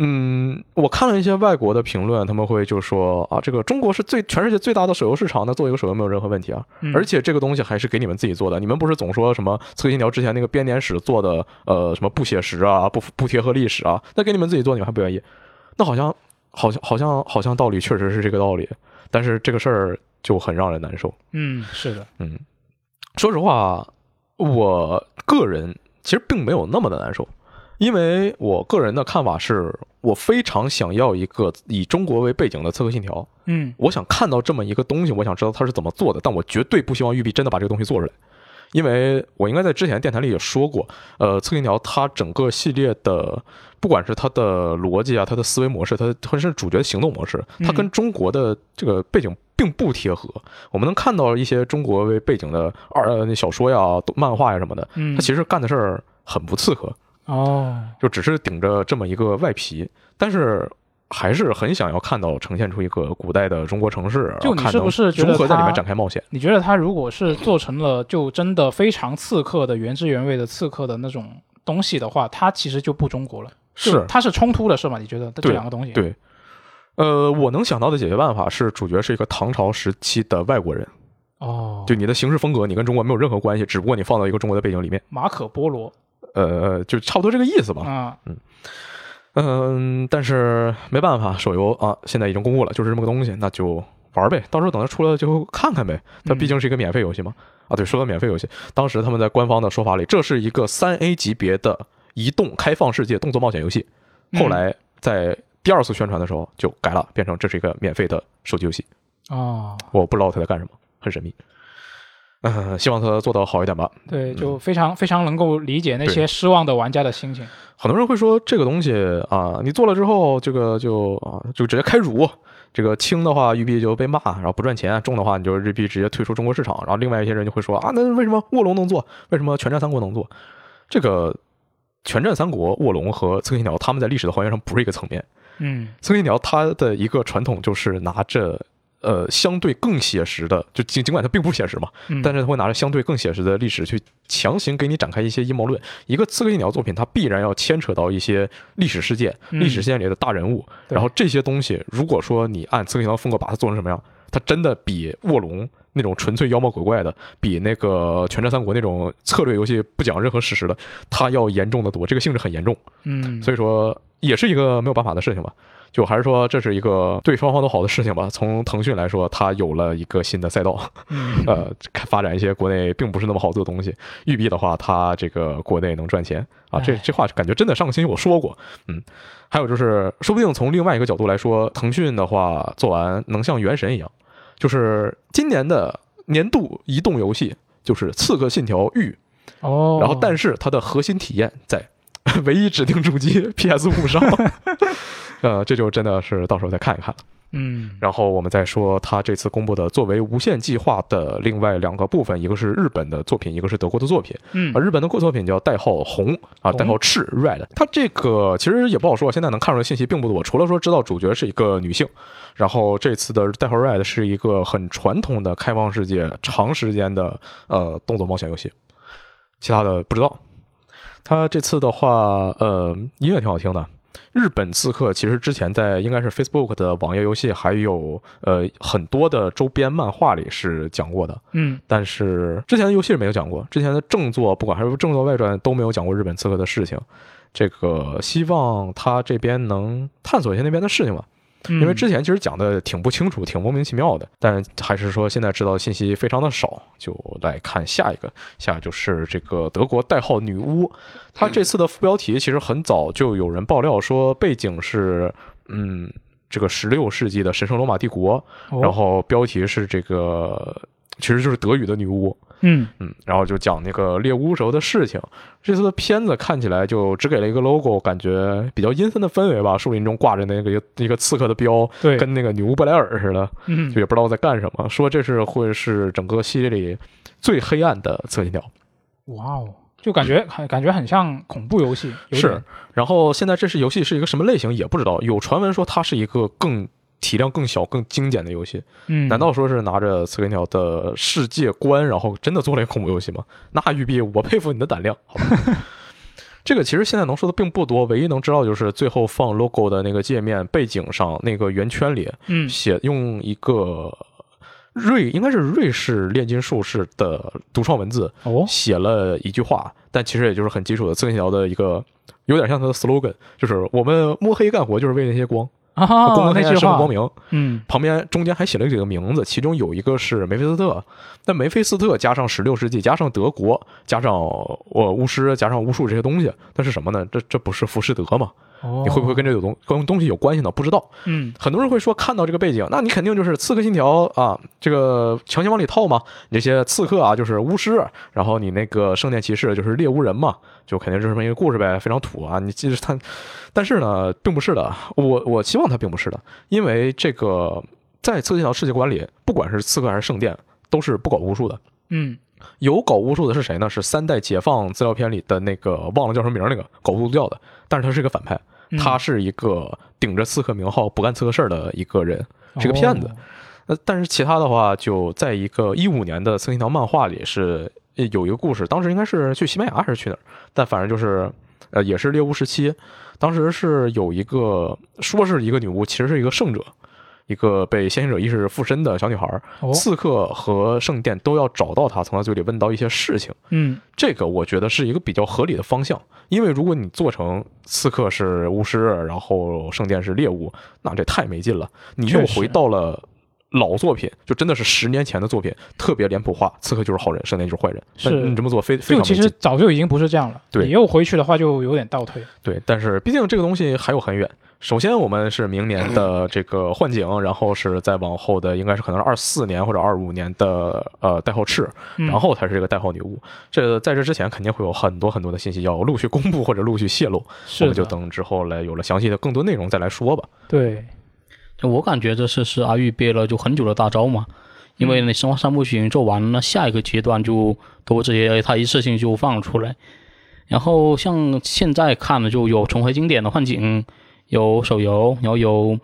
Speaker 2: 嗯，我看了一些外国的评论，他们会就说啊，这个中国是最全世界最大的手游市场，那做一个手游没有任何问题啊。
Speaker 1: 嗯
Speaker 2: 而且这个东西还是给你们自己做的，你们不是总说什么《刺客信条》之前那个编年史做的，呃，什么不写实啊，不不贴合历史啊，那给你们自己做，你们还不愿意？那好像，好像，好像，好像道理确实是这个道理，但是这个事儿就很让人难受。
Speaker 1: 嗯，是的，
Speaker 2: 嗯，说实话，我个人其实并没有那么的难受，因为我个人的看法是，我非常想要一个以中国为背景的《刺客信条》，
Speaker 1: 嗯，
Speaker 2: 我想看到这么一个东西，我想知道它是怎么做的，但我绝对不希望育碧真的把这个东西做出来。因为我应该在之前电台里也说过，呃，刺客信条它整个系列的，不管是它的逻辑啊，它的思维模式，它或者是主角的行动模式，它跟中国的这个背景并不贴合。我们能看到一些中国为背景的二呃那小说呀、漫画呀什么的，
Speaker 1: 嗯
Speaker 2: 它其实干的事儿很不刺客，
Speaker 1: 哦，
Speaker 2: 就只是顶着这么一个外皮，但是。还是很想要看到呈现出一个古代的中国城市，
Speaker 1: 就
Speaker 2: 然后
Speaker 1: 你
Speaker 2: 看
Speaker 1: 是不
Speaker 2: 能
Speaker 1: 是觉得
Speaker 2: 如何在里
Speaker 1: 它
Speaker 2: 面展开冒险？
Speaker 1: 你觉得他如果是做成了就真的非常刺客的原汁原味的刺客的那种东西的话，它其实就不中国了。就是它是冲突的是吗？你觉得这
Speaker 2: 对
Speaker 1: 两个东西？，
Speaker 2: 对，呃，我能想到的解决办法是，主角是一个唐朝时期的外国人，
Speaker 1: 哦，
Speaker 2: 就你的行事风格，你跟中国没有任何关系，只不过你放到一个中国的背景里面，
Speaker 1: 马可波罗
Speaker 2: 呃，就差不多这个意思吧。
Speaker 1: 啊，
Speaker 2: 嗯，但是没办法，手游啊，现在已经公布了，就是这么个东西，那就玩呗，到时候等它出来就看看呗。它
Speaker 1: 嗯
Speaker 2: 毕竟是一个免费游戏嘛。啊，对，说到免费游戏，当时他们在官方的说法里，这是一个三 A 级别的移动开放世界动作冒险游戏。
Speaker 1: 嗯
Speaker 2: 后来在第二次宣传的时候就改了，变成这是一个免费的手机游戏。
Speaker 1: 哦，
Speaker 2: 我不知道他在干什么，很神秘。嗯、希望他做到好一点吧。
Speaker 1: 对，就非常非常能够理解那些失望的玩家的心情。
Speaker 2: 很多人会说这个东西啊，你做了之后，这个就啊就直接开辱。这个轻的话，育碧就被骂，然后不赚钱；重的话，你就日币直接退出中国市场。然后另外一些人就会说啊，那为什么卧龙能做？为什么全战三国能做？这个全战三国、卧龙和刺客信条，他们在历史的还原上不是一个层面。
Speaker 1: 嗯，
Speaker 2: 刺客信条它的一个传统就是拿着呃相对更写实的，就尽尽管它并不写实嘛，
Speaker 1: 嗯
Speaker 2: 但是他会拿着相对更写实的历史去强行给你展开一些阴谋论。一个《刺客信条》作品，它必然要牵扯到一些历史事件、
Speaker 1: 嗯
Speaker 2: 历史事件里的大人物。
Speaker 1: 对
Speaker 2: 然后这些东西，如果说你按《刺客信条》风格把它做成什么样，它真的比卧龙那种纯粹妖魔鬼怪的，比那个《全战三国》那种策略游戏不讲任何事实的，它要严重的多。这个性质很严重，
Speaker 1: 嗯，
Speaker 2: 所以说也是一个没有办法的事情吧。就还是说，这是一个对双方都好的事情吧。从腾讯来说，它有了一个新的赛道，
Speaker 1: 嗯
Speaker 2: 呃，发展一些国内并不是那么好做的东西。育碧的话，它这个国内能赚钱啊，这
Speaker 1: 哎
Speaker 2: 这话感觉真的上个星期我说过，嗯。还有就是，说不定从另外一个角度来说，腾讯的话做完能像《原神》一样，就是今年的年度移动游戏就是《刺客信条：域
Speaker 1: 哦》，，
Speaker 2: *laughs* 然后但是它的核心体验在 *laughs* 唯一指定主机 PS 五
Speaker 1: *laughs*
Speaker 2: 上，呃，这就真的是到时候再看一看。
Speaker 1: 嗯
Speaker 2: 然后我们再说他这次公布的作为无限计划的另外两个部分，一个是日本的作品，一个是德国的作品。
Speaker 1: 嗯
Speaker 2: 啊，日本的作品叫代号红啊，
Speaker 1: 红
Speaker 2: 代号赤 red。它这个其实也不好说，现在能看出来信息并不多，除了说知道主角是一个女性，然后这次的代号 red 是一个很传统的开放世界长时间的呃动作冒险游戏，其他的不知道。它这次的话，呃，音乐挺好听的。日本刺客其实之前在应该是 Facebook 的网页游戏，还有呃很多的周边漫画里是讲过的。
Speaker 1: 嗯
Speaker 2: 但是之前的游戏是没有讲过，之前的正作不管还是正作外传都没有讲过日本刺客的事情。这个希望他这边能探索一下那边的事情吧，
Speaker 1: 嗯，
Speaker 2: 因为之前其实讲的挺不清楚，挺莫名其妙的。但还是说现在知道的信息非常的少，就来看下一个，下一个就是这个德国代号女巫，她这次的副标题其实很早就有人爆料说背景是嗯这个十六世纪的神圣罗马帝国，
Speaker 1: 哦
Speaker 2: 然后标题是这个，其实就是德语的女巫，
Speaker 1: 嗯
Speaker 2: 嗯，然后就讲那个猎巫时候的事情。这次的片子看起来就只给了一个 logo，感觉比较阴森的氛围吧。树林中挂着那个一个一个刺客的标，
Speaker 1: 对
Speaker 2: 跟那个女巫布莱尔似的，
Speaker 1: 嗯
Speaker 2: 就也不知道在干什么。说这是会是整个系列里最黑暗的刺客信条。
Speaker 1: 哇哦，就感觉很感觉很像恐怖游戏，有
Speaker 2: 是
Speaker 1: 点，
Speaker 2: 然后现在这是游戏是一个什么类型也不知道，有传闻说它是一个更体量更小、更精简的游戏。
Speaker 1: 嗯，
Speaker 2: 难道说是拿着《刺客信条》的世界观，然后真的做了一个恐怖游戏吗？那育碧，我佩服你的胆量，好吧？ *laughs* 这个其实现在能说的并不多，唯一能知道就是最后放 logo 的那个界面背景上那个圆圈里
Speaker 1: 嗯
Speaker 2: 写用一个瑞应该是瑞士炼金术士的独创文字
Speaker 1: 哦
Speaker 2: 写了一句话，但其实也就是很基础的《刺客信条》的一个有点像它的 slogan，就是我们摸黑干活就是为那些光，
Speaker 1: 啊，
Speaker 2: 光明黑
Speaker 1: 那
Speaker 2: 暗
Speaker 1: 句
Speaker 2: 生活
Speaker 1: 话
Speaker 2: 光，明。
Speaker 1: 嗯
Speaker 2: 旁边中间还写了几个名字，其中有一个是梅菲斯特，但梅菲斯特加上十六世纪，加上德国，加上我、呃巫师，加上巫术这些东西，那是什么呢？这这不是浮士德吗？你会不会
Speaker 1: 跟
Speaker 2: 跟这有东跟东西有关系呢？不知道。
Speaker 1: 哦嗯
Speaker 2: 很多人会说，看到这个背景，那你肯定就是《刺客信条》啊，这个强行往里套嘛。你这些刺客啊，就是巫师，然后你那个圣殿骑士就是猎巫人嘛，就肯定就是这么一个故事呗，非常土啊。你记着他，但是呢，并不是的。我我希望它并不是的，因为这个在《刺客信条》世界观里，不管是刺客还是圣殿，都是不搞巫术的。
Speaker 1: 嗯
Speaker 2: 有搞巫术的是谁呢？是三代解放资料片里的那个忘了叫什么名儿那个搞巫术教的，但是他是一个反派。
Speaker 1: 嗯
Speaker 2: 他是一个顶着刺客名号不干刺客事儿的一个人，是个骗子
Speaker 1: 哦。
Speaker 2: 呃，但是其他的话，就在一个一五年的《刺客信条》漫画里是呃有一个故事，当时应该是去西班牙还是去哪儿，但反正就是呃也是猎巫时期，当时是有一个说是一个女巫，其实是一个圣者。一个被先行者意识附身的小女孩儿，
Speaker 1: 哦
Speaker 2: 刺客和圣殿都要找到她，从她嘴里问到一些事情。
Speaker 1: 嗯
Speaker 2: 这个我觉得是一个比较合理的方向，因为如果你做成刺客是巫师，然后圣殿是猎物，那这太没劲了。你又
Speaker 1: 确实
Speaker 2: 回到了老作品，就真的是十年前的作品，特别脸谱化，刺客就是好人，圣殿就是坏人。
Speaker 1: 是
Speaker 2: 那你这么做非
Speaker 1: 就
Speaker 2: 非常
Speaker 1: 其
Speaker 2: 没
Speaker 1: 实
Speaker 2: 劲。
Speaker 1: 早就已经不是这样了，
Speaker 2: 对
Speaker 1: 你又回去的话就有点倒退。
Speaker 2: 对，但是毕竟这个东西还有很远。首先，我们是明年
Speaker 1: *clears throat*
Speaker 2: 的这个幻景，然后是再往后的，应该是可能二四年或者二五年的呃代号赤，
Speaker 1: 嗯
Speaker 2: 然后才是这个代号女巫。这在这之前肯定会有很多很多的信息要陆续公布或者陆续泄露，我
Speaker 1: 是
Speaker 2: 们就
Speaker 1: 的，
Speaker 2: 等之后来有了详细的更多内容再来说吧。
Speaker 1: 对，
Speaker 3: 就我感觉这是是阿玉憋了就很久的大招嘛，因为你《生化三部曲》已经做完了，下一个阶段就都这些他一次性就放出来。然后像现在看的就有重回经典的幻景，有手游，然后有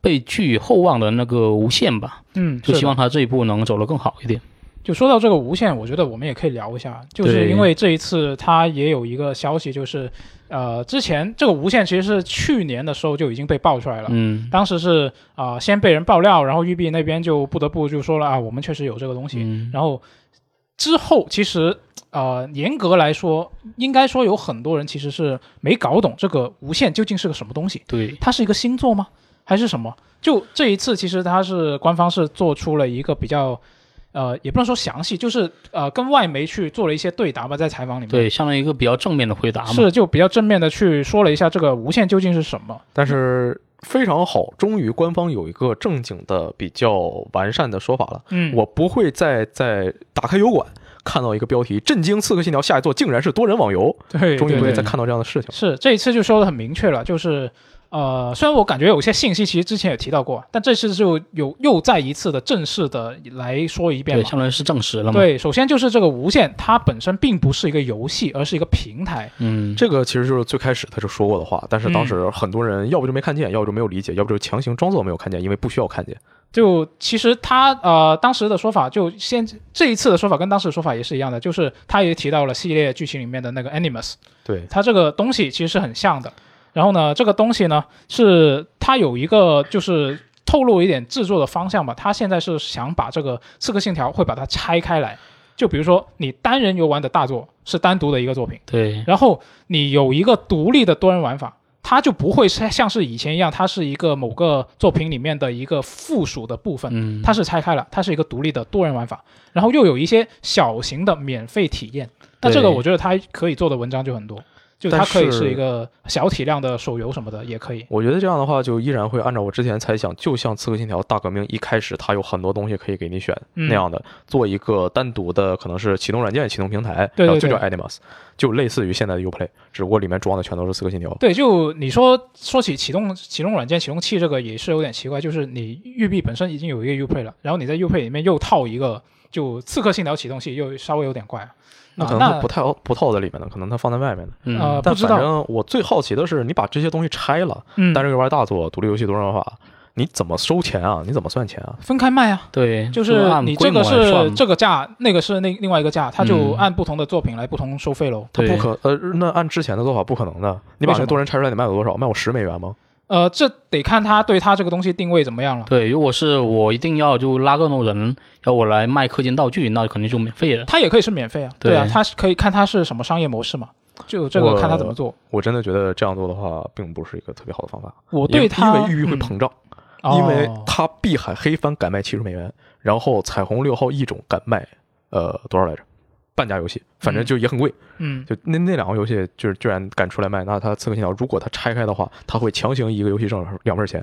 Speaker 3: 被寄予厚望的那个无限吧，
Speaker 1: 嗯，
Speaker 3: 就是希
Speaker 1: 的
Speaker 3: 望他这一步能走得更好一点。
Speaker 1: 就说到这个无限，我觉得我们也可以聊一下，就是
Speaker 3: 对
Speaker 1: 因为这一次它也有一个消息，就是呃，之前这个无限其实是去年的时候就已经被爆出来了。
Speaker 3: 嗯，
Speaker 1: 当时是啊、呃先被人爆料，然后育碧那边就不得不就说了啊，我们确实有这个东西。
Speaker 3: 嗯
Speaker 1: 然后之后其实呃，严格来说，应该说有很多人其实是没搞懂这个无限究竟是个什么东西。
Speaker 3: 对，
Speaker 1: 它是一个星座吗？还是什么？就这一次，其实它是官方是做出了一个比较，呃，也不能说详细，就是呃，跟外媒去做了一些对答吧，在采访里面，
Speaker 3: 对，相当于一个比较正面的回答嘛。
Speaker 1: 是就比较正面的去说了一下这个无限究竟是什么。
Speaker 2: 但是非常好，终于官方有一个正经的、比较完善的说法了。
Speaker 1: 嗯
Speaker 2: 我不会再再打开油管看到一个标题“震惊刺客信条下一座竟然是多人网游
Speaker 1: 对”，
Speaker 2: 终于
Speaker 1: 对
Speaker 2: 不会
Speaker 1: 对嗯
Speaker 2: 再看到这样的事情。
Speaker 1: 是这一次就说的很明确了，就是呃，虽然我感觉有些信息其实之前也提到过，但这次就有又再一次的正式的来说一遍
Speaker 3: 对，
Speaker 1: 嘛。
Speaker 3: 相当于是证实了嘛。，
Speaker 1: 对，首先就是这个无限，它本身并不是一个游戏，而是一个平台。
Speaker 3: 嗯，
Speaker 2: 这个其实就是最开始他就说过的话，但是
Speaker 1: 嗯
Speaker 2: 当时很多人要不就没看见，要不就没有理解，要不就强行装作没有看见，因为不需要看见。
Speaker 1: 就其实他呃当时的说法，就先这一次的说法跟当时的说法也是一样的，就是他也提到了系列剧情里面的那个 Animus，
Speaker 2: 对，
Speaker 1: 它这个东西其实是很像的。然后呢，这个东西呢是它有一个就是透露一点制作的方向吧，它现在是想把这个《刺客信条》会把它拆开来，就比如说你单人游玩的大作是单独的一个作品。
Speaker 3: 对，
Speaker 1: 然后你有一个独立的多人玩法，它就不会是像是以前一样，它是一个某个作品里面的一个附属的部分，
Speaker 3: 嗯，
Speaker 1: 它是拆开了，它是一个独立的多人玩法，然后又有一些小型的免费体验。那这个
Speaker 3: 对
Speaker 1: 我觉得它可以做的文章就很多，就它
Speaker 2: 但是
Speaker 1: 可以是一个小体量的手游什么的也可以。
Speaker 2: 我觉得这样的话，就依然会按照我之前猜想，就像《刺客信条：大革命》一开始，它有很多东西可以给你选、
Speaker 1: 嗯
Speaker 2: 那样的，做一个单独的，可能是启动软件、启动平台，
Speaker 1: 对对
Speaker 2: 然后就
Speaker 1: 对
Speaker 2: 叫 Animus，就类似于现在的 Uplay，只不过里面装的全都是《刺客信条》。
Speaker 1: 对，就你说说起启动启动软件、启动器这个也是有点奇怪，就是你育碧本身已经有一个 Uplay 了，然后你在 Uplay 里面又套一个就刺客信条启动器，又稍微有点怪。
Speaker 2: 那
Speaker 1: 啊
Speaker 2: 可能
Speaker 1: 那
Speaker 2: 它不太不套在里面的，可能它放在外面的。
Speaker 3: 嗯
Speaker 1: 呃
Speaker 2: 但
Speaker 1: 不知
Speaker 2: 反
Speaker 1: 道
Speaker 2: 正我最好奇的是，你把这些东西拆了，
Speaker 1: 嗯，
Speaker 2: 单人游玩大作、独立游戏多人玩法，你怎么收钱啊？你怎么算钱啊？
Speaker 1: 分开卖啊，
Speaker 3: 对，
Speaker 1: 就是
Speaker 3: 嗯按
Speaker 1: 你
Speaker 3: 规
Speaker 1: 这
Speaker 3: 模
Speaker 1: 个
Speaker 3: 来算
Speaker 1: 是
Speaker 3: 嘛
Speaker 1: 这个价，那个是那另外一个价，它就
Speaker 3: 嗯
Speaker 1: 按不同的作品来不同收费喽。
Speaker 2: 它
Speaker 3: 对
Speaker 2: 不可呃，那按之前的做法不可能的。你把
Speaker 1: 为什
Speaker 2: 那
Speaker 1: 么
Speaker 2: 多人拆出来，你卖我多少？卖我十美元吗？
Speaker 1: 呃，这得看他对他这个东西定位怎么样了。
Speaker 3: 对，如果是我一定要就拉更多人，要我来卖氪金道具，那肯定就免
Speaker 1: *laughs*
Speaker 3: 费了。
Speaker 1: 它也可以是免费啊，
Speaker 3: 对
Speaker 1: 对啊，它是可以看它是什么商业模式嘛，就这个
Speaker 2: 我
Speaker 1: 看他怎么做。
Speaker 2: 我真的觉得这样做的话，并不是一个特别好的方法。
Speaker 1: 我
Speaker 2: 因为
Speaker 1: 对它
Speaker 2: 因为玉玉会膨胀，
Speaker 1: 嗯
Speaker 2: 因为
Speaker 1: 哦
Speaker 2: 它碧海黑帆敢卖七十美元，然后彩虹六号一种敢卖呃多少来着？半价游戏，反正就也很贵。
Speaker 1: 嗯
Speaker 2: 就那那两个游戏，就是居然敢出来卖，那它《刺客信条》如果它拆开的话，它会强行一个游戏挣两份钱。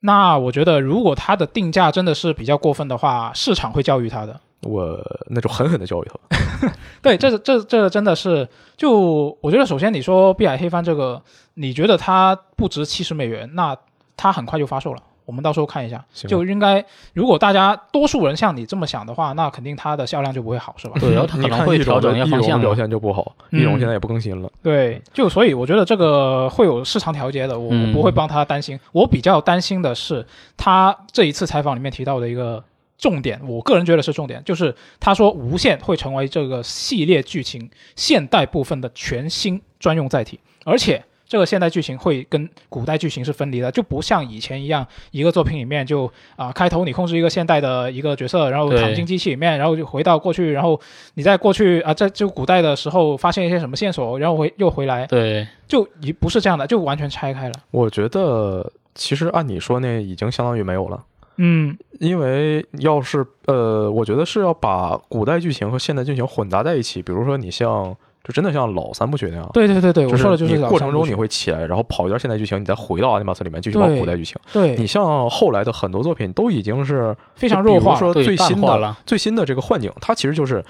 Speaker 1: 那我觉得，如果它的定价真的是比较过分的话，市场会教育它的。
Speaker 2: 我那就狠狠的教育他，
Speaker 1: 对，这这这真的是，就我觉得，首先你说《碧海黑帆》这个，你觉得它不值七十美元，那它很快就发售了。我们到时候看一下，
Speaker 2: 行
Speaker 1: 就应该，如果大家多数人像你这么想的话，那肯定它的销量就不会好，是吧？
Speaker 3: 对，然后它可
Speaker 2: 你
Speaker 3: 能
Speaker 2: 看
Speaker 3: 会
Speaker 2: 易
Speaker 3: 调
Speaker 2: 容
Speaker 3: 整
Speaker 2: 的
Speaker 3: 一下
Speaker 2: 易
Speaker 3: 方
Speaker 2: 容
Speaker 3: 向啊
Speaker 2: 表
Speaker 3: 嘛。
Speaker 2: 现就不好，
Speaker 1: 嗯
Speaker 2: 易容现在也不更新了。
Speaker 1: 对，就所以我觉得这个会有市场调节的，我我
Speaker 3: 嗯
Speaker 1: 不会帮他担心。我比较担心的是他这一次采访里面提到的一个重点，我个人觉得是重点，就是他说《无限》会成为这个系列剧情现代部分的全新专用载体，而且。这个现代剧情会跟古代剧情是分离的，就不像以前一样，一个作品里面就啊、开头你控制一个现代的一个角色，然后
Speaker 3: 对
Speaker 1: 躺进机器里面，然后就回到过去，然后你在过去啊，在就古代的时候发现一些什么线索，然后回又回来，
Speaker 3: 对，
Speaker 1: 就已不是这样的，就完全拆开了。
Speaker 2: 我觉得其实按你说那已经相当于没有了。
Speaker 1: 嗯
Speaker 2: 因为要是呃，我觉得是要把古代剧情和现代剧情混杂在一起。比如说，你像就真的像老三部曲那样，，
Speaker 1: 对对对对，我说的
Speaker 2: 就
Speaker 1: 就是
Speaker 2: 你
Speaker 1: 老
Speaker 2: 过
Speaker 1: 三
Speaker 2: 程
Speaker 1: 部
Speaker 2: 中
Speaker 1: 曲
Speaker 2: 你会起来，然后跑一段现代剧情，你再回到阿尼玛斯里面继续跑
Speaker 1: 对
Speaker 2: 古代剧情。你
Speaker 1: 对
Speaker 2: 像后来的很多作品都已经是
Speaker 1: 非常
Speaker 2: 就比
Speaker 1: 弱
Speaker 2: 如
Speaker 1: 化
Speaker 2: 说
Speaker 3: 对
Speaker 2: 最
Speaker 3: 淡
Speaker 2: 新
Speaker 3: 化
Speaker 2: 的
Speaker 3: 了
Speaker 2: 最新的这个幻境，它其实就是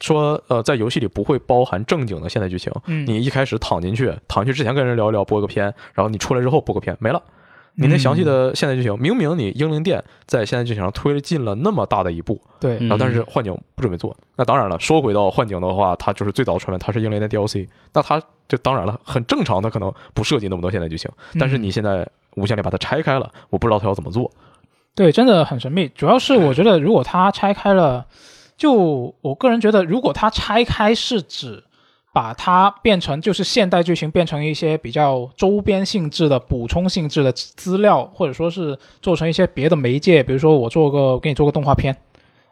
Speaker 2: 说呃，在游戏里不会包含正经的现代剧情。
Speaker 1: 嗯
Speaker 2: 你一开始躺进去，躺进去之前跟人聊一聊，播个片，然后你出来之后播个片，没了。你那详
Speaker 1: 嗯
Speaker 2: 细的现代剧情，明明你英灵殿在现代剧情上推进了那么大的一步，
Speaker 1: 对
Speaker 3: 嗯
Speaker 2: 然后但是幻境不准备做。那当然了，说回到幻境的话，它就是最早传闻它是英灵殿 DLC，那它就当然了，很正常，它可能不涉及那么多现代剧情。但
Speaker 1: 嗯
Speaker 2: 是你现在无限里把它拆开了，我不知道它要怎么做。
Speaker 1: 对真的很神秘。主要是我觉得，如果它拆开了，就我个人觉得，如果它拆开是指。把它变成就是现代剧情，变成一些比较周边性质的、补充性质的资料，或者说是做成一些别的媒介，比如说我做个给你做个动画片，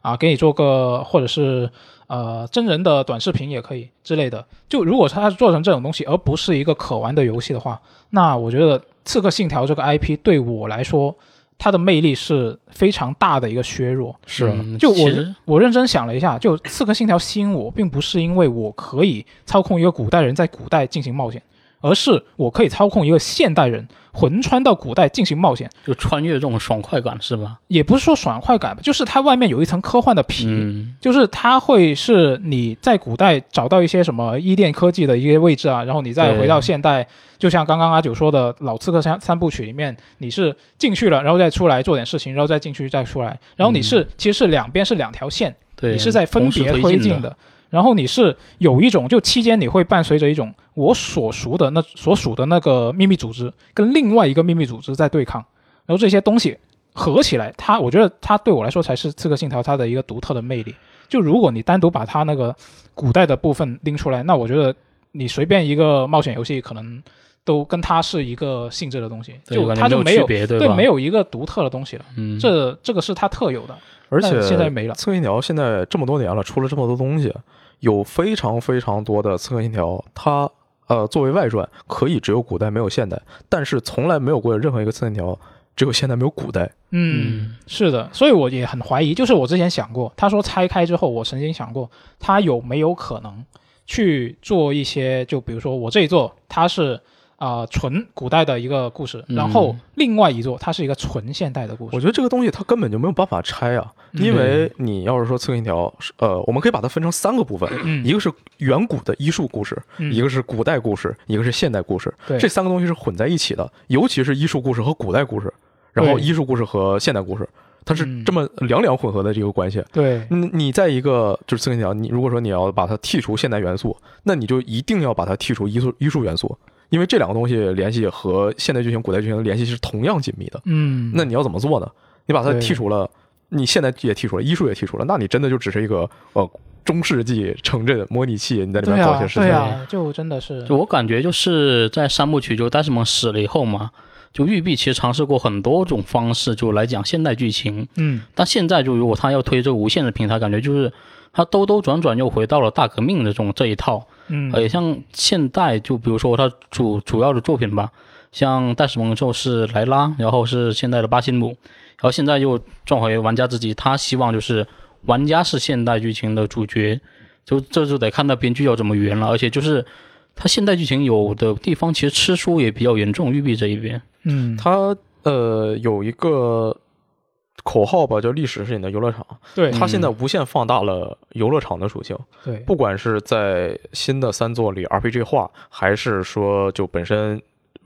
Speaker 1: 啊，给你做个或者是呃真人的短视频也可以之类的。就如果它做成这种东西，而不是一个可玩的游戏的话，那我觉得《刺客信条》这个 IP 对我来说，它的魅力是非常大的一个削弱。
Speaker 2: 是啊
Speaker 3: 嗯
Speaker 1: 就我
Speaker 3: 其实
Speaker 1: 我认真想了一下，就《刺客信条》吸引我，并不是因为我可以操控一个古代人在古代进行冒险，而是我可以操控一个现代人魂穿到古代进行冒险。
Speaker 3: 就穿越这种爽快感是
Speaker 1: *laughs*
Speaker 3: 吧？
Speaker 1: 也不是说爽快感吧，就是它外面有一层科幻的皮，
Speaker 3: 嗯，
Speaker 1: 就是它会是你在古代找到一些什么伊甸科技的一些位置啊，然后你再
Speaker 3: 对
Speaker 1: 回到现代，就像刚刚阿九说的老刺客三三部曲里面，你是进去了，然后再出来做点事情，然后再进去再出来，然后
Speaker 3: 嗯
Speaker 1: 你是、其实是两边是两条线，
Speaker 3: 对，
Speaker 1: 你是在分
Speaker 3: 同时
Speaker 1: 别
Speaker 3: 推
Speaker 1: 推
Speaker 3: 进
Speaker 1: 进。的。然后你是有一种，就期间你会伴随着一种我所属的那所属的那个秘密组织跟另外一个秘密组织在对抗，然后这些东西合起来，它我觉得它对我来说才是《刺客信条》它的一个独特的魅力。就如果你单独把它那个古代的部分拎出来，那我觉得你随便一个冒险游戏可能都跟它是一个性质的东西，
Speaker 3: 对我
Speaker 1: 就
Speaker 3: 感觉
Speaker 1: 它就
Speaker 3: 没
Speaker 1: 没
Speaker 3: 有
Speaker 1: 有
Speaker 3: 区别对
Speaker 1: 对
Speaker 3: 吧
Speaker 1: 没有一个独特的东西了，
Speaker 3: 嗯，
Speaker 1: 这这个是它特有的。
Speaker 2: 而
Speaker 1: 但
Speaker 2: 且
Speaker 1: 现在没了
Speaker 2: 刺客信条现在这么多年了，出了这么多东西，有非常非常多的刺客信条，它呃作为外传可以只有古代没有现代，但是从来没有过任何一个刺客信条只有现代没有古代。
Speaker 1: 嗯，是的，所以我也很怀疑，就是我之前想过，他说拆开之后，我曾经想过，他有没有可能去做一些，就比如说我这一座它是啊、呃纯古代的一个故事，
Speaker 3: 嗯
Speaker 1: 然后另外一座它是一个纯现代的故
Speaker 2: 我
Speaker 1: 事。
Speaker 2: 觉得这个东西它根本就没有办法拆啊，
Speaker 1: 嗯
Speaker 2: 因为你要是说刺客信条，呃，我们可以把它分成三个部分，
Speaker 1: 嗯
Speaker 2: 一个是远古的医术故事，
Speaker 1: 嗯
Speaker 2: 一个是古代故事，一个是现代故事，
Speaker 1: 对
Speaker 2: 这三个东西是混在一起的，尤其是医术故事和古代故事，然后
Speaker 1: 对
Speaker 2: 医术故事和现代故事，它是
Speaker 1: 嗯
Speaker 2: 这么两两混合的这个关系。
Speaker 1: 对，
Speaker 2: 嗯，你在一个就是刺客信条，你如果说你要把它剔除现代元素，那你就一定要把它剔除医术医术元素，因为这两个东西联系和现代剧情、古代剧情的联系是同样紧密的。
Speaker 1: 嗯，
Speaker 2: 那你要怎么做呢？你把它
Speaker 1: 对
Speaker 2: 剔除了，你现在也剔除了，医术也剔除了，那你真的就只是一个呃中世纪城镇模拟器，你在里
Speaker 1: 对
Speaker 2: 面搞
Speaker 1: 啊
Speaker 2: 些，事情。
Speaker 1: 对啊，就真的是
Speaker 3: 就我感觉就是在三部曲，就戴斯蒙死了以后嘛，就育碧其实尝试过很多种方式，就来讲现代剧情。
Speaker 1: 嗯，
Speaker 3: 但现在就如果他要推这个无限的平台，感觉就是他兜兜转转又回到了大革命的这种这一套。
Speaker 1: 嗯
Speaker 2: 哎
Speaker 3: 呃，也像现代就比如说他主主要的作品吧，像戴斯蒙就是莱拉，然后是现代的巴辛姆，然后现在又转回玩家自己，他希望就是玩家是现代剧情的主角，就这就得看那编剧要怎么圆了。而且就是它现代剧情有的地方其实吃书也比较严重，育碧这一边。
Speaker 1: 嗯，
Speaker 2: 他呃有一个口号吧，叫“历史是你的游乐场”。
Speaker 1: 对
Speaker 2: 他现在无限放大了游乐场的属性，
Speaker 1: 对，
Speaker 2: 不管是在新的三作里 RPG 化，还是说就本身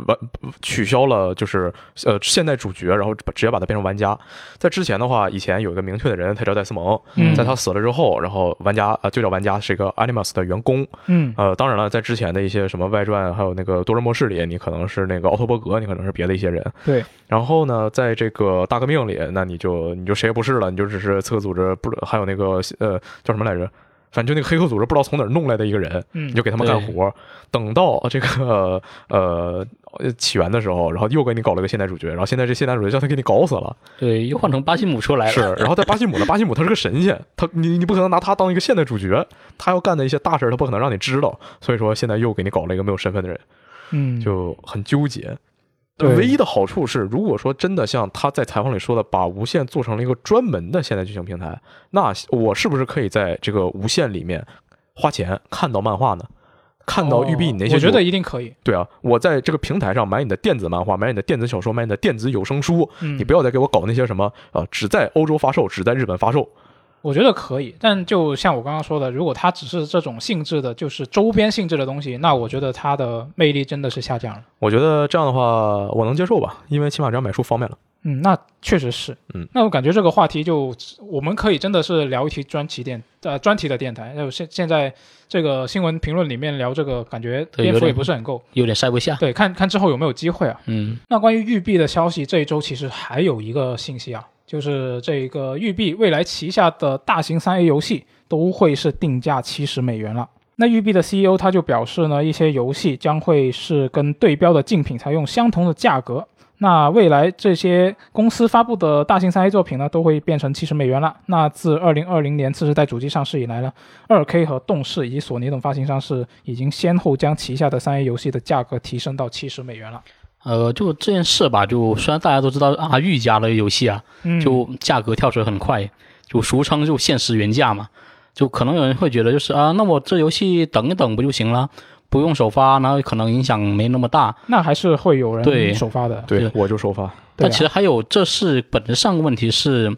Speaker 2: 完取消了，就是呃现代主角，然后直接把它变成玩家。在之前的话，以前有一个明确的人，他叫戴斯蒙，
Speaker 1: 嗯
Speaker 2: 在他死了之后，然后玩家啊、呃就叫玩家是一个 Animus 的员工。
Speaker 1: 嗯
Speaker 2: 呃，当然了，在之前的一些什么外传，还有那个多人末世里，你可能是那个奥托伯格，你可能是别的一些人。
Speaker 1: 对，
Speaker 2: 然后呢，在这个大革命里，那你就你就谁也不是了，你就只是刺客组织不，还有那个呃叫什么来着？反正就那个黑客组织不知道从哪儿弄来的一个人，
Speaker 1: 嗯
Speaker 2: 你就给他们干
Speaker 3: 对
Speaker 2: 活。等到这个呃呃起源的时候，然后又给你搞了个现代主角，然后现在这现代主角叫他给你搞死了，
Speaker 3: 对，又换成巴西姆出来了。
Speaker 2: 是。然后在巴西姆呢，巴西姆他是个神仙，他你你不可能拿他当一个现代主角，他要干的一些大事儿他不可能让你知道，所以说现在又给你搞了一个没有身份的人。
Speaker 1: 嗯，
Speaker 2: 就很纠结。
Speaker 1: 对
Speaker 2: 唯一的好处是，如果说真的像他在采访里说的，把无线做成了一个专门的现代剧情平台，那我是不是可以在这个无线里面花钱看到漫画呢？看到育碧你那
Speaker 1: 哦
Speaker 2: 些
Speaker 1: 我
Speaker 2: 就、
Speaker 1: 觉得一定可以。
Speaker 2: 对啊，我在这个平台上买你的电子漫画，买你的电子小说，买你的电子有声书，
Speaker 1: 嗯，
Speaker 2: 你不要再给我搞那些什么啊、呃只在欧洲发售，只在日本发售。
Speaker 1: 我觉得可以，但就像我刚刚说的，如果它只是这种性质的，就是周边性质的东西，那我觉得它的魅力真的是下降了。
Speaker 2: 我觉得这样的话，我能接受吧，因为起码这样买书方便了。
Speaker 1: 嗯，那确实是。
Speaker 2: 嗯，
Speaker 1: 那我感觉这个话题就我们可以真的是聊一期专题电呃专题的电台。就现现在这个新闻评论里面聊这个，感觉
Speaker 3: 对
Speaker 1: 篇
Speaker 3: 有
Speaker 1: 幅也
Speaker 3: 点
Speaker 1: 不是很够。
Speaker 3: 有点塞不下。
Speaker 1: 对，看看之后有没有机会啊。
Speaker 3: 嗯，
Speaker 1: 那关于育碧的消息，这一周其实还有一个信息啊，就是这个育碧未来旗下的大型三 A 游戏都会是定价七十美元了。那育碧的 CEO 他就表示呢，一些游戏将会是跟对标的竞品采用相同的价格。那未来这些公司发布的大型三 A 作品呢，都会变成七十美元了。那自二零二零年次世代主机上市以来呢，二 K 和动视以及索尼等发行商是已经先后将旗下的三 A 游戏的价格提升到七十美元了。
Speaker 3: 呃，就这件事吧，就虽然大家都知道啊，玉家的游戏啊，
Speaker 1: 嗯
Speaker 3: 就价格跳水很快，就俗称就限时原价嘛。就可能有人会觉得就是啊，那我这游戏等一等不就行了，不用首发，然后可能影响没那么大。
Speaker 1: 那还是会有人
Speaker 3: 对
Speaker 1: 首发的。啊
Speaker 2: 对
Speaker 3: 对
Speaker 2: 我就首发。
Speaker 1: 对
Speaker 3: 但
Speaker 1: 啊
Speaker 3: 其实还有，这是本质上的问题是，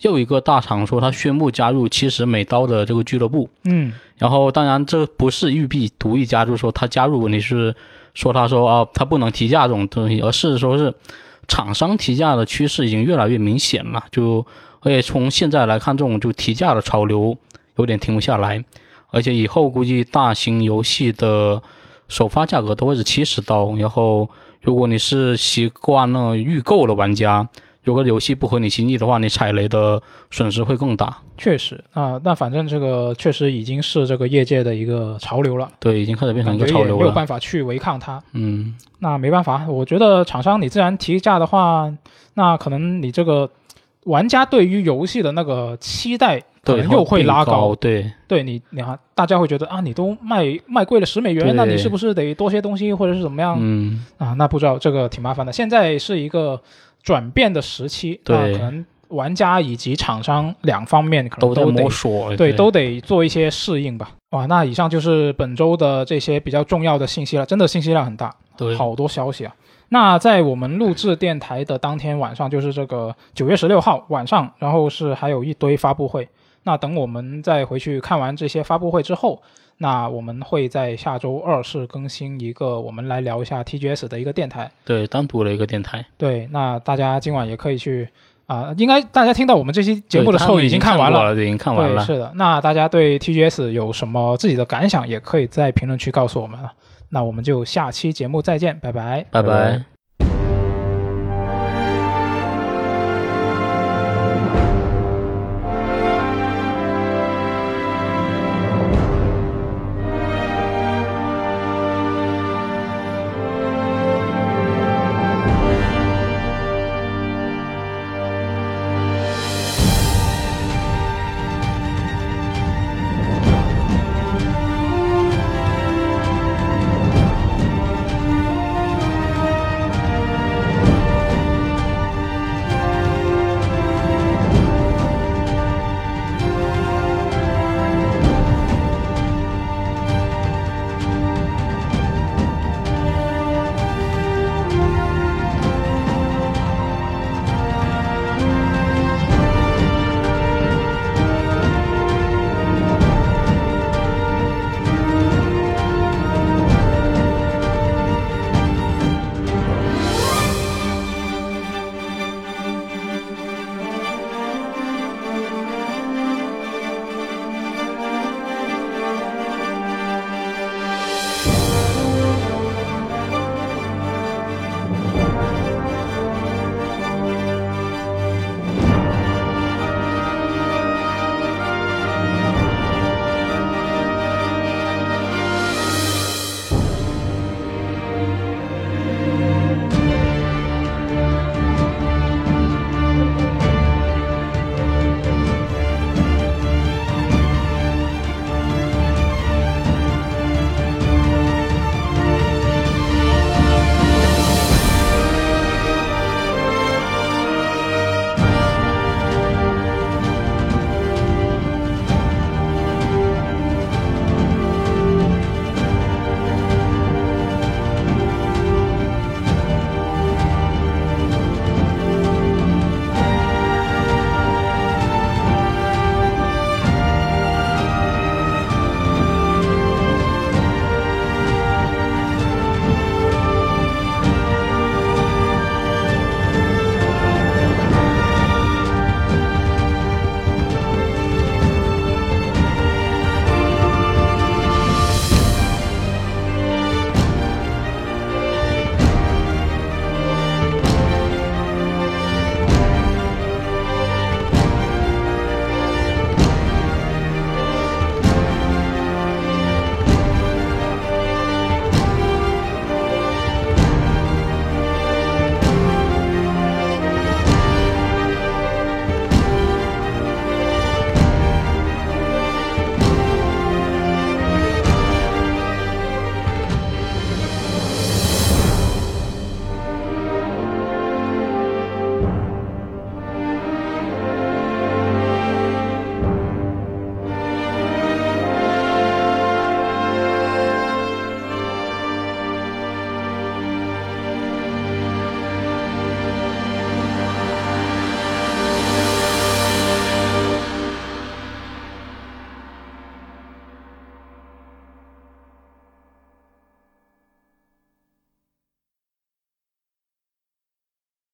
Speaker 3: 又一个大厂说他宣布加入七十美刀的这个俱乐部，
Speaker 1: 嗯
Speaker 3: 然后当然这不是育碧独一家，就是说他加入问题是说他说啊他不能提价这种东西，而是说是厂商提价的趋势已经越来越明显了，就而且从现在来看，这种就提价的潮流有点停不下来，而且以后估计大型游戏的首发价格都会是七十刀，然后如果你是习惯了预购的玩家。如果游戏不合你心意的话，你踩雷的损失会更大。
Speaker 1: 确实啊、那反正这个确实已经是这个业界的一个潮流了，
Speaker 3: 对，已经开始变成
Speaker 1: 感
Speaker 3: 一
Speaker 1: 觉
Speaker 3: 个潮
Speaker 1: 也没
Speaker 3: 流
Speaker 1: 有
Speaker 3: 了。
Speaker 1: 办法去违抗它。
Speaker 3: 嗯，
Speaker 1: 那没办法，我觉得厂商你自然提价的话，那可能你这个玩家对于游戏的那个期待可
Speaker 3: 对，
Speaker 1: 能
Speaker 3: 它
Speaker 1: 又会
Speaker 3: 变
Speaker 1: 拉
Speaker 3: 高，对，
Speaker 1: 对你，你看大家会觉得啊，你都卖卖贵了十美元
Speaker 3: 对，
Speaker 1: 那你是不是得多些东西或者是怎么样？
Speaker 3: 嗯，
Speaker 1: 啊，那不知道这个挺麻烦的。现在是一个转变的时期，
Speaker 3: 对
Speaker 1: 啊可能玩家以及厂商两方面可能
Speaker 3: 都在
Speaker 1: 得
Speaker 3: 摸索，
Speaker 1: 对都得做一些适应吧。哇，那以上就是本周的这些比较重要的信息了，真的信息量很大，
Speaker 3: 对，
Speaker 1: 好多消息啊。那在我们录制电台的当天晚上，就是这个九月十六号晚上，然后是还有一堆发布会。那等我们再回去看完这些发布会之后，那我们会在下周二是更新一个，我们来聊一下 TGS 的一个电台。
Speaker 3: 对，单独的一个电台，
Speaker 1: 对，那大家今晚也可以去啊、应该大家听到我们这期节
Speaker 3: 对
Speaker 1: 目的时
Speaker 3: 他
Speaker 1: 候
Speaker 3: 们已
Speaker 1: 经
Speaker 3: 看
Speaker 1: 看完
Speaker 3: 过
Speaker 1: 了。
Speaker 3: 了，对已经看完
Speaker 1: 对，
Speaker 3: 了。
Speaker 1: 是的。那大家对 TGS 有什么自己的感想，也可以在评论区告诉我们啊。那我们就下期节目再见，拜拜。
Speaker 2: 拜
Speaker 3: 拜
Speaker 2: 拜
Speaker 3: 拜。